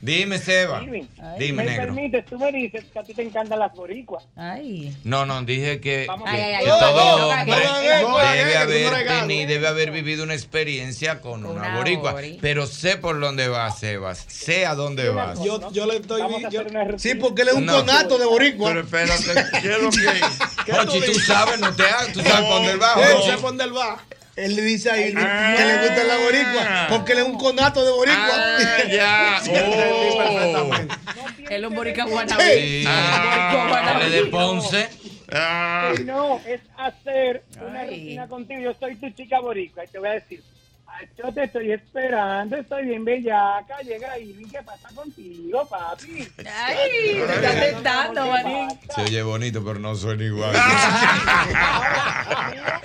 Dime, Seba.
Irving,
Dime,
me
negro.
permites, tú me dices que a ti te encantan las boricuas.
Ay.
No, no, dije que,
Vamos.
que-
Ay, ay,
que
ay,
todo
no,
hombre
no, no, no,
debe
no, no,
haber
no, no, no,
tenido, debe haber vivido una experiencia con una,
Una
boricua.
boricua.
Pero sé por dónde vas, Sebas. Sé a dónde vas.
Yo, yo le estoy. yo-
Sí, porque él es un
No.
conato de boricua.
Pero
espérate, ¿qué es lo que...?
Ochi, tú sabes, no te hagas, tú sabes por dónde él va.
No.
Ochi.
sé por dónde él va. Él le dice a Irving que le gusta la boricua porque él es un conato de boricua.
ya.
Oh.
perfectamente.
El homboricán guanabí.
Sí.
Boricua
Dale
guanabí.
de Ponce.
Ah.
Que No, es hacer una rutina contigo. Yo soy tu chica boricua y te voy a decir, "Ay, yo te estoy esperando, estoy bien bellaca, llega Irving, ¿qué pasa contigo, papi?
Ay, te está tentando, manín.
Se oye bonito, pero no suena igual.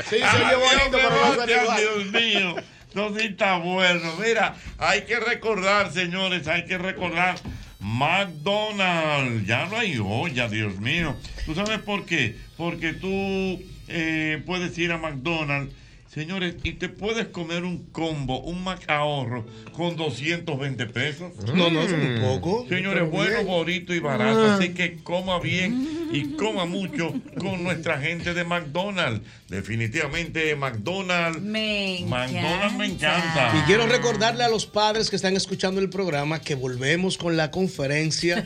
Sí, se oye bonito, pero no suena
Sebastián,
igual.
Dios mío. No, sí está bueno. Mira, hay que recordar, señores, hay que recordar. McDonald's, ya no hay olla, Dios mío. ¿Tú sabes por qué? Porque tú eh, puedes ir a McDonald's, señores, y te puedes comer un combo, un Mac ahorro con 220 pesos.
No, no, eso es muy poco.
Señores,
Pero
bueno,
bien.
bonito y barato.
Ah.
Así que coma bien y coma mucho con nuestra gente de McDonald's. Definitivamente McDonald's.
Me
McDonald's me
encanta.
encanta.
Y quiero recordarle a los padres que están escuchando el programa que volvemos con la conferencia.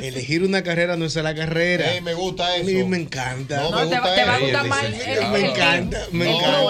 Elegir una carrera no es la carrera.
Ey, me gusta eso.
A mí me encanta.
No, me No, te va- gusta te va a eso. gustar más el- el-
Me
el-
encanta, me
Ah, No,
encanta.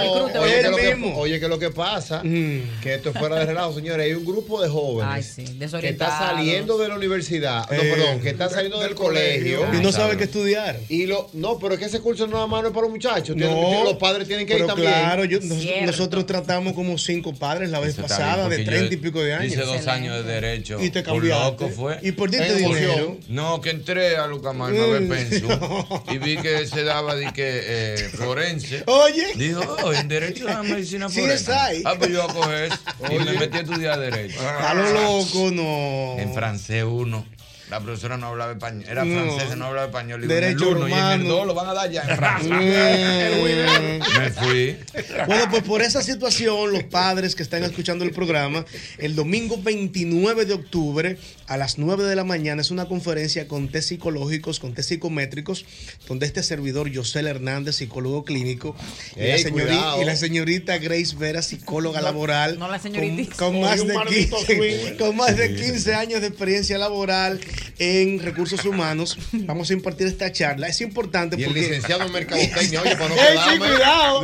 oye, que lo que-
Él mismo. Mm.
oye, que lo que pasa, que esto es fuera de relajo, señores. Hay un grupo de jóvenes
Ay, sí,
que está
desorientados.
saliendo de la universidad, no,
Eh,
perdón, que está saliendo del, colegio.
Y no sabe qué estudiar.
Y lo, no, pero es que ese curso nada más no es para los muchachos. tienen- los padres tienen que ir
pero
también.
Claro, yo- nos- nosotros tratamos como cinco padres la vez
Eso está
pasada,
bien,
de
porque
treinta y
yo
pico de años.
Hice dos años de derecho.
Y te
Un
cambiaste.
loco fue.
Y perdiste En dinero. emoción.
No, que entré a Lucamar a ver
Mm.
pensum y vi que se daba de que eh, forense.
Oye.
Dijo, oh, en derecho a la medicina
Sí,
forense.
es ahí.
Ah, pues yo voy a coger eso. Y me metí a estudiar derecho.
A lo loco, no.
En francés uno. La profesora no hablaba español, era
No.
francesa, no hablaba español. Digo,
Derecho
en el uno y en el
humano.
dos lo van a dar ya en Francia.
Mm.
Me fui.
Bueno, pues por esa situación, los padres que están escuchando el programa, el domingo 29 de octubre a las 9 de la mañana es una conferencia con test psicológicos, con test psicométricos, donde este servidor, José Hernández, psicólogo clínico, y, la
Ey,
señori-
cuidado.
y la señorita Grace Vera, psicóloga laboral,
no la
con,
señorita.
con
Oye,
más
un
de
maldito
15,
swing.
con más de 15 años de experiencia laboral en recursos humanos. Vamos a impartir esta charla. Es importante
Y el
porque...
licenciado en mercadotecnia, oye, para no
Ey, sí,
quedarme.
cuidado.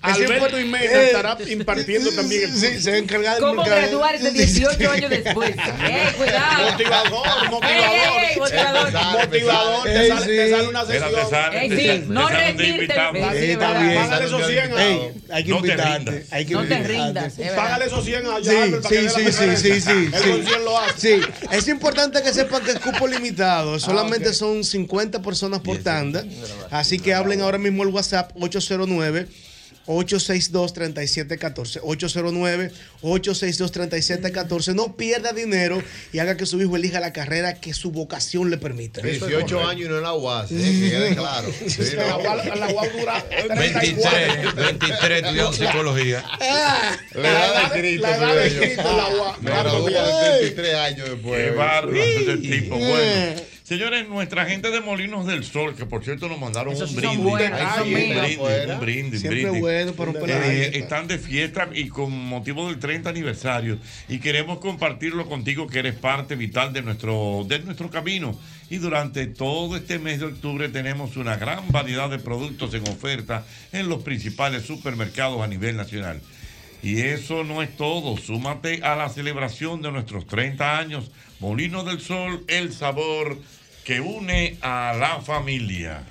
Alberto Alberto Imena estará impartiendo también el
Sí, se va a encargar del
¿Cómo
mercado.
graduarte 18 años después? ¡Eh, cuidado!
Motivador, motivador.
Ey, ey, ey, motivador.
Motivador, te
Ey,
sale, te
sí.
sale una
Espérate,
sesión.
sale, Ey, te sí, sale- no te sale un rendirte, invitado. sí,
Págale
es verdad.
Págale esos 100 a...
Ey, hay que
No te
invitarte.
rindas.
hay que
No te
invitarte.
rindas, es verdad. Págale esos 100 a
Sí,
Albert para
sí,
que dé la
sí, sí,
conferencia.
sí, sí,
El
sí.
concierto lo hace.
Sí, es importante que sepan que es cupo
Ah,
limitado. Solamente son 50 personas por tanda. Así que hablen ahora mismo el WhatsApp 809. 862-3714. 809-862-3714. No pierda dinero y haga que su hijo elija la carrera que su vocación le permita.
18 años y no en la UAS, eh, que quede claro. Sí,
La
no.
UAS- la UAS dura
23, 23 estudiando psicología.
La edad de Cristo,
la edad de
creo yo.
Cristo, la UAS.
Me graduó de 33 años
Qué
después.
bárbaro ese tipo.
Sí.
Bueno. Señores, nuestra gente de Molinos del Sol, que por cierto nos mandaron
Esos
un
sí son
brindis.
buenos, esos
un
míos.
brindis,
Afuera.
un brindis,
Siempre
brindis.
bueno para romper la
Eh,
dieta.
Están de fiesta y con motivo del 30 aniversario. Y queremos compartirlo contigo, que eres parte vital de nuestro, de nuestro camino. Y durante todo este mes de octubre tenemos una gran variedad de productos en oferta en los principales supermercados a nivel nacional. Y eso no es todo. Súmate a la celebración de nuestros 30 años. Molino del Sol, el sabor que une a la familia.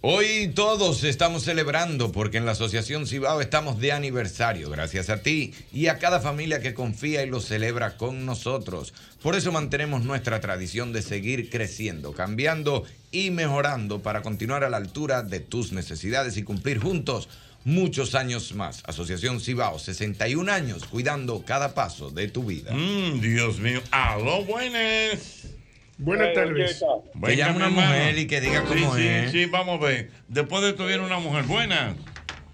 Hoy todos estamos celebrando porque en la Asociación Cibao estamos de aniversario, gracias a ti y a cada familia que confía y lo celebra con nosotros. Por eso mantenemos nuestra tradición de seguir creciendo, cambiando y mejorando para continuar a la altura de tus necesidades y cumplir juntos muchos años más. Asociación Cibao, 61 años cuidando cada paso de tu vida.
Mm, Dios mío, aló, buenas.
Buenas tardes. Que llame una mujer y que diga cómo
sí,
es.
Sí, sí, vamos a ver. Después de esto viene una mujer. Buenas.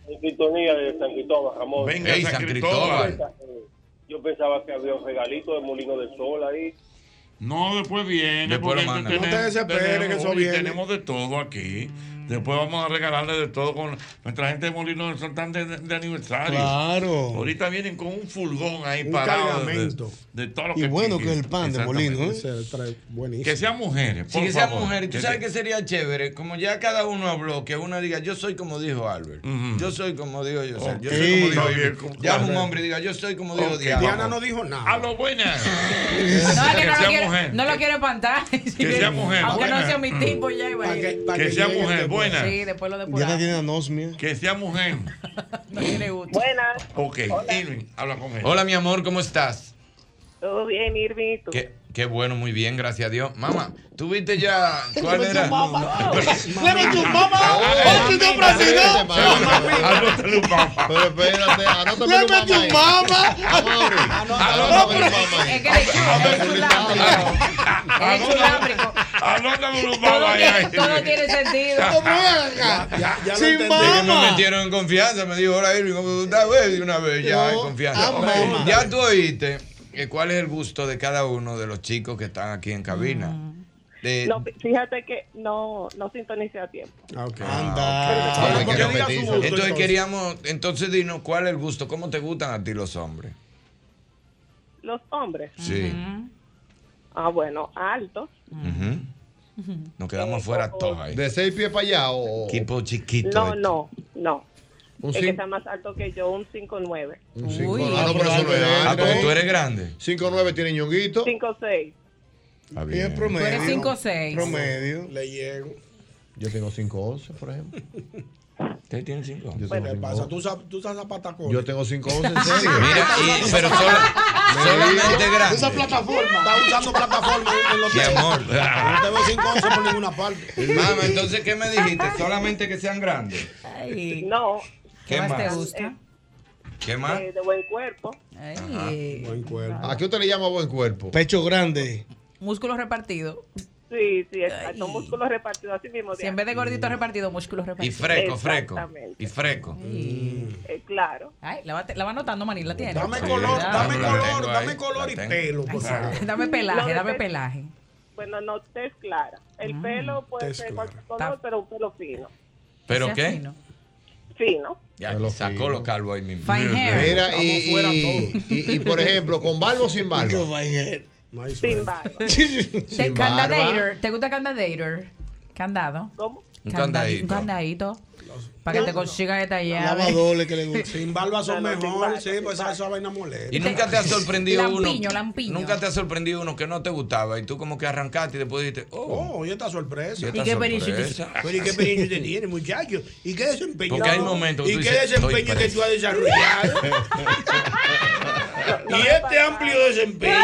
En sintonía de San Cristóbal, Ramón.
Venga, Ey, San San Cristóbal. Cristóbal.
Yo pensaba que había un regalito de Molino del Sol ahí.
No, después viene.
Después
porque
lo mandan.
tenemos-
No te desesperes,
tenemos-
que eso
oye,
viene.
Tenemos de todo aquí. Después vamos a regalarle de todo con nuestra gente de Molino del Sol tan de, de aniversario.
Claro.
Ahorita vienen con un furgón ahí
Un
parado. de-
cargamento.
De, de todo lo
Y
que
bueno que es el pan de Molino, ¿eh?
Que
sean mujeres,
Sí,
por
que sean
favor.
mujeres. ¿Tú
Que
sabes
se-
qué sería chévere? Como ya cada uno habló, que uno diga, yo soy como dijo Albert. Yo soy como dijo yo. Yo soy
Ok.
como dijo
Está bien,
Irving.
como-
Ya un hombre diga, yo soy como dijo
Ok,
Diana.
Diana no dijo nada.
A lo buenas.
No, es que,
Que
no,
sea
lo quiero,
mujer.
no lo quiero espantar.
Que sea mujer.
Aunque
Buena.
no sea mi tipo ya, igual.
que que sea llegue mujer, después. buena.
Sí, después lo
Ya
depuramos.
tiene anosmia.
Que sea mujer.
No tiene gusto. Buenas.
Ok, Irving, habla con él.
Hola, mi amor, ¿cómo estás?
Todo bien, Irving. ¿y tú?
Qué, qué bueno, muy bien, gracias a Dios. Mamá, ¿tú viste ya cuál era?
Pero tu mamá,
Oye,
tu
presidente.
Anótale un mamá.
Pero espérate, anótame un mamá.
tu
ahí.
mamá.
Amor, anótame un mamá. ahí.
Anótame un
Todo
mamá.
tiene, todo tiene sentido.
Sin que me metieron en confianza, me dijo, hola Irving, ¿cómo tú estás, güey?" De una vez, ya, en confianza.
amo,
Ok,
amo.
Ya tú oíste eh, cuál es el gusto de cada uno de los chicos que están aquí en cabina. De-
No, fíjate que no, no sintonicé a tiempo.
Ah, ok.
Porque diga su gusto,
Entonces
entonces.
queríamos, entonces dinos cuál es el gusto, cómo te gustan a ti los hombres.
Los hombres.
Sí.
Ah, bueno, altos.
Ujú. Nos quedamos afuera todos ahí.
De seis pies para allá o.
Tipo chiquito.
No, no, no.
Un
El que
cin-
está más alto que yo, un 5'9".
Un cinco,
Uy.
no, no, pero eso no es
Ah,
alto.
porque tú eres grande.
5-9 tiene ñonguito.
5'6".
bien.
Tú eres 5 o 6.
Promedio.
Le llego.
Yo tengo 5-11, por ejemplo.
¿Usted tiene 5?
Yo
¿Qué
tengo
pasa?
5
¿Tú sabes, tú sabes zapatacón?
Yo tengo 5-11, en serio.
Mira, y- pero solo- solamente grande.
Esa plataforma. Está usando plataforma en- en los
Mi
teléfonos.
amor.
No te veo sin cosas por ninguna parte.
Mama, entonces, ¿qué me dijiste? Solamente que sean grandes.
No.
¿Qué ¿Qué más te más?
gusta?
¿Qué más?
eh, de buen cuerpo.
Ah, Buen
Ah.
cuerpo. ¿A qué usted le llama buen cuerpo?
Pecho grande.
Músculos repartidos.
Sí, sí, exacto. Músculos repartidos, así mismo.
Si en vez de gordito repartido, músculos
Y
repartidos.
fresco, fresco.
Exactamente.
Y fresco.
Mm.
Eh, claro.
Ay, la va, la va anotando, Manín, la tiene.
Dame color,
¿verdad?
dame
color,
dame color
y pelo, por favor.
Dame
Lo
pelaje,
de
dame
pe-
pelaje.
Bueno, no, tez clara. El
Mm.
pelo puede
tez
ser
clara.
cualquier color, pero un pelo fino.
¿Pero
Sea
qué?
fino. Fino.
Ya sacó los calvos ahí mismo.
Fine hair.
Mira, y, y, y- y, por ejemplo, ¿con barba o sin barba?
Sin barba.
Te-
Sin barba.
Candadator. ¿Te gusta candadator? Candado.
¿Cómo?
Un candadito. Un candadito. Para que te consiga esta llave.
Lavadores que le gustan. Sin barba son
No, no, sin barba,
mejor, sí, pues esa esa vaina molesta.
Y nunca te ha sorprendido
Lampiño,
uno.
lampiño.
Nunca te ha sorprendido uno que no te gustaba y tú como que arrancaste y después dijiste, oh,
Oh, y esta sorpresa.
Y esta ¿Y qué experiencia sorpresa. tú-
Pero ¿y qué experiencia tú tienes, muchacho? ¿Y qué desempeño?
Porque hay momentos que
¿Y
tú
qué
dices, "Estoy
desempeño que
preso".
tú has desarrollado? y este amplio desempeño.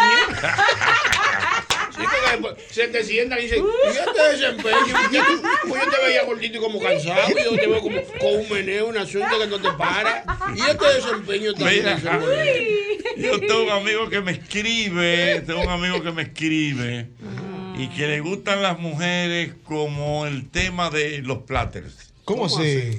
Sí, porque después se te sientan y dicen, ¿y este desempeño? ¿Y qué tú? Pues yo te veía gordito y como cansado, y yo te veo como con un meneo, una suerte que no te para. ¿Y este desempeño también?
Mira, yo tengo un amigo que me escribe, tengo un amigo que me escribe y que le gustan las mujeres como el tema de los platters.
¿Cómo así?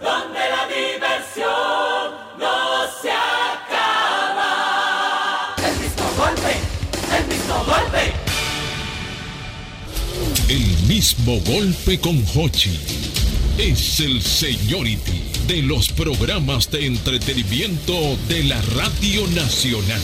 donde la diversión no se acaba. El mismo golpe, el mismo golpe.
El mismo golpe con Hochi. Es el seniority de los programas de entretenimiento de la Radio Nacional.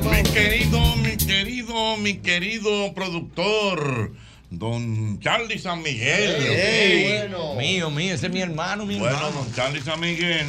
Mi querido, mi querido, mi querido productor, don Charlie San Miguel.
Ey,
ok.
bueno. Mío, mío, ese es mi hermano, mi
Bueno,
hermano.
don Charlie San Miguel.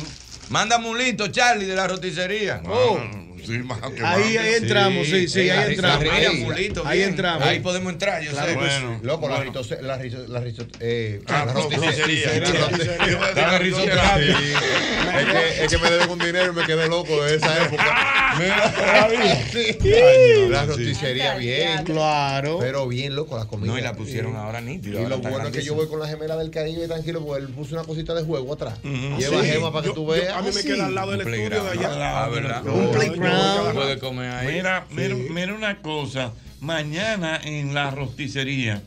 Mándame un listo, Charlie, de la roticería.
Oh. Sí, más que
Ahí,
más.
ahí entramos, sí, sí, ahí entramos.
Ahí,
Ahí,
mulito,
ahí
bien.
entramos.
Ahí podemos entrar, yo sé.
Bueno, loco, la rizo, la rizo, la rizo, eh, la
roticería.
roticería.
La rizoterapia.
Sí. Es que, es que me deben un dinero y me quedé loco de esa época. Mira, sí. Ah. la roticería bien.
Claro.
Pero bien loco la comida.
No, y la pusieron ahora
Y
nítida. ahora
lo
está
bueno es que yo
grandísima.
voy con la gemela del Caribe tranquilo, porque él puso una cosita de juego atrás. Lleva
Sí.
gema para que
Yo-
tú
yo-
veas.
a mí me
Ah,
queda al lado
sí.
del Un estudio de playground. allá. Ah, ¿verdad? Un playground. Puede comer ahí.
Mira, mira, mira una cosa. Mañana en la rosticería.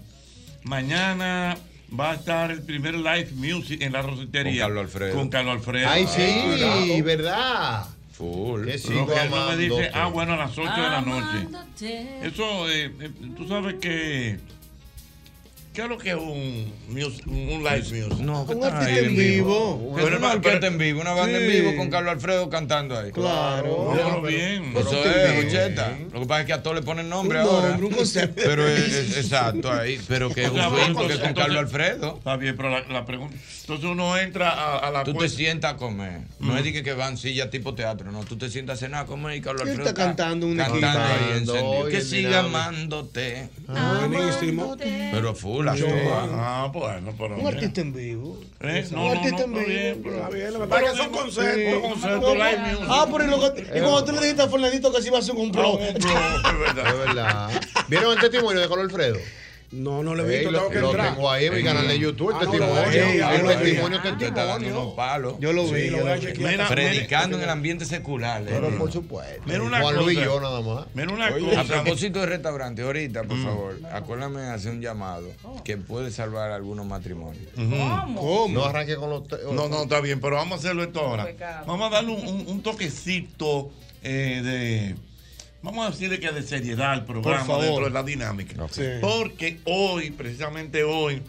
Mañana va a estar el primer live music en la rosticería.
Con Carlos Alfredo.
Con Carlos Alfredo.
Ay, sí, verdad.
Full.
Que sigo
Lo que él no me dice,
amándote.
ah, bueno, a las 8 de la noche. Eso, eh, eh, tú sabes que. ¿Qué es lo que es un, mus- un live music?
No,
un
Ahí Pero una orquesta en vivo, una banda en vivo con Carlos Alfredo cantando ahí.
Claro. Pero bien.
Eso
Pero
es, Ocheta. Lo que pasa es que a todos le ponen nombre
Un
ahora.
nombre, un concepto.
Pero es, es- exacto ahí. Pero que es un sueño porque con Carlos Alfredo.
Está bien, pero la, la pregunta. Entonces uno entra a, a la.
Tú te
cuenta.
sientas a comer. No
Mm.
es de que, que van sillas tipo teatro, no. Tú te sientas a cenar a comer y Carlos
Y él
Alfredo.
está cantando un
cantando
equipo.
ahí encendido.
Hoy
Que
el
siga
dinámico.
amándote.
Buenísimo.
Pero a full, a
Yo-
todas.
Ah, bueno, pero.
Un artista en vivo.
Eh, no,
un
no,
artista
no,
en
está
vivo.
Lo que pasa es que son conceptos.
conceptos, live music.
Ah, pero y, lo que- y cuando tú le dijiste a Fernandito que se iba a hacer un pro.
Ah, Es verdad.
Es verdad. ¿Vieron el testimonio de Carlos Alfredo?
No, no
lo
he visto, tengo que
lo
entrar.
tengo ahí en mi
Sí.
canal de YouTube, el
Ah, no,
testimonio.
lo vi, ahí
el
lo vi.
testimonio,
Te está dando
testimonio.
unos palos.
Yo lo vi,
Sí,
yo lo
voy a
vi.
chequear.
Mira,
predicando en el ambiente secular. eh.
Mira una
Juan
cosa.
Luis y yo nada más.
Mira una
Oye,
cosa. Mm.
A propósito de restaurante, ahorita, por favor, acuérdame de hacer un llamado que puede salvar algunos matrimonios.
¿Cómo?
No arranque con los. te-
No, no, está bien, pero vamos a hacerlo esto ahora.
Pecado.
Vamos a darle un, un- un toquecito eh, de. Vamos a decirle que de seriedad al
Por
programa
favor.
dentro de la dinámica.
Sí.
Porque hoy, precisamente hoy,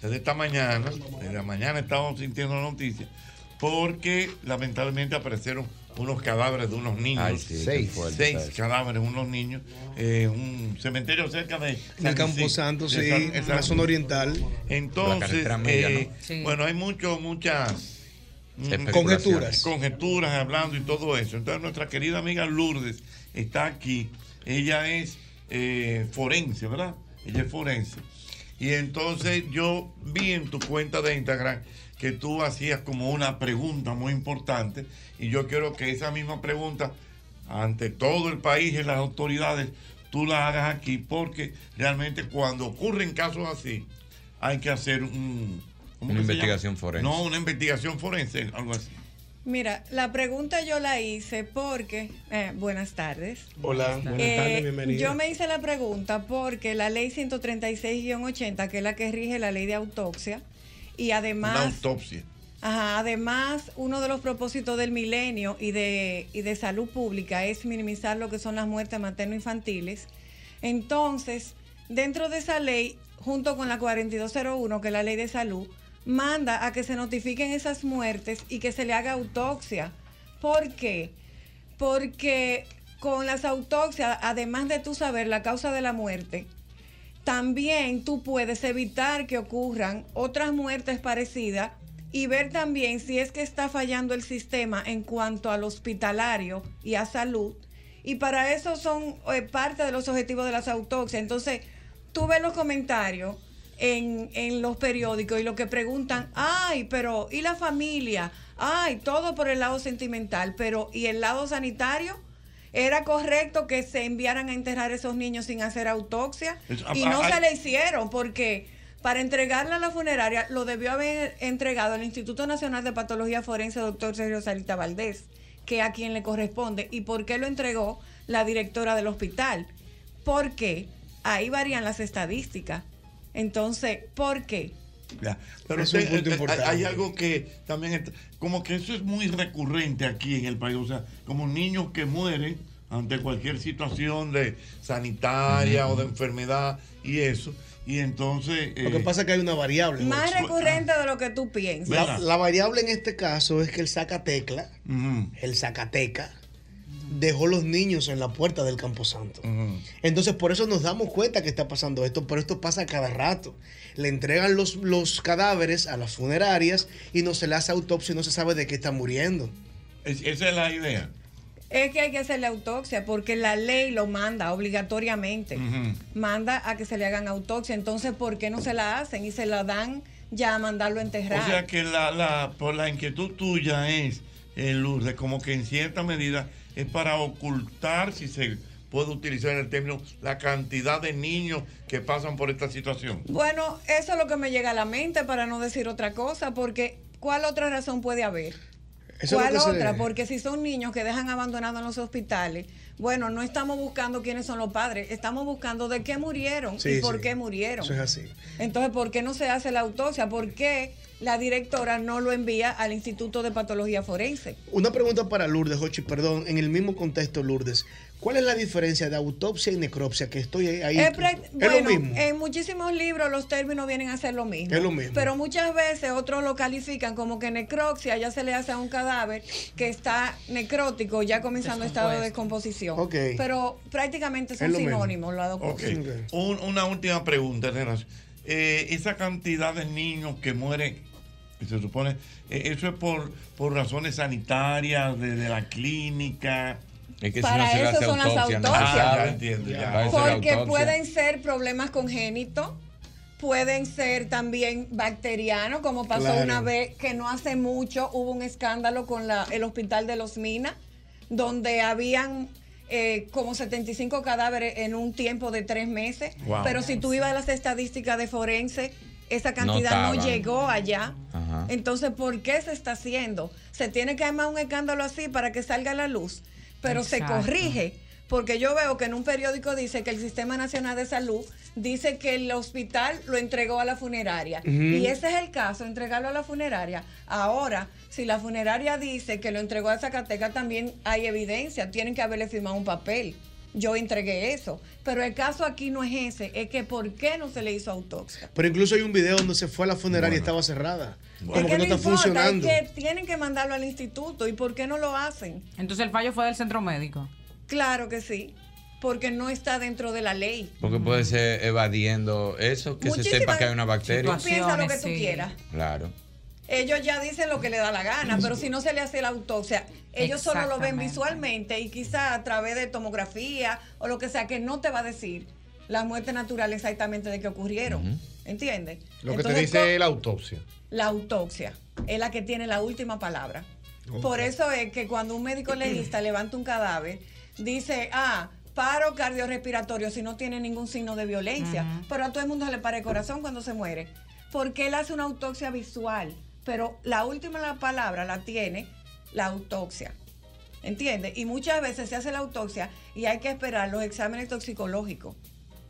desde esta mañana, desde la mañana estamos sintiendo noticias, porque lamentablemente aparecieron unos cadáveres de unos niños.
Ay, sí, qué
seis
fuerte
seis
está eso.
cadáveres de unos niños. eh, un cementerio cerca de.
En el Campo Santo, sí, en la zona oriental. La
Entonces,
carretera media,
eh,
¿no? Sí.
bueno, hay mucho, muchas. mm,
Especulaciones. Conjeturas.
Conjeturas hablando y todo eso. Entonces, nuestra querida amiga Lourdes está aquí. Ella es eh, forense, ¿verdad? Ella es forense. Y entonces yo vi en tu cuenta de Instagram que tú hacías como una pregunta muy importante y yo quiero que esa misma pregunta ante todo el país y las autoridades tú la hagas aquí porque realmente cuando ocurren casos así hay que hacer un, ¿cómo
Una
que se
investigación
llama?
forense.
No, una investigación forense, algo así.
Mira, la pregunta yo la hice porque. eh, buenas tardes.
Hola, buenas tardes,
Eh,
bienvenida.
Yo me hice la pregunta porque la ley 136-80, que es la que rige la ley de autopsia, y
Una
además
autopsia.
Ajá, además, uno de los propósitos del milenio y de, y de salud pública es minimizar lo que son las muertes materno-infantiles. Entonces, dentro de esa ley, junto con la 4201, que es la ley de salud, manda a que se notifiquen esas muertes y que se le haga autopsia. ¿Por qué? Porque con las autopsias, además de tú saber la causa de la muerte, también tú puedes evitar que ocurran otras muertes parecidas y ver también si es que está fallando el sistema en cuanto al hospitalario y a salud. Y para eso son eh, parte de los objetivos de las autopsias. Entonces, tú ves los comentarios en, en los periódicos y lo que preguntan, ay, pero ¿y la familia? Ay, todo por el lado sentimental, pero ¿y el lado sanitario? Era correcto que se enviaran a enterrar a esos niños sin hacer autopsia
Eso,
y
ah,
no
ah,
se
ah.
le hicieron porque para entregarla a la funeraria lo debió haber entregado el Instituto Nacional de Patología Forense, doctor Sergio Sarita Valdés, que a quien le corresponde y por qué lo entregó la directora del hospital. Porque ahí varían las estadísticas. Entonces, ¿por qué?
Ya, Pero
Es un
te-
punto
te- hay-
importante.
hay algo que también, está- como que eso es muy recurrente aquí en el país, o sea, como niños que mueren ante cualquier situación de sanitaria o de enfermedad y eso, y entonces... eh,
Lo que pasa es que hay una variable.
Más recurrente de lo que tú piensas.
La, la variable en este caso es que el Zacatecla, el Zacateca, dejó los niños en la puerta del Camposanto. Entonces, por eso nos damos cuenta que está pasando esto, pero esto pasa cada rato. Le entregan los, los cadáveres a las funerarias y no se le hace autopsia y no se sabe de qué está muriendo.
Es- esa es la idea.
Es que hay que hacer la autopsia porque la ley lo manda obligatoriamente.
Ujú.
Manda a que se le hagan autopsia. Entonces, ¿por qué no se la hacen y se la dan ya a mandarlo a enterrar?
O sea que la, la, por la inquietud tuya es, eh, Lourdes, como que en cierta medida es para ocultar, si se puede utilizar el término, la cantidad de niños que pasan por esta situación.
Bueno, eso es lo que me llega a la mente para no decir otra cosa, porque ¿cuál otra razón puede haber?
Eso es
¿Cuál
lo que se-
otra? Porque si son niños que dejan abandonados en los hospitales, bueno, no estamos buscando quiénes son los padres, estamos buscando de qué murieron
Sí,
y por
sí.
qué murieron.
Eso es así.
Entonces, ¿por qué no se hace la autopsia? ¿Por qué la directora no lo envía al Instituto de Patología Forense?
Una pregunta para Lourdes, Jochi, perdón, en el mismo contexto, Lourdes. ¿Cuál es la diferencia de autopsia y necropsia? Que estoy ahí.
Es prac-
es
bueno, eh,
lo mismo.
en muchísimos libros los términos vienen a ser lo mismo.
Es lo mismo.
Pero muchas veces otros lo califican como que necropsia ya se le hace a un cadáver que está necrótico, ya comenzando estado de descomposición.
Ok.
Pero prácticamente son
Es lo mismo.
sinónimos las dos
Ok.
cosas.
Un- una última pregunta, Herrera. Eh, esa cantidad de niños que mueren, que se supone, eh, eso es por, por razones sanitarias, de, de la clínica.
Es
que si Para no se le eso hace son las autopsia, no se autopsias.
Ah,
sabe.
ya entiendo, ya.
Porque pueden ser problemas congénitos, pueden ser también bacterianos, como pasó
Claro.
una vez que no hace mucho hubo un escándalo con la, el hospital de los Minas, donde habían eh, como 75 cadáveres en un tiempo de tres meses.
Wow.
Pero si tú ibas a las estadísticas de forense, esa cantidad no,
estaban.
llegó allá.
Ajá.
Entonces, ¿por qué se está haciendo? Se tiene que armar un escándalo así para que salga a la luz, pero se
Exacto.
corrige. Porque yo veo que en un periódico dice que el Sistema Nacional de Salud dice que el hospital lo entregó a la funeraria.
Ujú.
Y ese es el caso, entregarlo a la funeraria. Ahora, si la funeraria dice que lo entregó a Zacatecas, también hay evidencia. Tienen que haberle firmado un papel. yo entregué eso. Pero el caso aquí no es ese, es que ¿por qué no se le hizo autopsia?
Pero incluso hay un video donde se fue a la funeraria y estaba cerrada. Como
es
que
que
no está
importa,
funcionando.
es que tienen que mandarlo al instituto. ¿Y por qué no lo hacen?
Entonces el fallo fue del centro médico.
Claro que sí, porque no está dentro de la ley.
Porque puede ser evadiendo eso, que se
Muchísimas
sepa que hay una bacteria.
Tú piensa lo que tú quieras.
Claro.
Ellos ya dicen lo que le da la gana, pero si no se le hace la autopsia, ellos solo lo ven visualmente y quizá a través de tomografía o lo que sea, que no te va a decir la muerte natural exactamente de que ocurrieron. ¿Entiendes?
Lo que te
Entonces,
dice es la autopsia.
la autopsia es la que tiene la última palabra. Por eso es que cuando un médico legista levanta un cadáver, dice, ah, paro cardiorrespiratorio si no tiene ningún signo de violencia. Pero a todo el mundo se le para el corazón cuando se muere. Porque él hace una autopsia visual, pero la última la palabra la tiene la autopsia. ¿Entiendes? Y muchas veces se hace la autopsia y hay que esperar los exámenes toxicológicos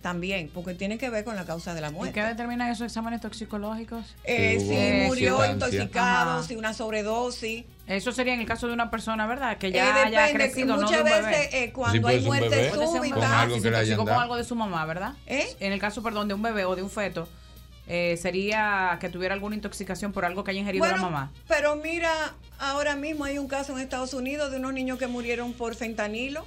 también, porque tiene que ver con la causa de la
¿Y
muerte.
qué determinan esos exámenes toxicológicos?
Eh, si murió intoxicado,
Ajá.
si una sobredosis.
Eso sería en el caso de una persona, ¿verdad? Que ya
Eh, depende,
haya crecido, no de
muchas
un bebé.
veces eh, cuando
Sí, pues,
hay
un
muerte
bebé.
Puede ser un
súbita, ¿Eh?
bebé,
Con algo
si
que
se
le hayan
intoxicó con
dado.
algo de su mamá, ¿verdad? En el caso, perdón, de un bebé o de un feto, eh, sería que tuviera alguna intoxicación por algo que haya ingerido la
Bueno,
mamá.
Pero mira, ahora mismo hay un caso en Estados Unidos de unos niños que murieron por fentanilo,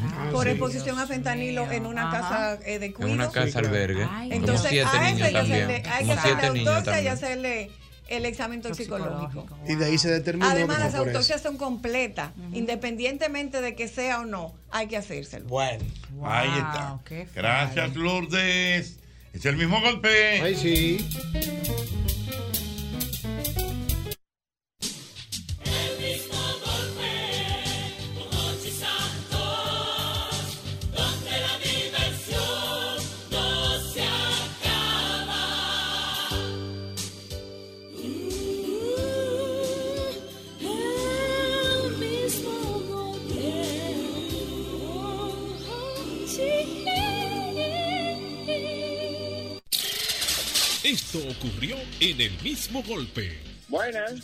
Ah,
por exposición a fentanilo en una
Ajá.
casa eh, de
En
cuido.
una casa albergue. como
Entonces,
siete
a eso
niños
hay que
también.
hacerle, hay que
como
hacerle
siete niños
autopsia y
también.
hacerle el examen toxicológico.
Y de ahí se determinó
Además,
que
las
fue por eso.
autopsias son completas, independientemente de que sea o no, hay que hacérselo.
Bueno,
ahí está. Gracias, Lourdes. Es el mismo golpe. Ay,
sí.
Noche Santos, donde la diversión no se acaba. El mismo golpe.
Esto ocurrió en el mismo golpe.
Buenas.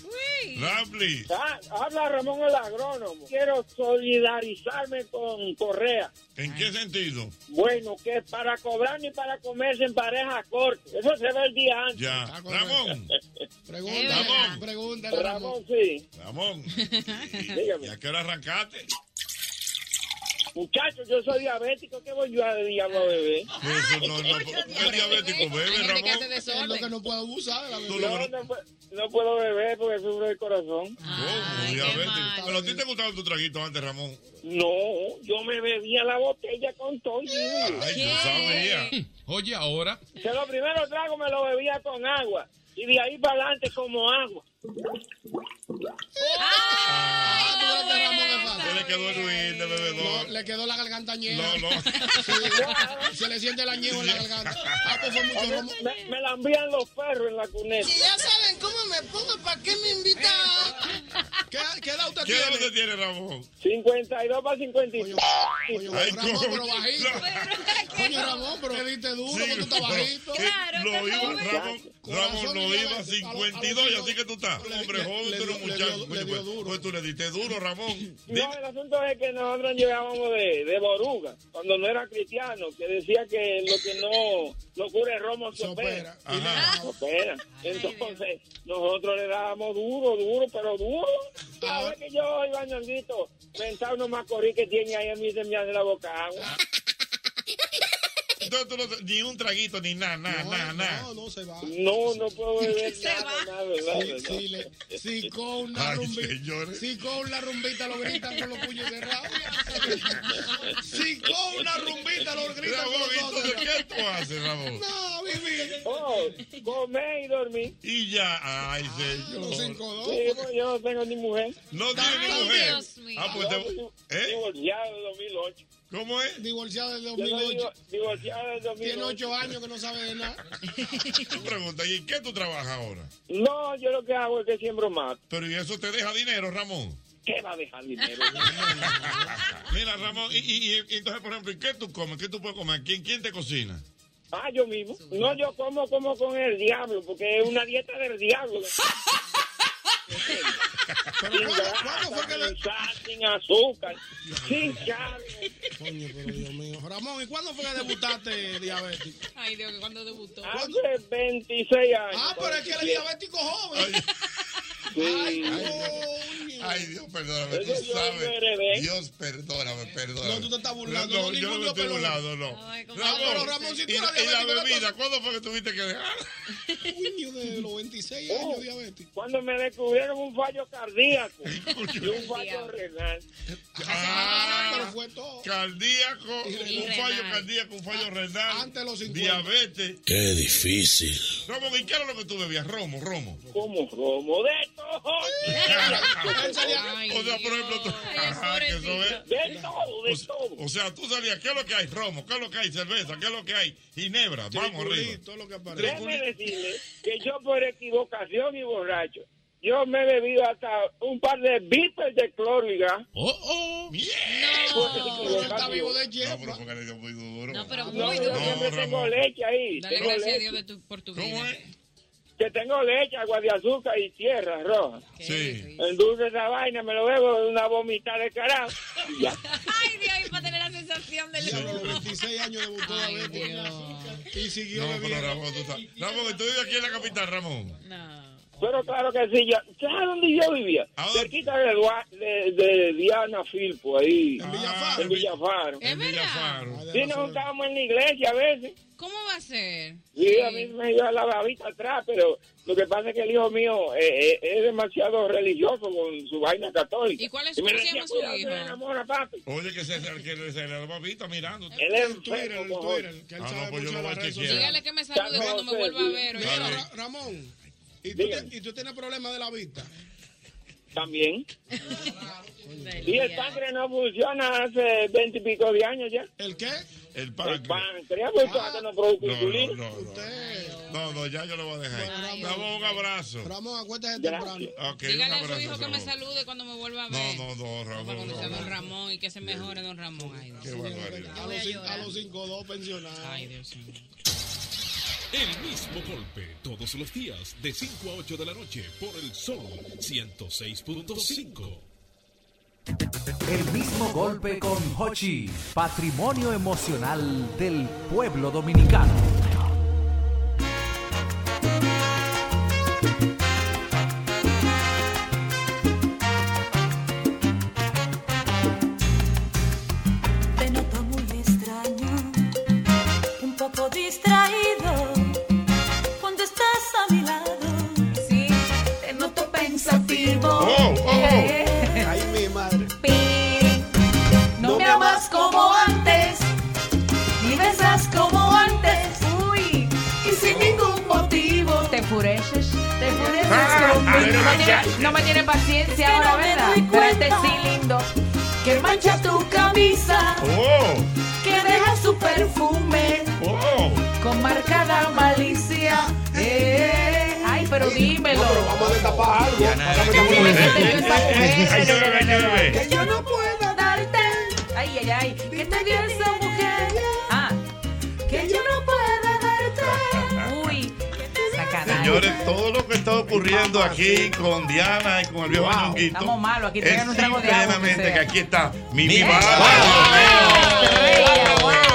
Lovely.
Ah, habla Ramón el agrónomo. Quiero solidarizarme con Correa.
¿En qué sentido?
Bueno, que para cobrar ni para comerse en pareja corta. Eso se ve el día antes.
Ya. Ramón.
Ramón.
Pregúntale,
Ramón, sí.
Ramón. ¿Y a qué hora arrancaste?
Muchachos, yo soy diabético. ¿Qué voy yo a diablo a beber?
Eso no, no, ¿Qué diabético bebe, Ramón?
Es lo que no puedo abusar de la
No, no, pu- no puedo beber porque sufro del corazón.
Oh, diabético. Pero a ti te gustaban tus traguitos antes, Ramón.
No, yo me bebía la botella con todo.
Ay, yo sabía.
Oye, ahora.
Que los primeros tragos me los bebía con agua. Y de ahí para adelante como agua.
Se le quedó el Luis de bebedor.
Le quedó la garganta añeja.
No, no.
Sí, se le siente el añejo en la garganta. Ah, pues fue mucho romo.
Me, me la envían los perros en la cuneta.
Si ya saben cómo me pongo, ¿para qué me invitan? ¿Qué, qué edad usted
¿Qué edad
tiene?
usted tiene, Ramón?
52 para 55.
Ay,
Ramón,
coño.
pero bajito. Coño, Ramón, pero te diste duro
Sí,
cuando estás
pero,
bajito.
eh, lo iba, Ramón, Ramón lo iba a 52 y así que tú estás. Hombre joven, tú eres un muchacho. Coño, pues, pues tú le diste duro, Ramón.
No, el asunto es que nosotros llegábamos de, de Boruga, cuando no era cristiano, que decía que lo que no lo cura el romo se opera. Se opera. Entonces, nosotros le dábamos duro, duro, pero duro. Cada vez que yo iba ñanguito, pensaba unos macorís que tiene ahí a mí se me hace la boca agua.
Entonces tú no te- ni un traguito, ni nada, nada, nada, nada.
No, no se va.
No, no puedo beber
Se
nada,
va.
nada, nada,
Sí, sí,
nada.
le- Si con una
Ay,
rumbita,
señores.
si con la rumbita lo gritan con los puños cerrados. Si con una rumbita lo gritan con los
Ramón,
puños
¿y tú qué
cerrados.
tú haces, Ramón?
No, viví.
Oh, comer y dormir.
Y ya, ay, señor.
Sí, pues, yo no tengo ni mujer.
No tiene ni mujer. Ah, pues te. ¿Eh?
Divorciado del 2008.
¿Cómo es?
Divorciado del
Yo soy
2008.
divo- Divorciado del 2008.
Tiene ocho años que no sabe de nada.
Tú preguntas, ¿y en qué tú trabajas ahora?
No, yo lo que hago es que siembro mato.
Pero ¿y eso te deja dinero, Ramón?
¿Qué va a dejar dinero?
Mira, Ramón, y, y- y- y entonces, por ejemplo, ¿y qué tú comes? ¿Qué tú puedes comer? ¿Quién, quién te cocina?
Ah, yo mismo. No, yo como como con el diablo, porque es una dieta del diablo. sin grasa, sin sal, sin azúcar, sin carne.
Coño, pero Dios mío. Ramón, ¿y cuándo fue que debutaste diabético?
Ay, Dios, que cuando debutó.
Hace 26 años.
Ah, pero es que eres diabético joven.
Sí.
Ay, Dios, perdóname,
Eso
tú
yo
sabes.
lo heredé.
Dios, perdóname, perdóname.
No, tú te estás burlando,
No,
no,
no, yo no
ningún
me estoy
Dios
burlando,
perdona.
no.
Ay,
Ramón,
compadre. Ah, pero Ramón, si tú
y,
eras
y la
diabético, ¿qué
bebida, ¿cuándo fue que tuviste que dejar?
Coño, de los 26
Oh,
años diabético.
Cuando me descubrieron un fallo cardíaco y un fallo renal.
Ah, pero fue todo.
Cardíaco,
Y
un
renal.
fallo cardíaco, un fallo renal. Ah, Antes los 50. Diabetes.
Qué difícil.
Ramón, ¿y qué era lo que tú bebías? Romo, romo.
¿Cómo romo? ¡De todo!
Él salía- o sea, por ejemplo, tú- Ajá, que eso es.
De todo, de
O sea-
todo.
O sea, tú salías, ¿qué es lo que hay? Romo, ¿qué es lo que hay? Cerveza, ¿qué es lo que hay? Ginebra, vamos arriba.
Triculito, lo que aparece.
Déjeme decirle que yo por equivocación y borracho, yo me he bebido hasta un par de vipers de cloro y gas.
¡Oh, oh! ¡Bien!
Pero está vivo de
No, pero fue que le dio muy duro.
No, pero
muy
yo siempre tengo leche ahí.
Dale
Tengo
gracias a
leche.
Dios de tu, por tu
vida.
Que tengo leche, agua de azúcar y tierra roja.
Sí.
Endulce esa vaina, me lo bebo de una vomita de carajo. Y ya.
Ay, Dios, y para tener la sensación de
A los 26 años debutó diabético. Y siguió
No, pero
bebiendo.
Ramón, tú sabes. Ramón, tú vives aquí en la capital, Ramón.
Pero claro que sí, ya. ¿Sabes dónde yo vivía? Cerquita de, Dua- de- de Diana Filpo, ahí. En Villafaro. En Villafaro.
Ah. Es verdad.
Sí, nos juntábamos en la iglesia a veces.
¿Cómo va a ser?
Sí, a mí me iba la babita atrás, pero lo que pasa es que el hijo mío eh, eh, es demasiado religioso con su vaina católica.
¿Y cuál es-
Y me
cómo se
decía,
llama su
"Cuidado,
hijo?"
se enamora, papi.
Oye, que se, que se le babita mirando.
Él es enfermo, cojón.
Ah, no, pues yo no voy a chequear.
Dígale que me salude cuando me vuelva a ver. oye.
Mira, Ra- Ramón, ¿y tú, te- ¿y tú tienes problemas de la vista?
También. Y el páncreas no funciona hace veintipico de años ya.
¿El qué?
El
páncreas. El páncreas, pues, que no produce
No,
insulina.
no, no, no. No, no, ya yo lo voy a dejar.
Ay,
Ramón, un abrazo.
Ramón, acuérdate
temprano. Ok, un
Dígale a su
abrazo,
hijo que me
Ramón.
salude cuando me vuelva a
No,
ver.
no,
Para
no, Ramón.
cuando sea
no,
don
no.
Ramón y que se mejore don Ramón. Ay, Dios.
Qué barbaridad.
A los, cin- a los 5-2 pensionados.
Ay, Dios mío.
El mismo golpe todos los días de 5 a 8 de la noche por el Sol 106.5.
El mismo golpe con Hochi, patrimonio emocional del pueblo dominicano.
Te noto muy extraño, un poco distraído. Cuando estás a mi lado, sí, te noto pensativo.
Oh, oh.
Eh,
Ay, mi madre. No me amas como antes, ni besas como antes. Uy, y sin ningún motivo. Te enfureces, te enfureces conmigo.
No tiene- No me tiene
Que
paciencia
no
ahora,
me
¿verdad?
doy
Espérate,
cuenta.
sí, lindo.
Que mancha tu camisa. Oh. que deja su perfume Oh. con marcada malicia. Eh. Ay, pero dímelo. vamos a destapar algo. Que yo no puedo darte. Ay, ay, ay. Que te dio esa mujer. Ah, que yo no puedo darte. Uy, sacanal.
Señores, todo lo que está ocurriendo aquí con Diana y con el viejo
Wow,
Ñonguito
estamos malos, aquí
es
traigan un trago de agua, aunque
simplemente que
sea. ¡Eh!
aquí está Mimi
Mira.
Barra.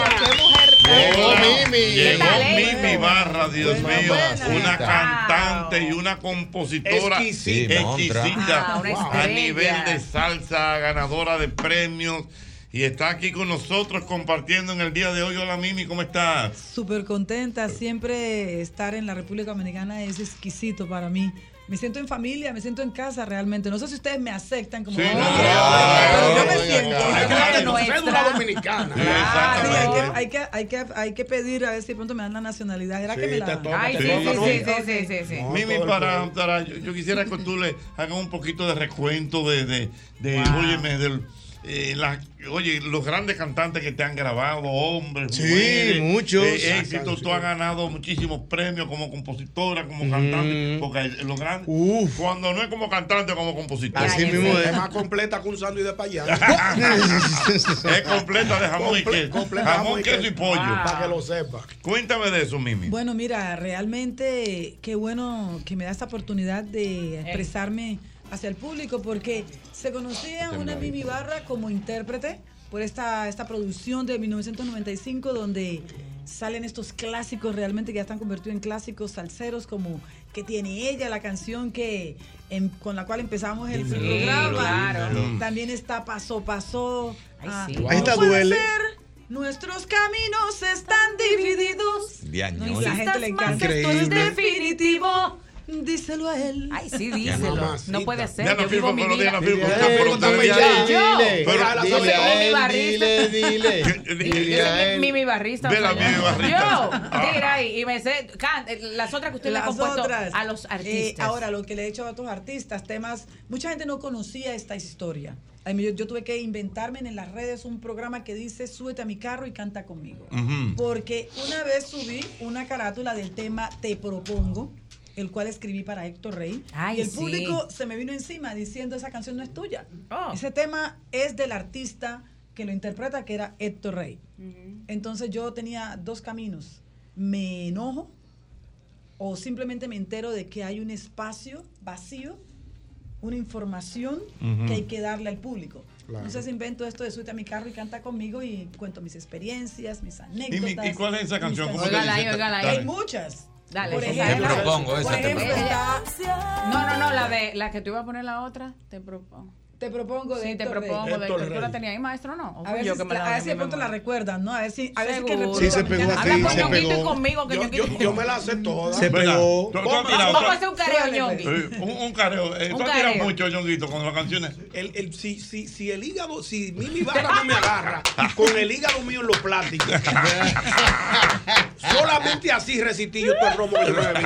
Llegó
Qué
Llegó
talento.
eh!
Mimi Barra, Dios mío, una cantante y una compositora
Exquisita.
exquisita,
Sí, montra. Ah, una
a
estrella.
nivel de salsa, ganadora de premios. Y está aquí con nosotros compartiendo en el día de hoy. Hola Mimi, ¿cómo estás?
Súper contenta, siempre estar en la República Dominicana es exquisito para mí. Me siento en familia, me siento en casa realmente. No sé si ustedes me aceptan como... Pero yo me siento como
Cédula
nuestra.
dominicana.
Sí, hay que, hay, que, hay, que, hay que pedir a ver si de pronto me dan la nacionalidad. ¿Era que me la dan?
Ay,
sí, sí, sí,
sí, sí, sí.
Mimi, para, para- yo, yo quisiera que tú le hagas un poquito de recuento de, de, de, óyeme, del-
eh, las- oye, los grandes cantantes que te han grabado, hombres,
Sí,
mujeres,
muchos.
eh, éxitos, tú has ganado muchísimos premios como compositora,
Mm.
como cantante, porque el- los grandes, cuando no es como cantante, como compositora.
Así mismo es.
Es más completa que un sándwich de payán.
es completa de jamón y
Comple-
queso.
completa
jamón, queso y pollo.
Para que lo sepa.
Cuéntame de eso, Mimi.
Bueno, mira, realmente qué bueno que me da esta oportunidad de expresarme hacia el público porque se conocía una Mimi Barra como intérprete por esta, esta producción de 1995 donde salen estos clásicos realmente que ya están convertidos en clásicos salseros como que tiene ella la canción que em- con la cual empezamos el
Dímelo,
programa.
dímelo, dímelo.
También está Pasó Pasó. Ah,
sí.
¿cómo
Ahí está,
puede
duele.
ser? Nuestros caminos están divididos. No, y la gente le encanta.
Esto es
definitivo. Díselo a él. Ay,
sí,
díselo.
No puede ser.
Ya no
yo
firmo
vivo mi
por día,
vida.
no firmo. Dile a él,
dile a él, dile. Pero-
Yo.
Eh,
Yo soy como mi barrista.
dile a él, dile, dile.
Yo soy mi, mi barrista.
De la
o sea,
Mimi
yo-
Barrista.
Ah.
Yo, tira ahí. Y me sé, can- eh, las otras que usted le ha
Las
compuesto
otras.
a los
Eh,
artistas.
ahora, lo que le he hecho a otros artistas, temas, mucha gente no conocía esta historia. Ay, Yo, yo tuve que inventarme en las redes un programa que dice, súbete a mi carro y canta conmigo.
Mm.
Ujú.
Porque una vez subí una carátula del tema Te propongo, el cual escribí para Héctor Rey.
Ay,
y el
sí.
público se me vino encima diciendo, esa canción no es tuya.
Oh.
Ese tema es del artista que lo interpreta, que era Héctor Rey. Entonces yo tenía dos caminos. Me enojo o simplemente me entero de que hay un espacio vacío, una información
Ujú.
que hay que darle al público.
Claro.
Entonces invento esto de suite a mi carro y canta conmigo y cuento mis experiencias, mis
¿Y, mi-
anécdotas.
y cuál es esa canción? ¿Cómo
Óigala
que
ahí,
dice?
óigala ahí.
Dale.
Hay muchas.
Dale.
Por
Te
ejemplo,
propongo,
por
esa te
ejemplo,
propongo.
está-
No, no, no, la de la que tú ibas a poner la otra, te propongo.
Te propongo de
Sí, te
Héctor Rey.
propongo de
Héctor
Héctor. ¿Tú la
Rey.
tenías ahí, maestro, no? ¿O
A
fui
ver,
yo
si,
que me la
a
doy
ver si de
mi
pronto la
memoria?
recuerdan, ¿no? A ver si, a ver si es que
Seguro.
República
Sí, se pegó
Dominicana-
aquí, Habla se ñonguito pegó. y conmigo, que
yo,
ñonguito-
yo- yo me la sé toda.
Se pegó. Tú- tú has tirado-
Vamos a
tú-
hacer un careo,
Eh,
Ñongui.
Un, un careo. Eh,
Un
tú has tirado
careo.
mucho, Ñonguito, con las canciones.
El, el, si, si, si el hígado, si Mimi Barra no me agarra, con el hígado mío en los plásticos. Solamente así resistí yo todo el romo que yo me bebí.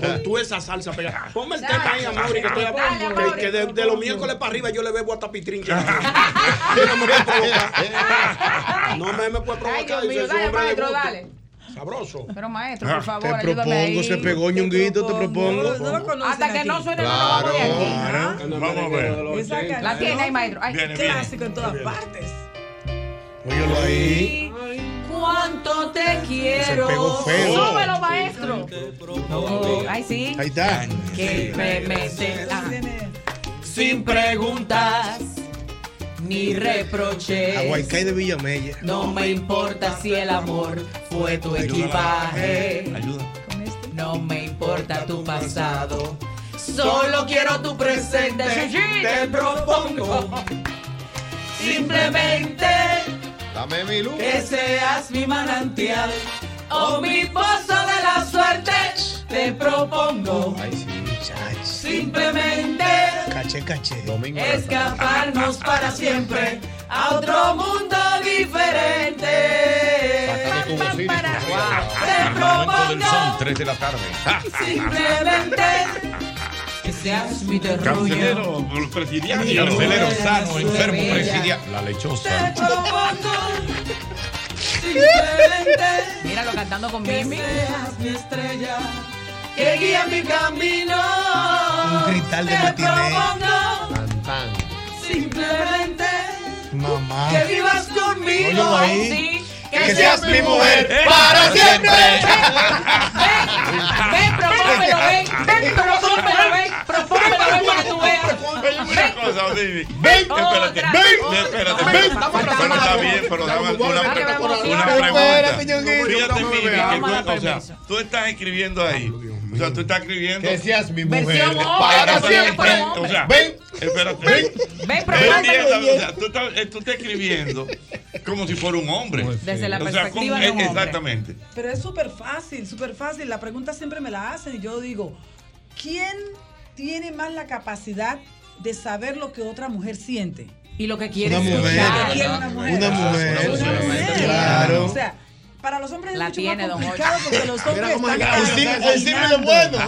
Con toda esa salsa pegada. Ponme el tema ahí, amor, que estoy
Dale,
a
Amaury.
Que, que de, de los miércoles para arriba yo le bebo hasta pitrín. que- que no me puede provocar. No me, me puede provocar.
Ay,
yo
Dios
soy
mío,
un
dale,
hombre de
maestro,
gusto.
dale.
Sabroso.
Pero maestro,
Ah,
por favor,
Ah, te
ayúdame
propongo,
ahí.
se pegó ñonguito, te propongo.
Hasta que no suene,
Claro.
no nos vamos de aquí.
Vamos a ver.
La tiene ahí, maestro. Ay,
Viene,
clásico en todas partes.
Óyelo ahí.
¿Cuánto te
quiero? pegó feo.
Súbelo, maestro. Oh, ay, sí.
Ahí está.
Que me metes ah. sin preguntas ni reproches.
Aguaycay de Villamella.
No me importa si el amor fue tu equipaje. No me importa tu pasado. Solo quiero tu presente. Te propongo. Simplemente
Dame mi luz.
que seas mi manantial o mi pozo de la suerte. Te propongo. Simplemente
Caché, caché. Domingo.
escaparnos para siempre a otro mundo diferente. Te propongo
3 de la tarde.
simplemente que seas mi terruño.
Carcelero, presidiario.
Mi Carcelero
abuela
sano,
es
enfermo,
bella.
presidiario. La lechosa.
Te propongo simplemente Míralo cantando con que seas mi estrella que guía mi camino.
Un gritar de
Te
matiné.
propongo simplemente
Mamá.
que vivas conmigo.
Óyelo ahí.
Sí,
Que seas mi mujer
para siempre.
Ven, propónmelo, ven. Ven, propónmelo, ven. Propónmelo, ven para que tú veas.
Una cosa, Didi. Ven, espérate. Ven, espérate. Ven. Pero está bien, pero dame una, una pregunta.
Espérate, Ñonguito.
Fíjate,
Vamos a
Mimi,
ver.
que
Vamos a
tú,
dar
o sea, tú estás escribiendo ahí. O sea, tú estás escribiendo.
Que seas mi
mujer.
mujer para siempre.
O sea, ven. Espérate. Ven.
Ven,
Yo
propónmelo.
entiendo, o sea, tú estás, eh, tú estás escribiendo como si fuera un hombre.
Desde la
O sea,
perspectiva
con-
de un hombre.
Exactamente.
Pero es súper fácil, súper fácil. La pregunta siempre me la hacen y yo digo, ¿quién tiene más la capacidad de saber lo que otra mujer siente?
Y lo que
Una mujer.
Lo que quiere una mujer.
Una mujer. Claro.
O sea, para los hombres
La
es mucho
tiene,
más
don
complicado
Jorge.
porque los hombres
Mira cómo
están
le queda. El símil- el símil es bueno.
El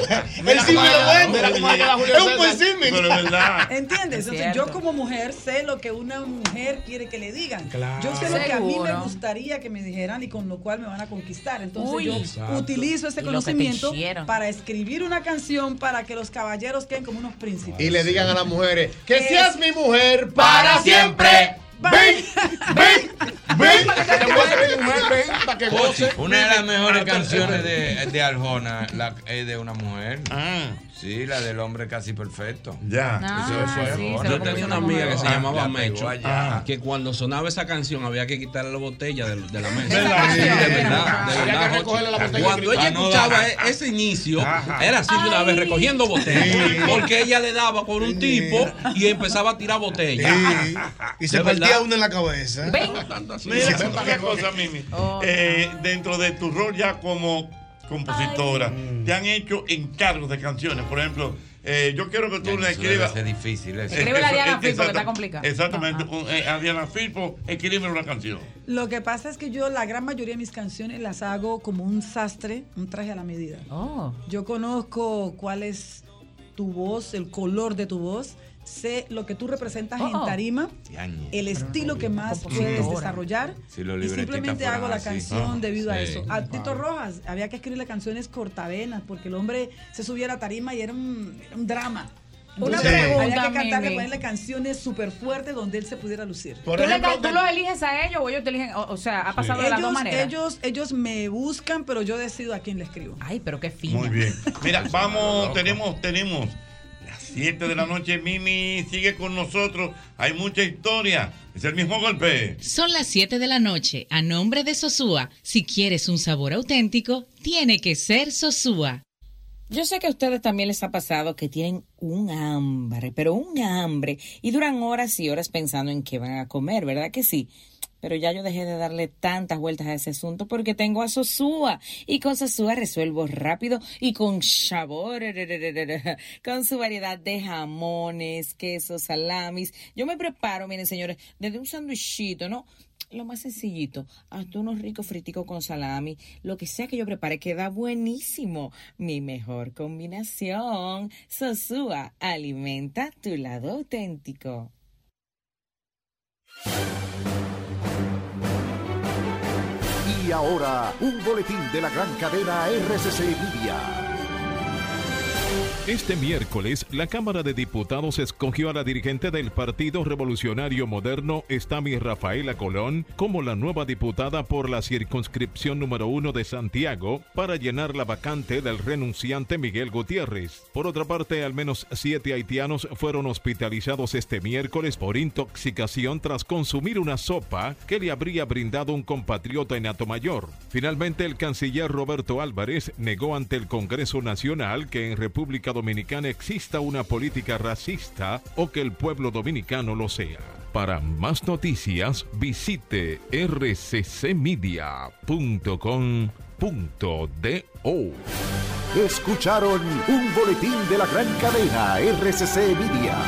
cómo le queda- mira cómo le queda a Julio César. Pero es verdad.
¿Entiendes?
Es
Entonces
cierto.
yo como mujer sé lo que una mujer quiere que le digan.
Claro.
Yo sé lo que a mí me
Seguro.
gustaría que me dijeran y con lo cual me van a conquistar. Entonces
Uy.
yo
Exacto.
utilizo ese
Y lo que te
conocimiento
hicieron.
para escribir una canción para que los caballeros queden como unos príncipes.
Y le digan a las mujeres, que
Es-
seas mi mujer para siempre.
Ven,
ven,
Te voy a hacer mi mujer, ven, para que goce.
Una de las mejores canciones de, de Arjona la, es de una mujer.
Ah.
Sí, la del hombre casi perfecto.
Ya.
Eso- eso es Arjona.
Yo tenía una amiga que Ah, se
Ah,
llamaba
la
Mecho,
pegó allá.
que cuando sonaba esa canción había que quitarle la botella del- de, la mesa.
Esa
Sí,
canción.
de verdad, de
Había
verdad,
que
Jochi.
recogerle la botella
Cuando
y
ella
gritar, no
escuchaba
da.
e- ese inicio, era así de una vez recogiendo botellas. Porque ella le daba por un tipo y empezaba a tirar botellas.
Y se
De
partía
verdad.
uno en la cabeza.
Mira, ¿sabes qué cosa, Mimi?
Oh,
Eh, dentro de tu rol ya como compositora, te han hecho encargos de canciones. Por ejemplo, eh, yo quiero que tú le escribas.
Es difícil eso.
Escríbele a Diana
Eso,
Firpo,
eh,
que está
exacta-
complicado.
Exactamente. un- eh, a Diana Firpo, escríbele una canción.
Lo que pasa es que yo la gran mayoría de mis canciones las hago como un sastre, un traje a la medida.
Oh.
Yo conozco cuál es tu voz, el color de tu voz, sé lo que tú representas
Oh,
en
oh.
tarima,
Yañe.
el estilo que más puedes
Compositora.
desarrollar
Si los
y
libretistas
simplemente
fueran
hago la
así.
canción
Ah,
debido a
sí.
eso. A Tito Rojas había que escribirle canciones cortavenas porque el hombre se subía a la tarima y era un, era un drama.
Una
Entonces,
pregunta,
Había que cantarle,
Mimi.
ponerle canciones súper fuertes donde él se pudiera lucir.
¿Tú, le ca- tú los eliges a ellos o ellos te eligen? O, o sea, ha pasado de las dos
Ellos-
maneras.
Ellos, ellos me buscan, pero yo decido a quién le escribo.
Ay, pero qué fino.
Muy bien. Mira, vamos, tenemos, tenemos las 7 de la noche. Mimi sigue con nosotros. Hay mucha historia. Es el mismo golpe.
Son las 7 de la noche. A nombre de Sosúa, si quieres un sabor auténtico, tiene que ser Sosúa.
Yo sé que a ustedes también les ha pasado que tienen un hambre, pero un hambre, y duran horas y horas pensando en qué van a comer, ¿verdad que sí? Pero ya yo dejé de darle tantas vueltas a ese asunto porque tengo a Sosúa y con Sosúa resuelvo rápido y con sabor, con su variedad de jamones, quesos, salamis. Yo me preparo, miren señores, desde un sandwichito, ¿no? Lo más sencillito, hasta unos ricos friticos con salami, lo que sea que yo prepare queda buenísimo. Mi mejor combinación. Sosúa, alimenta tu lado auténtico.
Y ahora, un boletín de la gran cadena RCC Media.
Este miércoles, la Cámara de Diputados escogió a la dirigente del Partido Revolucionario Moderno, Estami Rafaela Colón, como la nueva diputada por la circunscripción número uno de Santiago para llenar la vacante del renunciante Miguel Gutiérrez. Por otra parte, al menos siete haitianos fueron hospitalizados este miércoles por intoxicación tras consumir una sopa que le habría brindado un compatriota en Atomayor. Finalmente, el canciller Roberto Álvarez negó ante el Congreso Nacional que en República Dominicana exista una política racista o que el pueblo dominicano lo sea. Para más noticias, visite rccmedia.com.do.
Escucharon un boletín de la gran cadena RCC Media.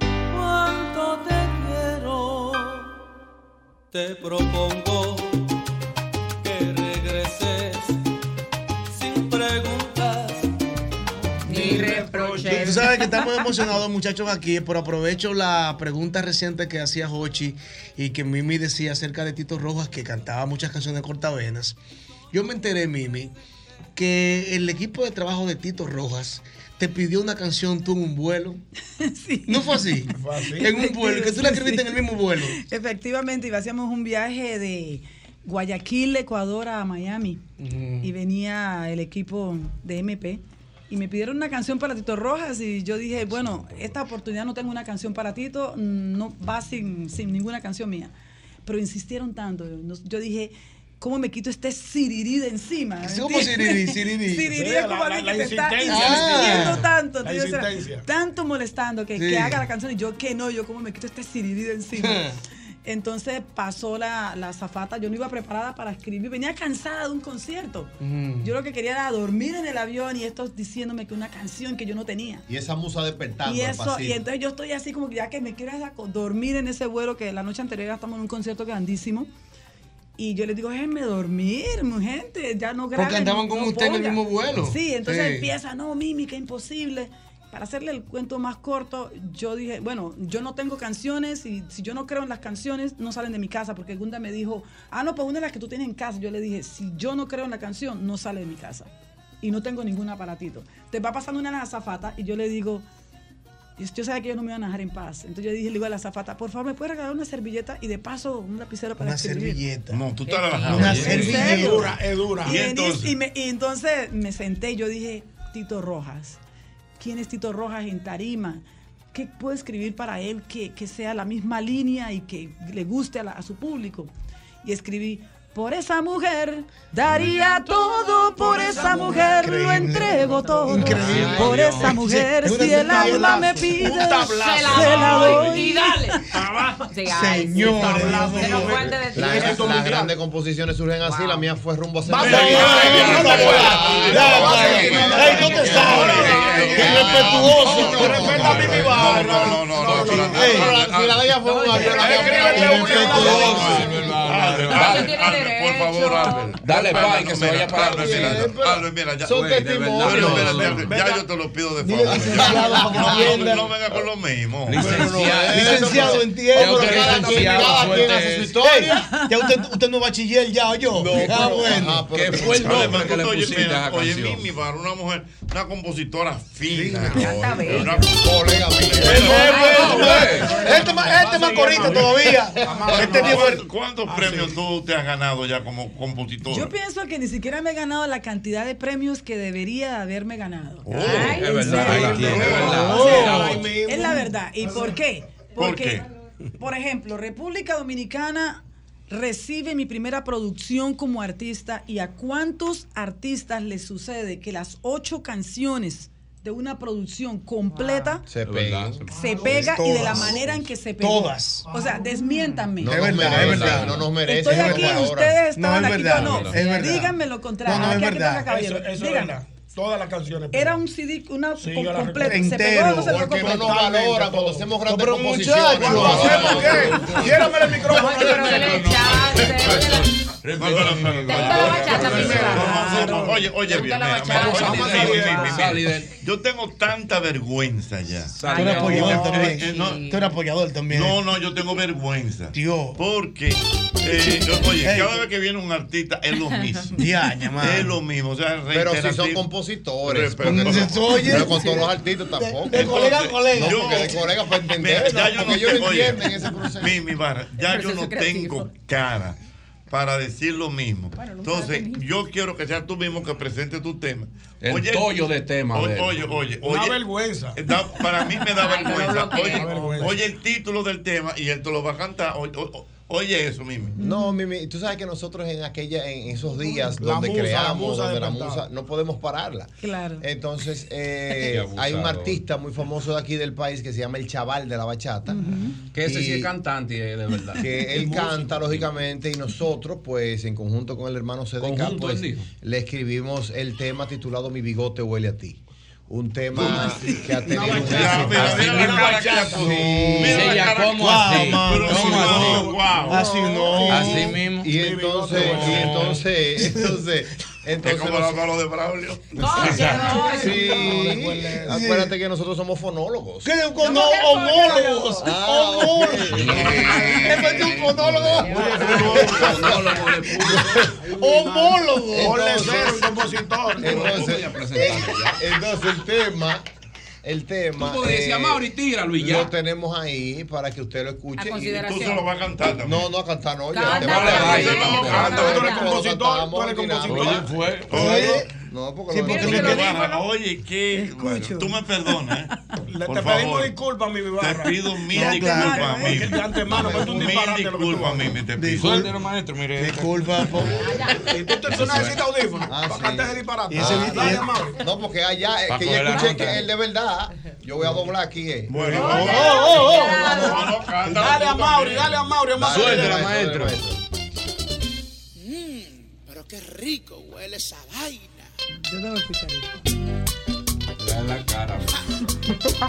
Cuánto te quiero.
Te propongo que regreses sin preguntas ni reproches.
Tú sabes que estamos emocionados, muchachos, aquí, pero aprovecho la pregunta reciente que hacía Hochi y que Mimi decía acerca de Tito Rojas, que cantaba muchas canciones cortavenas. Yo me enteré, Mimi, que el equipo de trabajo de Tito Rojas te pidió una canción tú en un vuelo. ¿No fue así?
Este
En un vuelo, que tú la escribiste en el mismo vuelo.
Efectivamente, y hacíamos un viaje de Guayaquil, Ecuador a Miami. Y venía el equipo de MP. Y me pidieron una canción para Tito Rojas y yo dije, bueno, esta oportunidad no tengo una canción para Tito, mm, no va sin, sin ninguna canción mía. Pero insistieron tanto. no- Yo dije, ¿cómo me quito este sirirí de encima?
¿Cómo sirirí?
¿Entiendes?
Sirirí.
Sirirí
Sí,
es
la-
como
la-
alguien que
la
te está
insistencia.
insistiendo
Ah,
tanto.
la
entonces, o sea,
insistencia.
tanto molestando que,
Sí.
que haga la canción y yo que no, yo cómo me quito este sirirí de encima. Entonces pasó la, la zafata, yo no iba preparada para escribir, venía cansada de un concierto.
Hmm.
Yo lo que quería era dormir en el avión y estos diciéndome que una canción que yo no tenía.
Y esa musa despertando.
Y
al
eso,
pasillo.
y entonces yo estoy así como que ya que me quiero es aco- dormir en ese vuelo que la noche anterior estamos en un concierto grandísimo. Y yo les digo, déjenme dormir, mi gente, ya no graben.
andaban con
no
usted en el
pongan".
mismo vuelo.
Sí, entonces
Sí.
empieza, no, Mimi, que imposible. Para hacerle el cuento más corto, yo dije, bueno, yo no tengo canciones y si yo no creo en las canciones, no salen de mi casa. Porque Gunda me dijo, ah, no, pues una de las que tú tienes en casa. Yo le dije, si yo no creo en la canción, no sale de mi casa. Y no tengo ningún aparatito. Te va pasando una de las azafatas y yo le digo, y yo sabía que ellos no me iban a dejar en paz. Entonces yo dije, le digo a la azafata, por favor, ¿me puedes regalar una servilleta y de paso un lapicero para
Una
escribir?
servilleta.
No, tú estás
Eh,
relajado.
una
Sí.
servilleta.
Es dura, es dura.
Y,
¿Y
venís-
entonces?
y me, y entonces me senté y yo dije, Tito Rojas. ¿Quién es Tito Rojas en tarima? ¿Qué puedo escribir para él que, que sea la misma línea y que le guste a, la- a su público? Y escribí, por esa mujer daría todo, por esa mujer lo entrego todo. Por esa mujer,
Sí,
si el
un tablazo,
alma me
un
pide, se la
tablazo. Se la doy.
doy.
Y dale.
Señores,
Se nos fue el de
las
decir.
las
Éxito mundial.
grandes composiciones surgen así. La mía fue rumbo a ser.
seguir, va a seguir, no te puedas. Ya, va a seguir. Ey, no te sabes. Qué irrespetuoso. Respeta a mí mi barra.
No, no, no, no.
Ey, Si la de ella fue un avión, la mía fue una
Por favor, Albert.
Dale,
Albert,
pai,
no,
que se
mira,
vaya para
Albert, mira, ya. Albert, Ah, mira, ya.
Son
Güey, de
testimonios.
verdad. Albert, espérate, Albert, Ya yo te lo pido de
Dile
favor.
que
ya.
se llama
No, No,
Fabián.
no, no venga con lo mismo.
eh, Licenciado, licenciado, entiendo.
Pero cada quien- cada quien hace su historia.
Ey, Ya usted, usted no es bachiller, ya oyó. ah, bueno.
Que
fue el nombre que le pusiste a
oye,
esa
oye,
canción?
Mimi Barra, una mujer, una compositora fina.
canta
oye,
bello.
una colega
Este ma- este más corito todavía. Este tiempo-
¿Cuántos, cuántos premios tú te has ganado ya como compositor?
Yo pienso que ni siquiera me he ganado la cantidad de premios que debería de haberme ganado.
Oh,
Ay,
en serio. Oh.
ahí tiene, es verdad.
Sí,
Ay,
no, es la verdad. ¿Y por qué?
¿Por
Porque, por ejemplo, República Dominicana recibe mi primera producción como artista y a cuántos artistas les sucede que las ocho canciones de una producción completa
Se pega.
se pega y de la manera en que se pegó.
Todas.
O sea, desmiéntanme.
No Es nos verdad, merece, es verdad. no nos merece,
Estoy
es
aquí,
verdad.
ustedes
No,
estaban
es
aquí,
verdad,
yo no.
es verdad.
Díganme lo contrario.
No, no, es
Aquí, aquí
verdad.
pasa, caballero.
Eso- eso es
Díganme.
verdad.
Todas las canciones. Era un CD, una
Sí,
com-
yo la
completa.
recuerdo.
¿Se pegó o no se pegó
Porque no nos
completa?
valora cuando hacemos grandes
Pero,
composiciones.
muchacho,
No,
¿hacemos
no,
qué?
no, no.
Quiérame el micrófono.
No, pero que le
Oye, oye, bien, mira, mira, oye, oye, oye, oye, Yo tengo tanta vergüenza ya.
Tú eres apoyador también.
Eh, no,
Tú eres apoyador también.
No, no, yo tengo vergüenza. Dios. Porque, eh, oye, cada vez que viene un artista es lo mismo.
Diaña, mano.
Es lo mismo. O sea,
Pero si son
reiterativo.
compositores.
Pero-
porque
pero-
no-
oye.
no con todos los artistas tampoco.
de colega a colega.
No, porque de
Yo-
colega para
Mira,
entender.
ya yo no
porque ellos
tengo- oye,
entienden ese proceso.
Mi, mi barra, ya
El
yo no
proceso creativo.
tengo cara para decir lo mismo.
Bueno, nunca
Entonces, yo quiero que seas tú mismo que presente tu tema.
El tollo de tema
Oye,
de-
oye, oye.
Una
oye, Eh, da- para mí me da vergüenza. Oye, oye el título del tema y él te lo va a cantar. Oye, o- oye eso, Mimi.
No, Mimi, tú sabes que nosotros en aquella, en esos días
La
donde
musa, la
creamos,
musa
donde la
despertada.
musa, no podemos pararla.
Claro.
Entonces, eh,
Qué abusador.
hay un artista muy famoso de aquí del país que se llama El Chaval de la Bachata.
Que ese sí
Y-
es cantante, eh, de verdad.
que él canta lógicamente y nosotros pues en conjunto con el hermano CDK
Conjunto,
pues,
él dijo.
le escribimos el tema titulado Mi bigote huele a ti. Un tema que ha tenido un éxito.
Mira la cara- Guau, mano,
Guau.
Así no. Así mismo.
Y entonces, y entonces, entonces, entonces.
como la mano de Braulio.
Sí, acuérdate que nosotros somos fonólogos. Ah,
¿Qué de con- no, homólogos? Homólogos. Eso es un monólogo. Homólogo.
compositor. Entonces, eh, entonces el tema. El tema. eh,
Tú podrías decir, "Amaury, tíralo y ya".
Lo tenemos ahí para que usted lo escuche.
A
y-
consideración.
Tú se lo vas a cantar también.
No, no a cantar, no.
Canta,
ya,
canta,
ya, ya,
canta,
ya,
canta,
ya,
tú eres
ya,
compositor,
cantamos,
tú eres
dinámico.
compositor.
Oye,
No, porque
Sí,
lo
porque
demás-
lo que baja, Oye, que tú me perdonas. ¿eh?
Le-
Por
te pedimos
favor.
disculpas a mi
Te
barra.
pido mil
No, claro,
disculpas a
es que de antemano, pues, tú
Mil
disparate lo que tú
disculpas a
hagas.
te
Disculpa.
pido. Suéltelo, maestro, mire.
Disculpa.
Y tú te- tú necesitas audífonos.
Ah,
Para
sí.
cantar ese disparate.
Y ese-
Ah,
y-
dale,
y-
amado.
No, porque allá, es
Para
que
coger
yo
la
escuché
nota.
que él de verdad, yo voy a doblar aquí. eh.
Bueno,
Oh,
vamos.
oh, oh, oh.
Dale a Mauri, dale a Mauri, a Mauri.
Suéltela,
Dale,
maestro.
dale,
Mm, Pero qué rico huele esa vaina.
Yo debo escuchar eso.
Da la cara.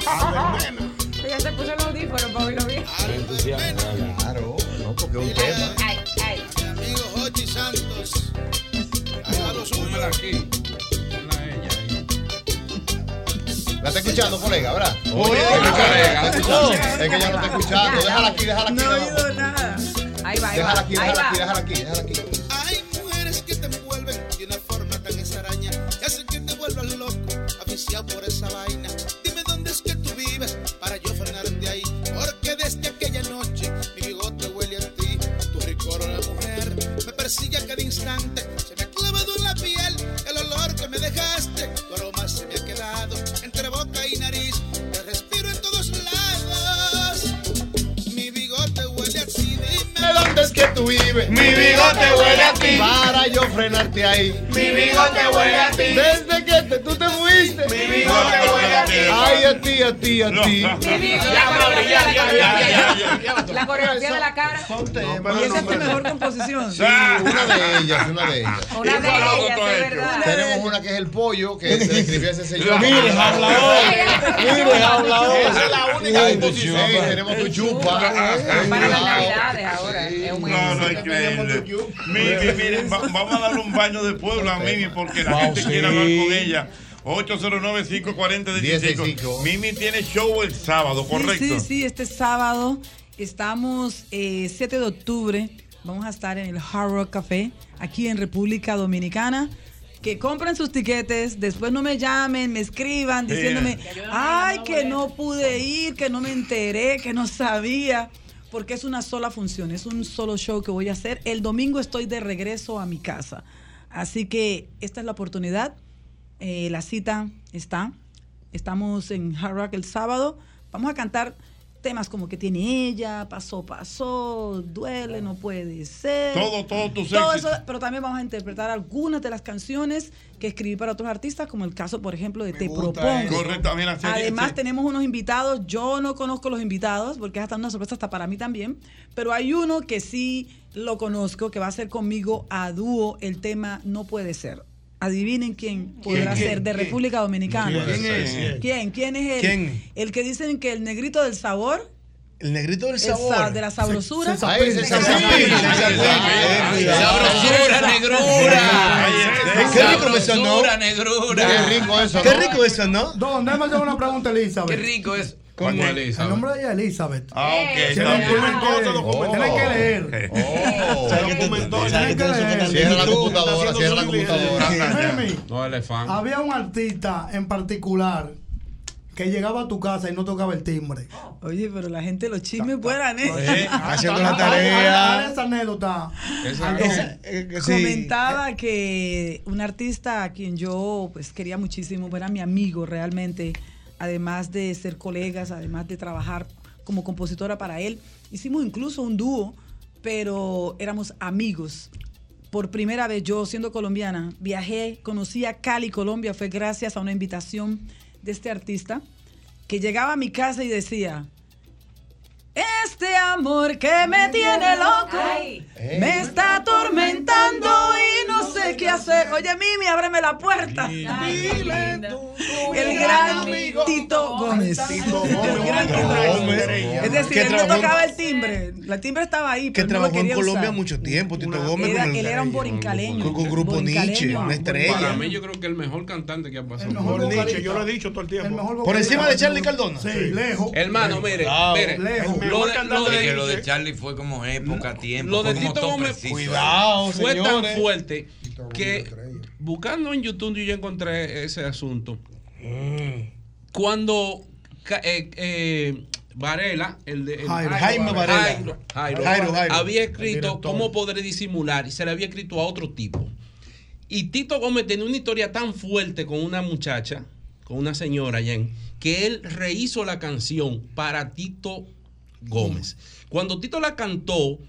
Ah, Ella se puso el audífono para oírlo bien.
Qué entusiasmo, dale.
Claro, no, porque es un tema.
Ay, ay.
Amigo Jochi Santos.
Pónmela aquí. Ponla a ella.
¿eh? La está escuchando, colega, ¿verdad?
Oh,
Oye,
¿La está escuchando?
colega.
Es que ya no está escuchando. Déjala aquí, déjala aquí.
No he oído nada.
Ahí va, ahí
Déjala
va.
aquí,
ahí va.
déjala aquí, déjala aquí, déjala aquí.
Hay mujeres que te envuelven de una forma tan extraña que hace que te vuelvas loco, aficiado por esa vaina. Dime dónde es que tú vives para yo frenarte ahí, porque desde aquella noche mi bigote huele a ti, tu ricor a la mujer me persigue a cada instante, se me ha clavado en la piel el olor que me dejaste, tu aroma se me ha quedado entre boca y nariz, te respiro en todos lados, mi bigote huele a ti, dime
¿Dónde es que tú vives?
Mi bigote huele a ti.
Para yo frenarte ahí.
Mi bigote huele a ti.
Desde que te- tú te fuiste. Mi
bigote huele a ti.
Ay, a ti, a ti, a ti.
La coreografía de la cara. Y esa es tu mejor composición.
Sí, una de ellas, una de ellas.
Una de ellas, es verdad.
Tenemos una que es el pollo que se le escribió a ese señor.
Mire, hablador. Mire, hablador.
Esa es la única
Ay,
disposición.
tu
Sí,
chupa.
tenemos tu chupa.
Para las navidades ahora. Es un
No, no, increíble. Mimi, miren, va- vamos a darle un baño de Puebla a Mimi porque la
Wow,
gente
sí.
quiere hablar con ella. 809-540-165. Mimi tiene show el sábado, correcto.
Sí, sí, sí, este sábado estamos eh, 7 de octubre. Vamos a estar en el Hard Rock Café, aquí en República Dominicana. Que compren sus tiquetes, después no me llamen, me escriban
Sí.
diciéndome,
Que yo no
ay,
me
que no pude ir, que no me enteré, que no sabía. Porque es una sola función, es un solo show que voy a hacer. El domingo estoy de regreso a mi casa. Así que esta es la oportunidad. Eh, la cita está. Estamos en Hard Rock el sábado. Vamos a cantar temas como que tiene ella, pasó, pasó, duele, no puede ser.
Todo, todo tus
Todo eso,
éxitos.
pero también vamos a interpretar algunas de las canciones que escribí para otros artistas, como el caso, por ejemplo, de Te Propongo.
Correcto, mira, sí,
Además
sí.
tenemos unos invitados, yo no conozco los invitados porque es hasta una sorpresa hasta para mí también, pero hay uno que sí lo conozco que va a ser conmigo a dúo el tema No puede ser. Adivinen quién podrá
¿Quién?
ser de
¿Quién?
República Dominicana.
¿Quién es?
¿Quién? ¿Quién es el,
¿Quién?
el que dicen que el negrito del sabor?
El negrito del
El sa-
sabor.
de la sabrosura.
Ah,
Se- se zapilla,
Ay,
se zapilla, se zapilla.
Ay,
Sabrosura, negrura. Qué rico eso, ¿no? Sabrosura, negrura. Qué rico eso, ¿no? Qué rico eso, ¿no?
Don, déjame hacer una pregunta, Elizabeth.
Qué rico es.
¿Cómo
¿Cuál es,
El
Elizabeth?
nombre de ella es Elizabeth.
Ah, ok,
Se
está bien.
documentó, se
Oh.
documentó. Tienen que
Oh.
leer.
Cierra la computadora, cierra la
computadora.
No, elefante.
Había un artista en particular que llegaba a tu casa y no tocaba el timbre.
Oye, pero la gente, los chismes fueran,
Oye,
¿eh?
haciendo la tarea. Dale esa anécdota.
Algo.
Eh,
Comentaba que un artista a quien yo pues quería muchísimo, era mi amigo realmente, además de ser colegas, además de trabajar como compositora para él, hicimos incluso un dúo, pero éramos amigos. Por primera vez yo siendo colombiana, viajé, conocí a Cali, Colombia, fue gracias a una invitación de este artista que llegaba a mi casa y decía, este amor que me tiene loco. Me está atormentando y no sé qué hacer. Oye, Mimi, ábreme la puerta. Dile tú, tú, El gran Tito Gómez. El gran Tito Gómez. Es decir,
Que
él no
trabajó en-
tocaba el timbre. La timbre estaba ahí,
Que
pero él no lo
trabajó en
quería
Colombia
usar.
mucho tiempo, Tito Gómez.
Era-
con el-
él era un borincaleño.
Con, con grupo
Borincaleño.
Nietzsche, una
Para
estrella.
mí yo creo que el mejor cantante que ha pasado.
Por Nietzsche, yo lo
he dicho todo el
tiempo.
Por encima de Charlie Cardona.
Sí, lejos.
Hermano, mire, mire.
Lo de,
lo de-
que lo de Charlie fue como época, tiempo.
Lo de
fue como
Tito
todo
Gómez
preciso.
fue tan fuerte que buscando en YouTube yo ya encontré ese asunto.
Mm.
Cuando ca- eh, eh, Varela, el de el-
Jairo. Jaime Varela.
Jairo, Jairo,
Jairo, Jairo.
había
El
escrito
director.
cómo podré disimular y se le había escrito a otro tipo. Y Tito Gómez tenía una historia tan fuerte con una muchacha, con una señora allá en- que él rehizo la canción para Tito Gómez. Cuando Tito la cantó,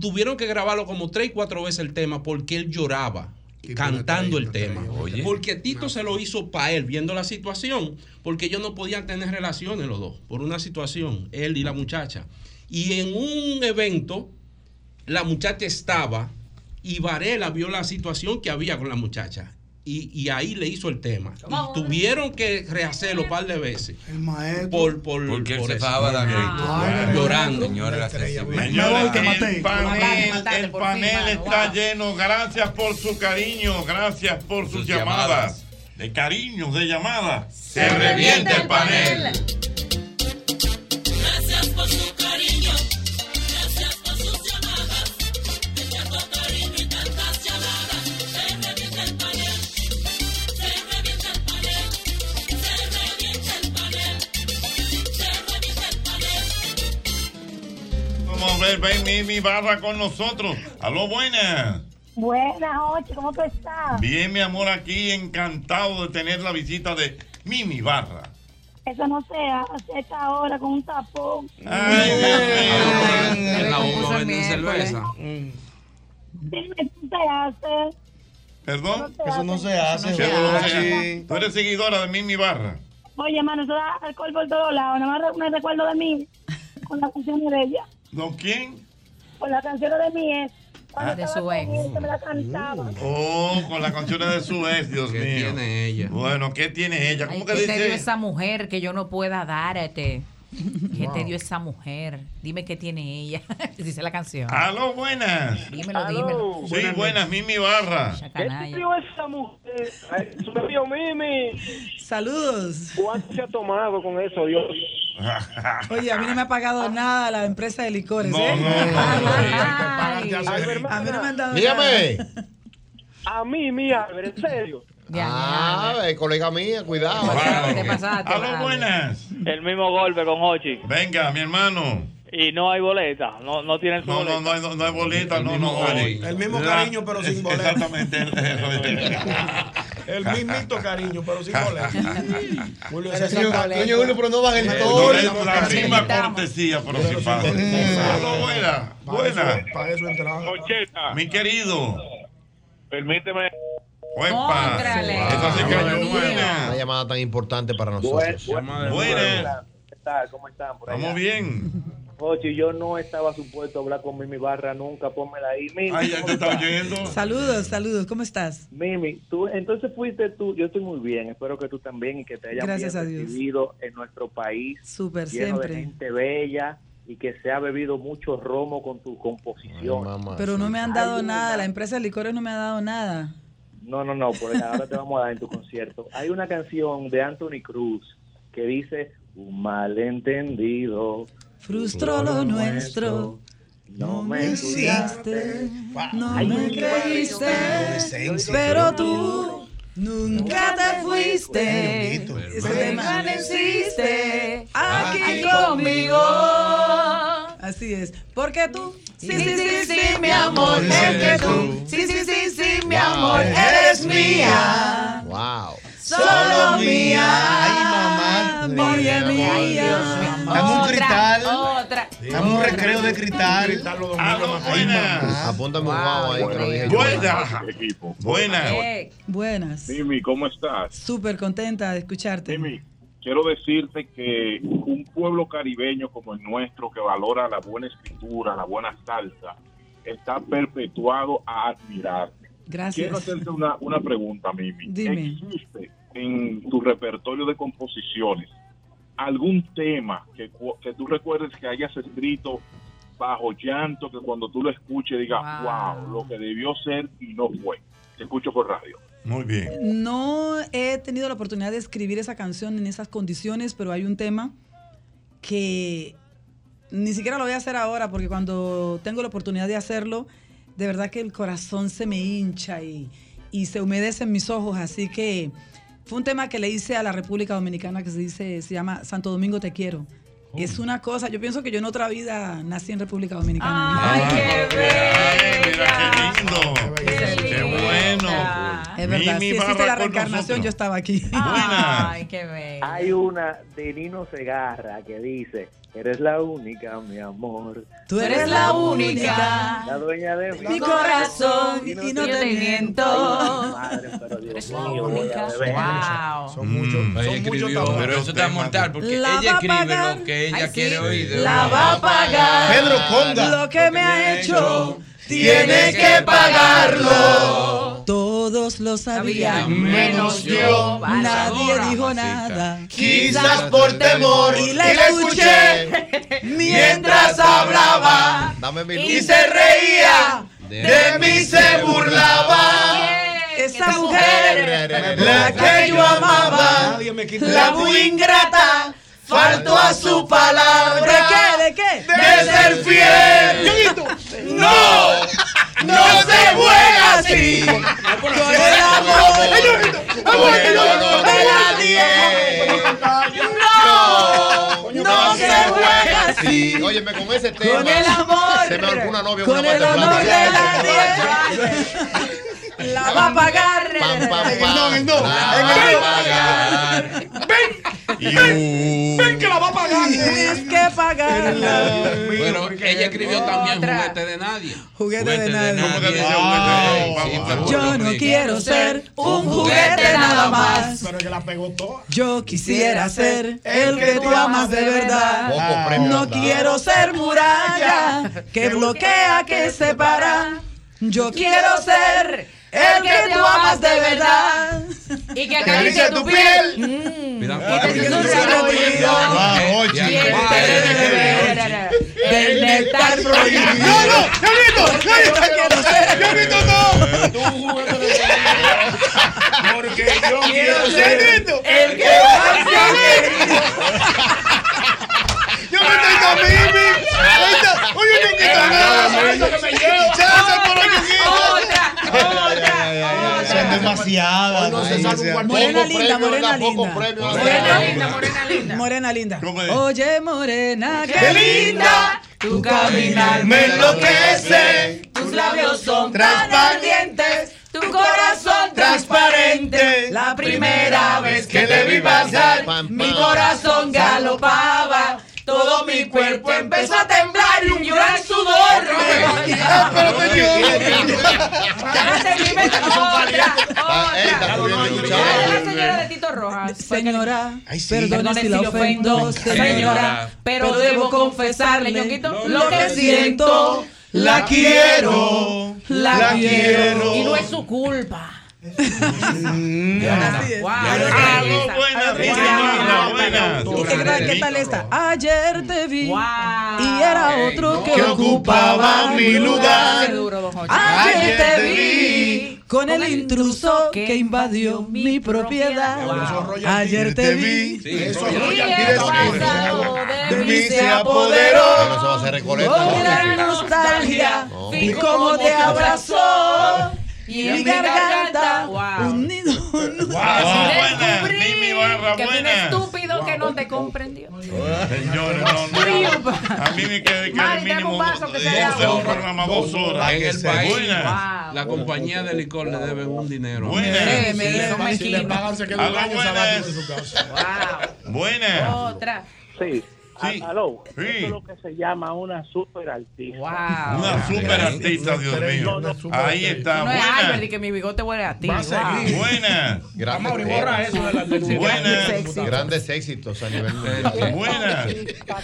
tuvieron que grabarlo como tres, cuatro veces el tema porque él lloraba cantando el tema. Porque Tito se lo hizo para él, viendo la situación, porque ellos no podían tener relaciones los dos, por una situación, él y la muchacha. Y en un evento, la muchacha estaba y Varela vio la situación que había con la muchacha. Y, y ahí le hizo el tema. Y tuvieron que rehacerlo un par de veces.
El maestro.
Por, por, Porque
él
por
se
eso.
estaba dando
Ay, llorando.
Señora, la
Señores,
sensibilidad.
el
Matate,
panel,
matate,
el
por
panel
fin, mano,
está
wow.
lleno. Gracias por su cariño, gracias por sus, llamadas. De cariños, de llamadas. Se revienta el panel.
Gracias por su cariño. Gracias por sus llamadas. De tanto cariño y tantas llamadas. Se revienta el panel. Se revienta el panel. Se revienta el panel. Se revienta el panel.
Vamos a ver, ven Mimi Barra con nosotros. Aló, buenas.
Buenas noches, ¿cómo tú estás?
Bien, mi amor, aquí encantado de tener la visita de Mimi Barra.
Eso no se hace a esta hora con un tapón.
En la uva venden cerveza.
Dime, ¿tú se hace?
¿Perdón?
Eso no se
hace.
hace, Jorge.
Tú eres seguidora de Mimi Barra.
Oye, hermano, eso da alcohol por todos lados. Nada más re- me recuerdo de mí con la canción de ella.
¿Don quién?
Con la canción de mi ex. Cuando
Ah, de
estaba
su
con
ex.
él, que me la cantaba.
Oh, con las canciones de su ex, Dios mío. ¿Qué tiene ella? Bueno, ¿qué tiene ella?
Ay,
¿Cómo
¿Qué
que
te dio
dice?
esa mujer que yo no pueda darte? ¿Qué te dio esa mujer? Dime qué tiene ella. Dice la canción.
Aló, buenas.
Dímelo, dímelo.
Sí, buenas, Mimi Barra.
¿Qué escribió esa mujer? Ay, Su amigo Mimi.
Saludos.
¿Cuánto se ha tomado con eso, Dios?
Oye, a mí no me ha pagado nada la empresa de licores. ¿eh? a mí no me han dado
Dígame.
A mí, mi Albert, en serio.
Ah, eh, colega mía, cuidado.
Ah,
Aló,
buenas.
El mismo golpe con Hochi.
Venga, mi hermano.
Y no hay boleta, no, no tienen su
No, no,
boleta.
no hay, no hay boleta, no, no. El mismo
cariño,
pero sin boleta. Exactamente.
El mismito cariño, pero sin boleta. Julio
Pero
César
sin
Tapia.
boleta. Coño, Julio, pero no bajen
Eh, no,
todo. La
no, no,
misma
no, no,
cortesía, pero sin pago. Aló, buena,
no. Para
buena.
eso- Para eso entraba.
Mi querido.
Permíteme.
Uepa. Esa sí cayó buena.
Una llamada tan importante para nosotros.
Buenas.
¿Qué tal? ¿Cómo están? Por
Estamos bien.
Hochi, yo no estaba supuesto a hablar con Mimi Barra nunca, pónmela ahí. Mimi,
Ay, ya te está
nada. Saludos, saludos. ¿Cómo estás?
Mimi, tú, entonces fuiste tú, yo estoy muy bien, espero que tú también y que te hayan
Gracias
bien
a Dios.
recibido en nuestro país,
Súper,
lleno de
siempre.
gente bella y que se ha bebido mucho romo con tu composición.
Pero no me han dado
Hay una-
nada. La empresa de licores no me ha dado nada.
No, no, no, por ahora te vamos a dar en tu concierto. Hay una canción de Anthony Cruz que dice, un malentendido.
Frustró lo nuestro.
No
Me
me
hiciste, no
Ay,
me
mi
creíste,
esencia.
pero tú nunca te fuiste. Ese tema
Permaneciste
aquí
aquí
conmigo.
conmigo.
Así es, porque tú,
Sí, sí, sí, sí, mi amor, es que tú. Sí, sí, sí, sí, mi amor, eres mía.
Wow.
Solo mía.
Ay, mamá.
Oye, mía.
Dame un cristal.
Otra.
Dame un recreo de cristal.
Ah,
Apóntame un wow ahí. que lo dije yo.
Buenas. Buenas.
Buenas.
Mimi, ¿cómo estás?
Súper contenta de escucharte.
Quiero decirte que un pueblo caribeño como el nuestro, que valora la buena escritura, la buena salsa, está perpetuado a admirar. Quiero
Gracias.
hacerte una, una pregunta, Mimi.
Dime.
¿Existe en tu repertorio de composiciones algún tema que, cu- que tú recuerdes que hayas escrito bajo llanto, que cuando tú lo escuches digas, wow, lo que debió ser y no fue? Te escucho por radio.
Muy bien.
No he tenido la oportunidad de escribir esa canción en esas condiciones, pero hay un tema que ni siquiera lo voy a hacer ahora, porque cuando tengo la oportunidad de hacerlo, de verdad que el corazón se me hincha y, y se humedecen mis ojos. Así que fue un tema que le hice a la República Dominicana que se dice, se llama Santo Domingo Te Quiero. Es una cosa, yo pienso que yo en otra vida nací en República Dominicana.
Ay, mira qué lindo. Qué bueno. bueno.
Es verdad,
Mimi
si existe
Barra
la
con
reencarnación, yo estaba aquí.
Ay, qué bello.
Hay una de Nino Segarra que dice, eres la única, mi amor.
Tú eres la única.
La dueña de
Mi corazón,
Y no
y no
te
te
miento.
miento.
Son muchos. pero eso está mortal porque
La va
ella
a
escribe
pagar.
lo que ella
Ay, sí.
quiere oír. de
La
uno.
va a pagar.
Pedro Conga.
Lo que me ha hecho.
tiene
Tiene
que
que
pagarlo.
pagarlo. Todos lo sabían,
menos yo.
Nadie
Pasadora,
dijo nada.
Quizás por temor.
Y la escuché
Mientras hablaba.
Dame mi
Y se reía. De mí se burlaba.
Esa mujer,
La que yo amaba. La muy ingrata. Faltó a su palabra.
¿De qué?
De ser fiel. No. No se juega así. Con el amor. de nadie. No. No se juega así.
Sí, óyeme, con ese tema.
Con el amor.
Se me ahorcó una novia
Con
una
el
mata
amor
plata.
de la
la va a pagar.
No, no.
Ven,
ven que la va a pagar. Tienes que pagarla.
Pero ella
Oh,
escribió también
este
juguete de nadie.
Juguete de
nadie.
Yo no quiero ser un juguete nada más.
Pero que la pegó toda.
Yo quisiera ser el que tú amas de
Poco
verdad.
premio
No
dado.
quiero ser muralla que bloquea, que separa. Yo quiero ser el que tú amas de verdad.
Y que
acaricia tu piel.
Este
El
néctar
prohibido. No, no, Diablito, Diablito, no. Porque yo quiero ser el que va a Diablito. Yo me tengo a Mimi. Ahí está. Oye, yo quito nada. Chazo por la
Son demasiadas.
Morena linda,
premio,
morena
da poco
linda.
premio.
Morena linda, morena linda. Morena linda. Oye, morena, qué linda. Tu caminar
Me enloquece.
Tus labios son
transparentes,
tu corazón transparente. La
primera vez que te vi pasar, mi corazón galopaba. Todo mi cuerpo empezó a temblar y un gran sudor. pero te
La señora de Tito Rojas.
Señora,
sí.
perdone si la ofendo, señora, pero debo confesarle,
Ñonguito,
lo que siento, la quiero, la, quiero.
Y no es su culpa.
Mm. Así es. Y qué tal- ¿Qué tal esta? Ayer te vi y era otro que
Que ocupaba mi lugar.
Ayer
Ayer
te
te
vi con el intruso que invadió mi propiedad. Ayer te vi.
De mí se
Bueno,
apoderó.
eso va a ser Recoleta.
Con gran
¿no?
nostalgia
No.
vi cómo te abrazó. Y en mi garganta
un nido.
Mimi Barra,
Que fue un
buenas.
estúpido que no te comprendió.
Señores, no, no. A mí me queda que
Mari,
el
dame un
mínimo
vaso que se le
12
agua.
programas, dos horas.
En el país,
Buenas.
la compañía de licor le debe un dinero.
Buenas.
Sí,
Deme,
sí,
deme.
sí, le pagan, se queda un
Aló,
año
buenas.
sabático en su casa.
Buenas.
Otra.
Sí. A- Aló, esto es lo que se llama una super artista.
Una super artista, Dios mío. Ahí está.
No es
Buenas.
Albert y que mi bigote huele a ti.
Va a
Wow.
seguir. Buenas.
Grandes
Amaury, borra
temas.
eso de la- de tu- Buenas.
Éxitos. Grandes éxitos a nivel mundial.
Buenas.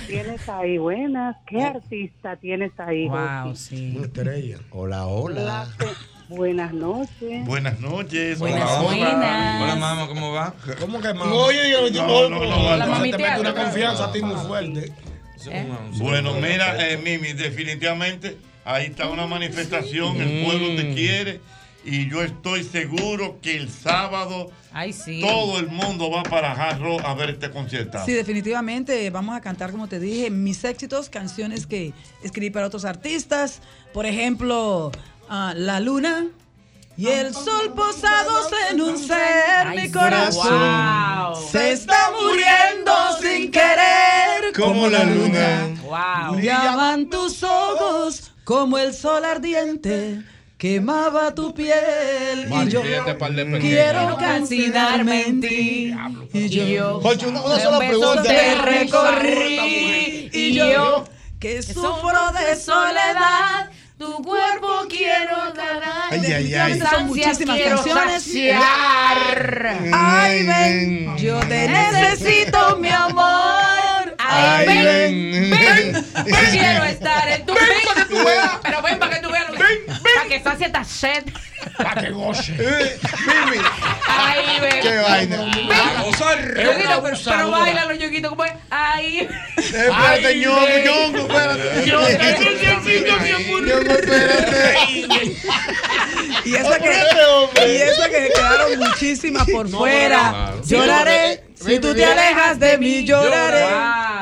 tienes ahí? Buenas. ¿Qué artista tienes ahí?
Wow,
Josi?
Una estrella. Hola, hola.
Buenas noches.
Buenas noches.
Buenas,
Hola, hola.
buenas.
Hola, mamá, ¿cómo va?
¿Cómo que
mamá?
Oye, yo, yo-
No, no, no,
la
no.
mamá te Eh. mete una confianza a ti muy fuerte.
Bueno, mira, eh, Mimi, definitivamente ahí está una manifestación, el pueblo
Mm.
te quiere y yo estoy seguro que el sábado todo el mundo va para Jarro a ver este concierto.
Sí, definitivamente vamos a cantar, como te dije, mis éxitos, canciones que escribí para otros artistas. Por ejemplo, ah, La Luna y el Sol posados en un ser. Mi corazón se está muriendo sin querer.
Como la luna.
Llaman tus ojos como el sol ardiente. quemaba tu piel y yo quiero calcinarme en ti y yo
Jorge, una- una
de
sola
un beso
pregunta.
te
Esta
recorrí
mujer.
y yo que sufro de soledad tu cuerpo quiero ganar
Ay,
de
ay,
tus
ay.
ansias
Son muchísimas
quiero
canciones.
saciar. ay ven yo te necesito mi amor ay ven
Quiero estar en tu ven, para que tú veas. Pero ven para que tú veas lo que ven, Para que sacie esta sed.
Para que goce.
Ahí, ven.
Eh, Qué vaina.
Ven.
A gozar.
Yoguito,
Es una
pero, pero
abusadora.
bailalo, Yoguito, ¿cómo es? Ahí.
Espérate,
Ahí,
ñongo,
ven.
ñongo, espérate.
Yo, sí, yo, sí,
Ñongo, espérate.
Y eso que, y eso que quedaron muchísimas por fuera.
claro.
Lloraré.
Sí,
Si tú
sí,
te
sí.
alejas de mí, lloraré.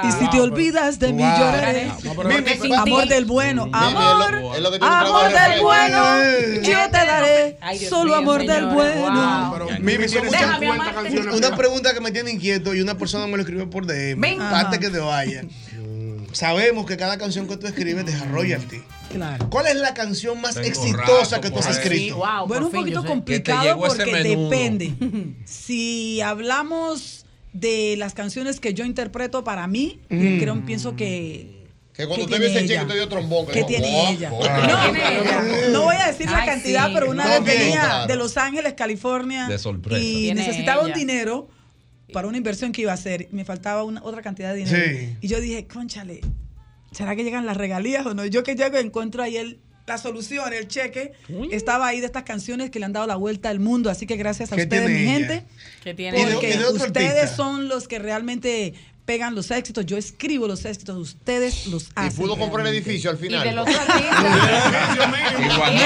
Y si te olvidas de mí,
Wow.
lloraré.
pero
Mimi,
sin
Amor
ti.
del bueno,
Mimi,
amor,
es lo que tiene un
amor
trabajo
del
de
bueno,
fe.
yo te daré.
Ay, Dios
Solo
mío,
amor del señora. bueno.
Mimi, son muchas-
Déjame
cuántas
amarte.
canciones. Una pregunta que me tiene inquieto y una persona me lo escribió por DM.
Ven.
Antes que te vaya. Sabemos que cada canción que tú escribes deja royalty.
Claro.
¿Cuál es la canción más
Tengo
exitosa
rato
que tú
por
has
ahí.
escrito?
Sí, wow, Bueno, por un fin, poquito yo sé. complicado
Que te llegó ese
porque
menudo.
depende. Si hablamos de las canciones que yo interpreto para mí,
Mm.
creo, pienso que.
Que cuando
que
usted vio
tiene
ese
ella.
cheque, usted dio trombón.
¿Qué tiene ella? No, No voy a decir la
Ay,
cantidad,
sí.
pero una
No,
vez
bien,
venía
claro.
de Los Ángeles, California.
De sorpresa.
Y
Tiene
necesitaba un
ella.
dinero para una inversión que iba a hacer. Me faltaba una, otra cantidad de dinero.
Sí.
Y yo dije, conchale, ¿será que llegan las regalías o no? Y Yo que llego y encuentro ahí el- la solución, el cheque. Estaba ahí de estas canciones que le han dado la vuelta al mundo. Así que gracias a
¿Qué
ustedes, mi
tiene ella?
gente.
¿Qué tiene ella?
Porque
¿Y de- y de otro
ustedes
artista?
son los que realmente pegan los éxitos. Yo escribo los éxitos, ustedes los hacen.
pudo comprar el edificio al final.
Y de los
Igual.
Y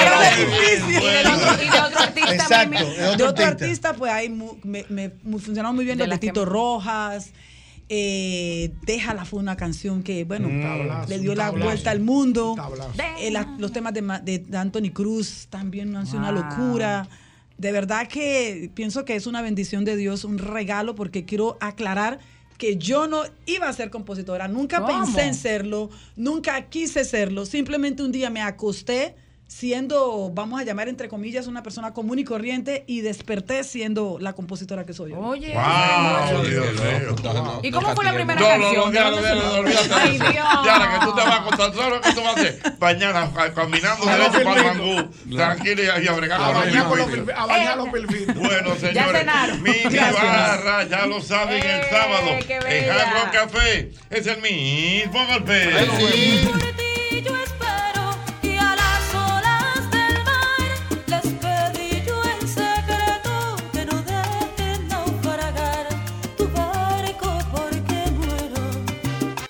del otro- y de otro artista,
Exacto,
Mimi.
de otro
De otro
artista.
artista, pues ahí mu- me, me- me funcionaron muy bien
De
los de
las que-
Tito Rojas. eh, Déjala fue una canción que, bueno,
Un tablazo,
Mm, le dio
un
la
tablazo.
vuelta al mundo. Eh, la- los temas de, Ma- de Anthony Cruz también han sido una
Wow.
locura. De verdad que pienso que es una bendición de Dios, un regalo, porque quiero aclarar que yo no iba a ser compositora, nunca
¿Cómo?
pensé en serlo, nunca quise serlo, simplemente un día me acosté siendo, vamos a llamar entre comillas, una persona común y corriente y desperté siendo la compositora que soy hoy.
Oye,
Wow,
¿Y cómo fue la primera
No, no, no,
canción?
ya,
¿De
no,
dónde
ya, no,
surgió?
olvídate de
Ay,
eso.
Dios.
Ya, la que tú te vas a contar, ¿sabes lo que tú vas a hacer? Mañana ca- caminando derecho para Mangú, tranquilo y, y a bregar con los perfiles.
A bañar los perfiles.
Bueno, señores, Mini Barra, ya lo saben,
Eh,
el sábado,
qué
en
bella.
Hard Rock Café, es el mismo golpe.
Yo espero que a las olas del mar les pedí yo en secreto que no dejen naufragar tu barco porque muero.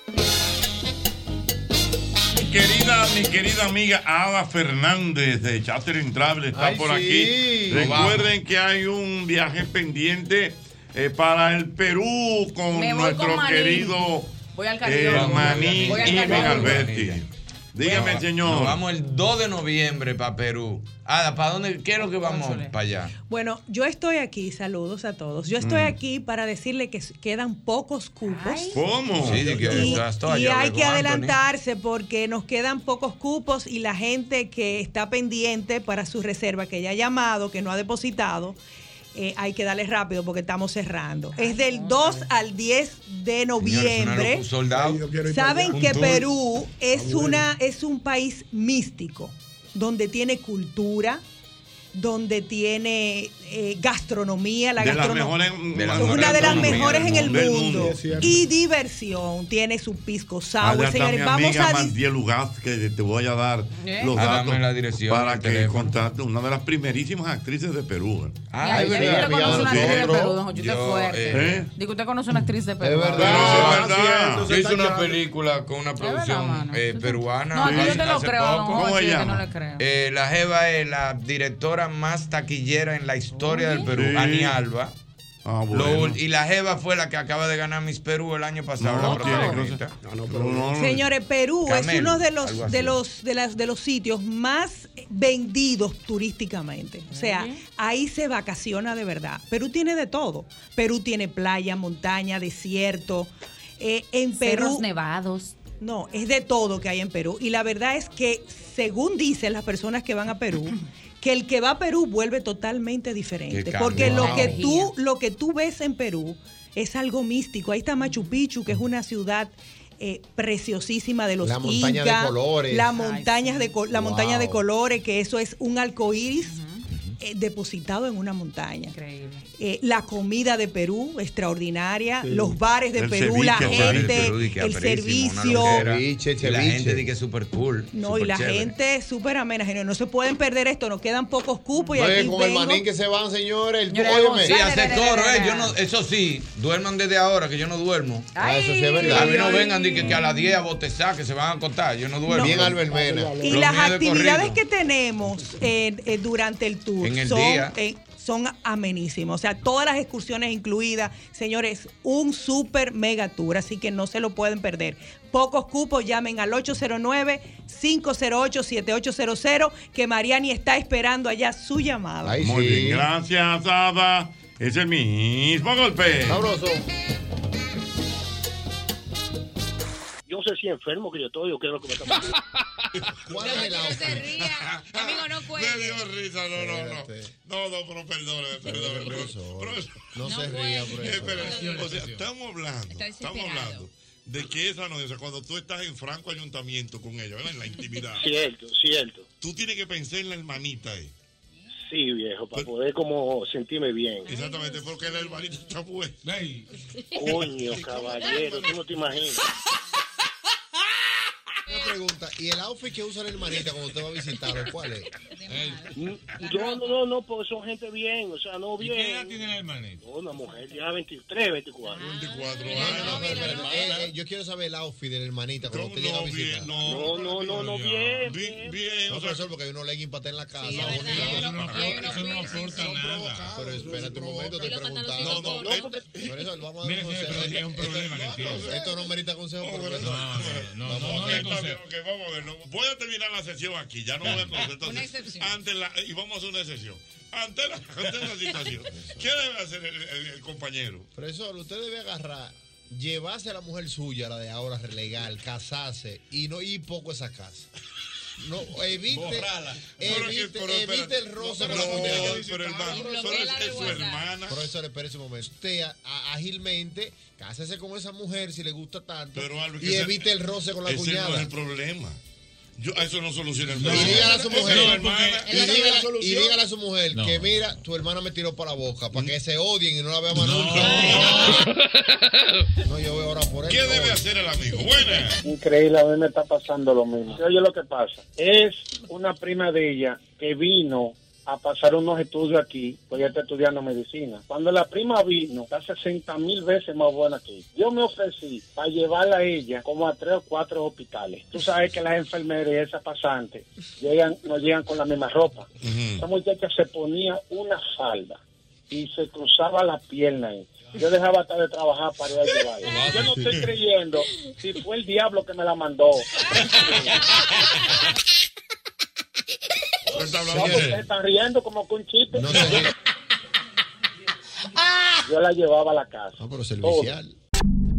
Mi querida, mi querida amiga Ada Fernández de Chattering Travel está
Ay,
por
sí.
aquí.
Nos vamos.
Recuerden que hay un viaje pendiente eh, para el Perú con
Me voy
nuestro
con Manín.
querido
Voy al
eh,
carrión.
Manín
Voy al
Ibn
carrión.
Alberti. Dígame, señor.
Nos vamos el 2 de noviembre para Perú. Ada, ¿para dónde? ¿Qué es lo que vamos para allá?
Bueno, yo estoy aquí, saludos a todos. Yo estoy
Mm.
aquí para decirle que s- quedan pocos cupos.
¿Cómo? Sí, de que
Y,
gastó
y
ayer,
hay que
Anthony.
adelantarse porque nos quedan pocos cupos y la gente que está pendiente para su reserva, que ya ha llamado, que no ha depositado, eh, hay que darle rápido porque estamos cerrando. Es del 2 al 10 de noviembre. Saben que Perú es una es un país místico donde tiene cultura, donde tiene eh, gastronomía, la
de las
gastronomía
mejores.
es una de las
gastronomías
mejores en el
del
mundo. Y diversión, tiene su pisco sour,
Allá está
señores.
mi
Vamos
amiga
a dis-
Mandiel Ugaz, que te voy a dar
¿Eh?
los
Ah, dame
datos
la dirección,
para
el
que
teléfono.
contate una de las primerísimas actrices de Perú. ¿eh?
Ay,
es
Digo, usted conoce una actriz de Perú, don Jochi, usted es
Yo,
fuerte.
eh,
Digo, usted conoce una actriz de Perú.
Ah, Yo hice una película con una producción eh, peruana.
No, yo te lo
hace
creo,
poco.
no, ¿Cómo se llama? no le creo.
Eh, la Jeva es la directora más taquillera en la historia del Perú,
Sí.
Ani Alba.
bueno.
Lo ul- y la Jeva fue la que acaba de ganar Miss Perú el año pasado.
No,
la
tiene
protagonista.
Señores, Perú
Camel,
es uno de
algo
los
así.
de los de, las, de los sitios más vendidos turísticamente. O sea, ahí se vacaciona de verdad. Perú tiene de todo. Perú tiene playa, montaña, desierto. Eh, en
Cerros
Perú
nevados.
No, es de todo que hay en Perú. Y la verdad es que, según dicen las personas que van a Perú, que el que va a Perú vuelve totalmente diferente.
Qué
Este, Porque
cambio.
lo que,
Wow.
tú, lo que tú ves en Perú es algo místico. Ahí está Machu Picchu, que es una ciudad eh, preciosísima de los
La montaña de
incas,
colores.
La,
Ay,
montaña de, co- la montaña de
Wow.
colores, que eso es un arco iris eh, depositado en una montaña. Eh, la comida de Perú, extraordinaria.
Sí.
Los bares de
El
Perú,
ceviche,
la
el ceviche,
gente,
Perú, di que
el
aperísimo, una
servicio.
loquera.
Ceviche,
Y la
ceviche.
gente dice que es super cool.
No, y
super
la
chévere.
gente es súper amena, señor. No se pueden perder esto, nos quedan pocos cupos. Y
Oye,
aquí
con el
vengo.
manín que se van, señores. El,
Señores,
óyeme.
Sí, hace coro, eh. Yo no, eso sí, duerman desde ahora, que yo no duermo.
Ah, eso sí es verdad.
A mí no
Ay.
vengan di que, que a las 10 a botezar, que se van a acostar. Yo no duermo.
Bien, Albert Mena.
Y las actividades que tenemos eh, eh, durante el tour
En el
son,
día.
eh, son amenísimas. O sea, todas las excursiones incluidas, señores, un super mega tour, así que no se lo pueden perder. Pocos cupos, llamen al 809-508-7800, que Mariani está esperando allá su llamada.
Muy bien, gracias, Ada. Es el mismo golpe.
Sabroso.
Yo no sé si enfermo que yo estoy o qué es lo que me está pasando.
¿Cuál es el auge?
Amigo, no
Me dio risa, no, no, no. No, no, pero perdóneme, perdóneme. Profesor,
No se ría, profesor.
o sea, estamos hablando,
Estoy
estamos
desesperado.
hablando de que esa noticia, cuando tú estás en franco ayuntamiento con ella, ¿verdad? En la intimidad.
Cierto, cierto.
Tú tienes que pensar en la hermanita eh. ahí.
Sí, viejo, para poder como sentirme bien.
Exactamente, porque la hermanita está buena.
Coño, caballero, tú no te imaginas.
Una pregunta. ¿Y el outfit que usa el hermanita cuando usted va a visitarlo, cuál es?
No, no, no, no, porque son gente bien, o sea, no bien. ¿Qué edad tiene la hermanita? Oh, Una mujer ya 23, 24.
24
Eh, eh, yo quiero saber el outfit de la hermanita cuando usted llega a visitar.
No, no, no, no, bien. Bien,
No, profesor, porque hay unos leggings para tener en la casa.
Eso no aporta nada.
Pero espérate un momento, te preguntaba.
No, no, no, porque-
Por eso le vamos a dar un consejo. es un problema que tiene. Esto no merita consejo, profesor.
No, no, ok, está bien, ok, vamos a ver. no, Voy a terminar la sesión aquí, ya no voy a conocer. Entonces,
Una excepción.
Ante la, y vamos a hacer una excepción. Ante la, ante la situación, ¿qué debe hacer el, el- el compañero?
Profesor, usted debe agarrar, llevarse a la mujer suya, la de ahora, legal, casarse y no ir poco a esa casa. No, evite,
Borrala. Pero que-
evite,
pero espérate.
evite el roce
No,
con la mujer que
pero
visitaba.
hermano, Y profesor, bloqueala es- es de su WhatsApp. hermana.
Profesor, espérese un momento. Usted a- a- ágilmente, cásese con esa mujer si le gusta tanto
Pero algo que
y
se-
evite el roce con la
Ese no es
cuñada.
el problema. Yo, a eso no soluciona el
Y
problema.
dígale a su mujer,
No, hermana.
y dígale, y dígale a su mujer que mira, tu hermana me tiró para la boca para que se odien y no la vea más nunca. No, yo voy ahora por él.
¿Qué debe hacer el amigo? Buena.
Increíble, a mí me está pasando lo mismo. Oye, lo que pasa es una prima de ella que vino a pasar unos estudios aquí, pues ella está estudiando medicina. Cuando la prima vino, está 60 mil veces más buena que ella. Yo me ofrecí para llevarla a ella como a tres o cuatro hospitales. Tú sabes que las enfermeras y esas pasantes llegan, no llegan con la misma ropa. Esa muchacha se ponía una falda y se cruzaba la pierna ahí. Yo dejaba hasta de trabajar para ir a llevarla. Yo no estoy creyendo si fue el diablo que me la mandó. No, pues, ustedes están riendo como con chiste.
Ah,
Yo la llevaba a la casa.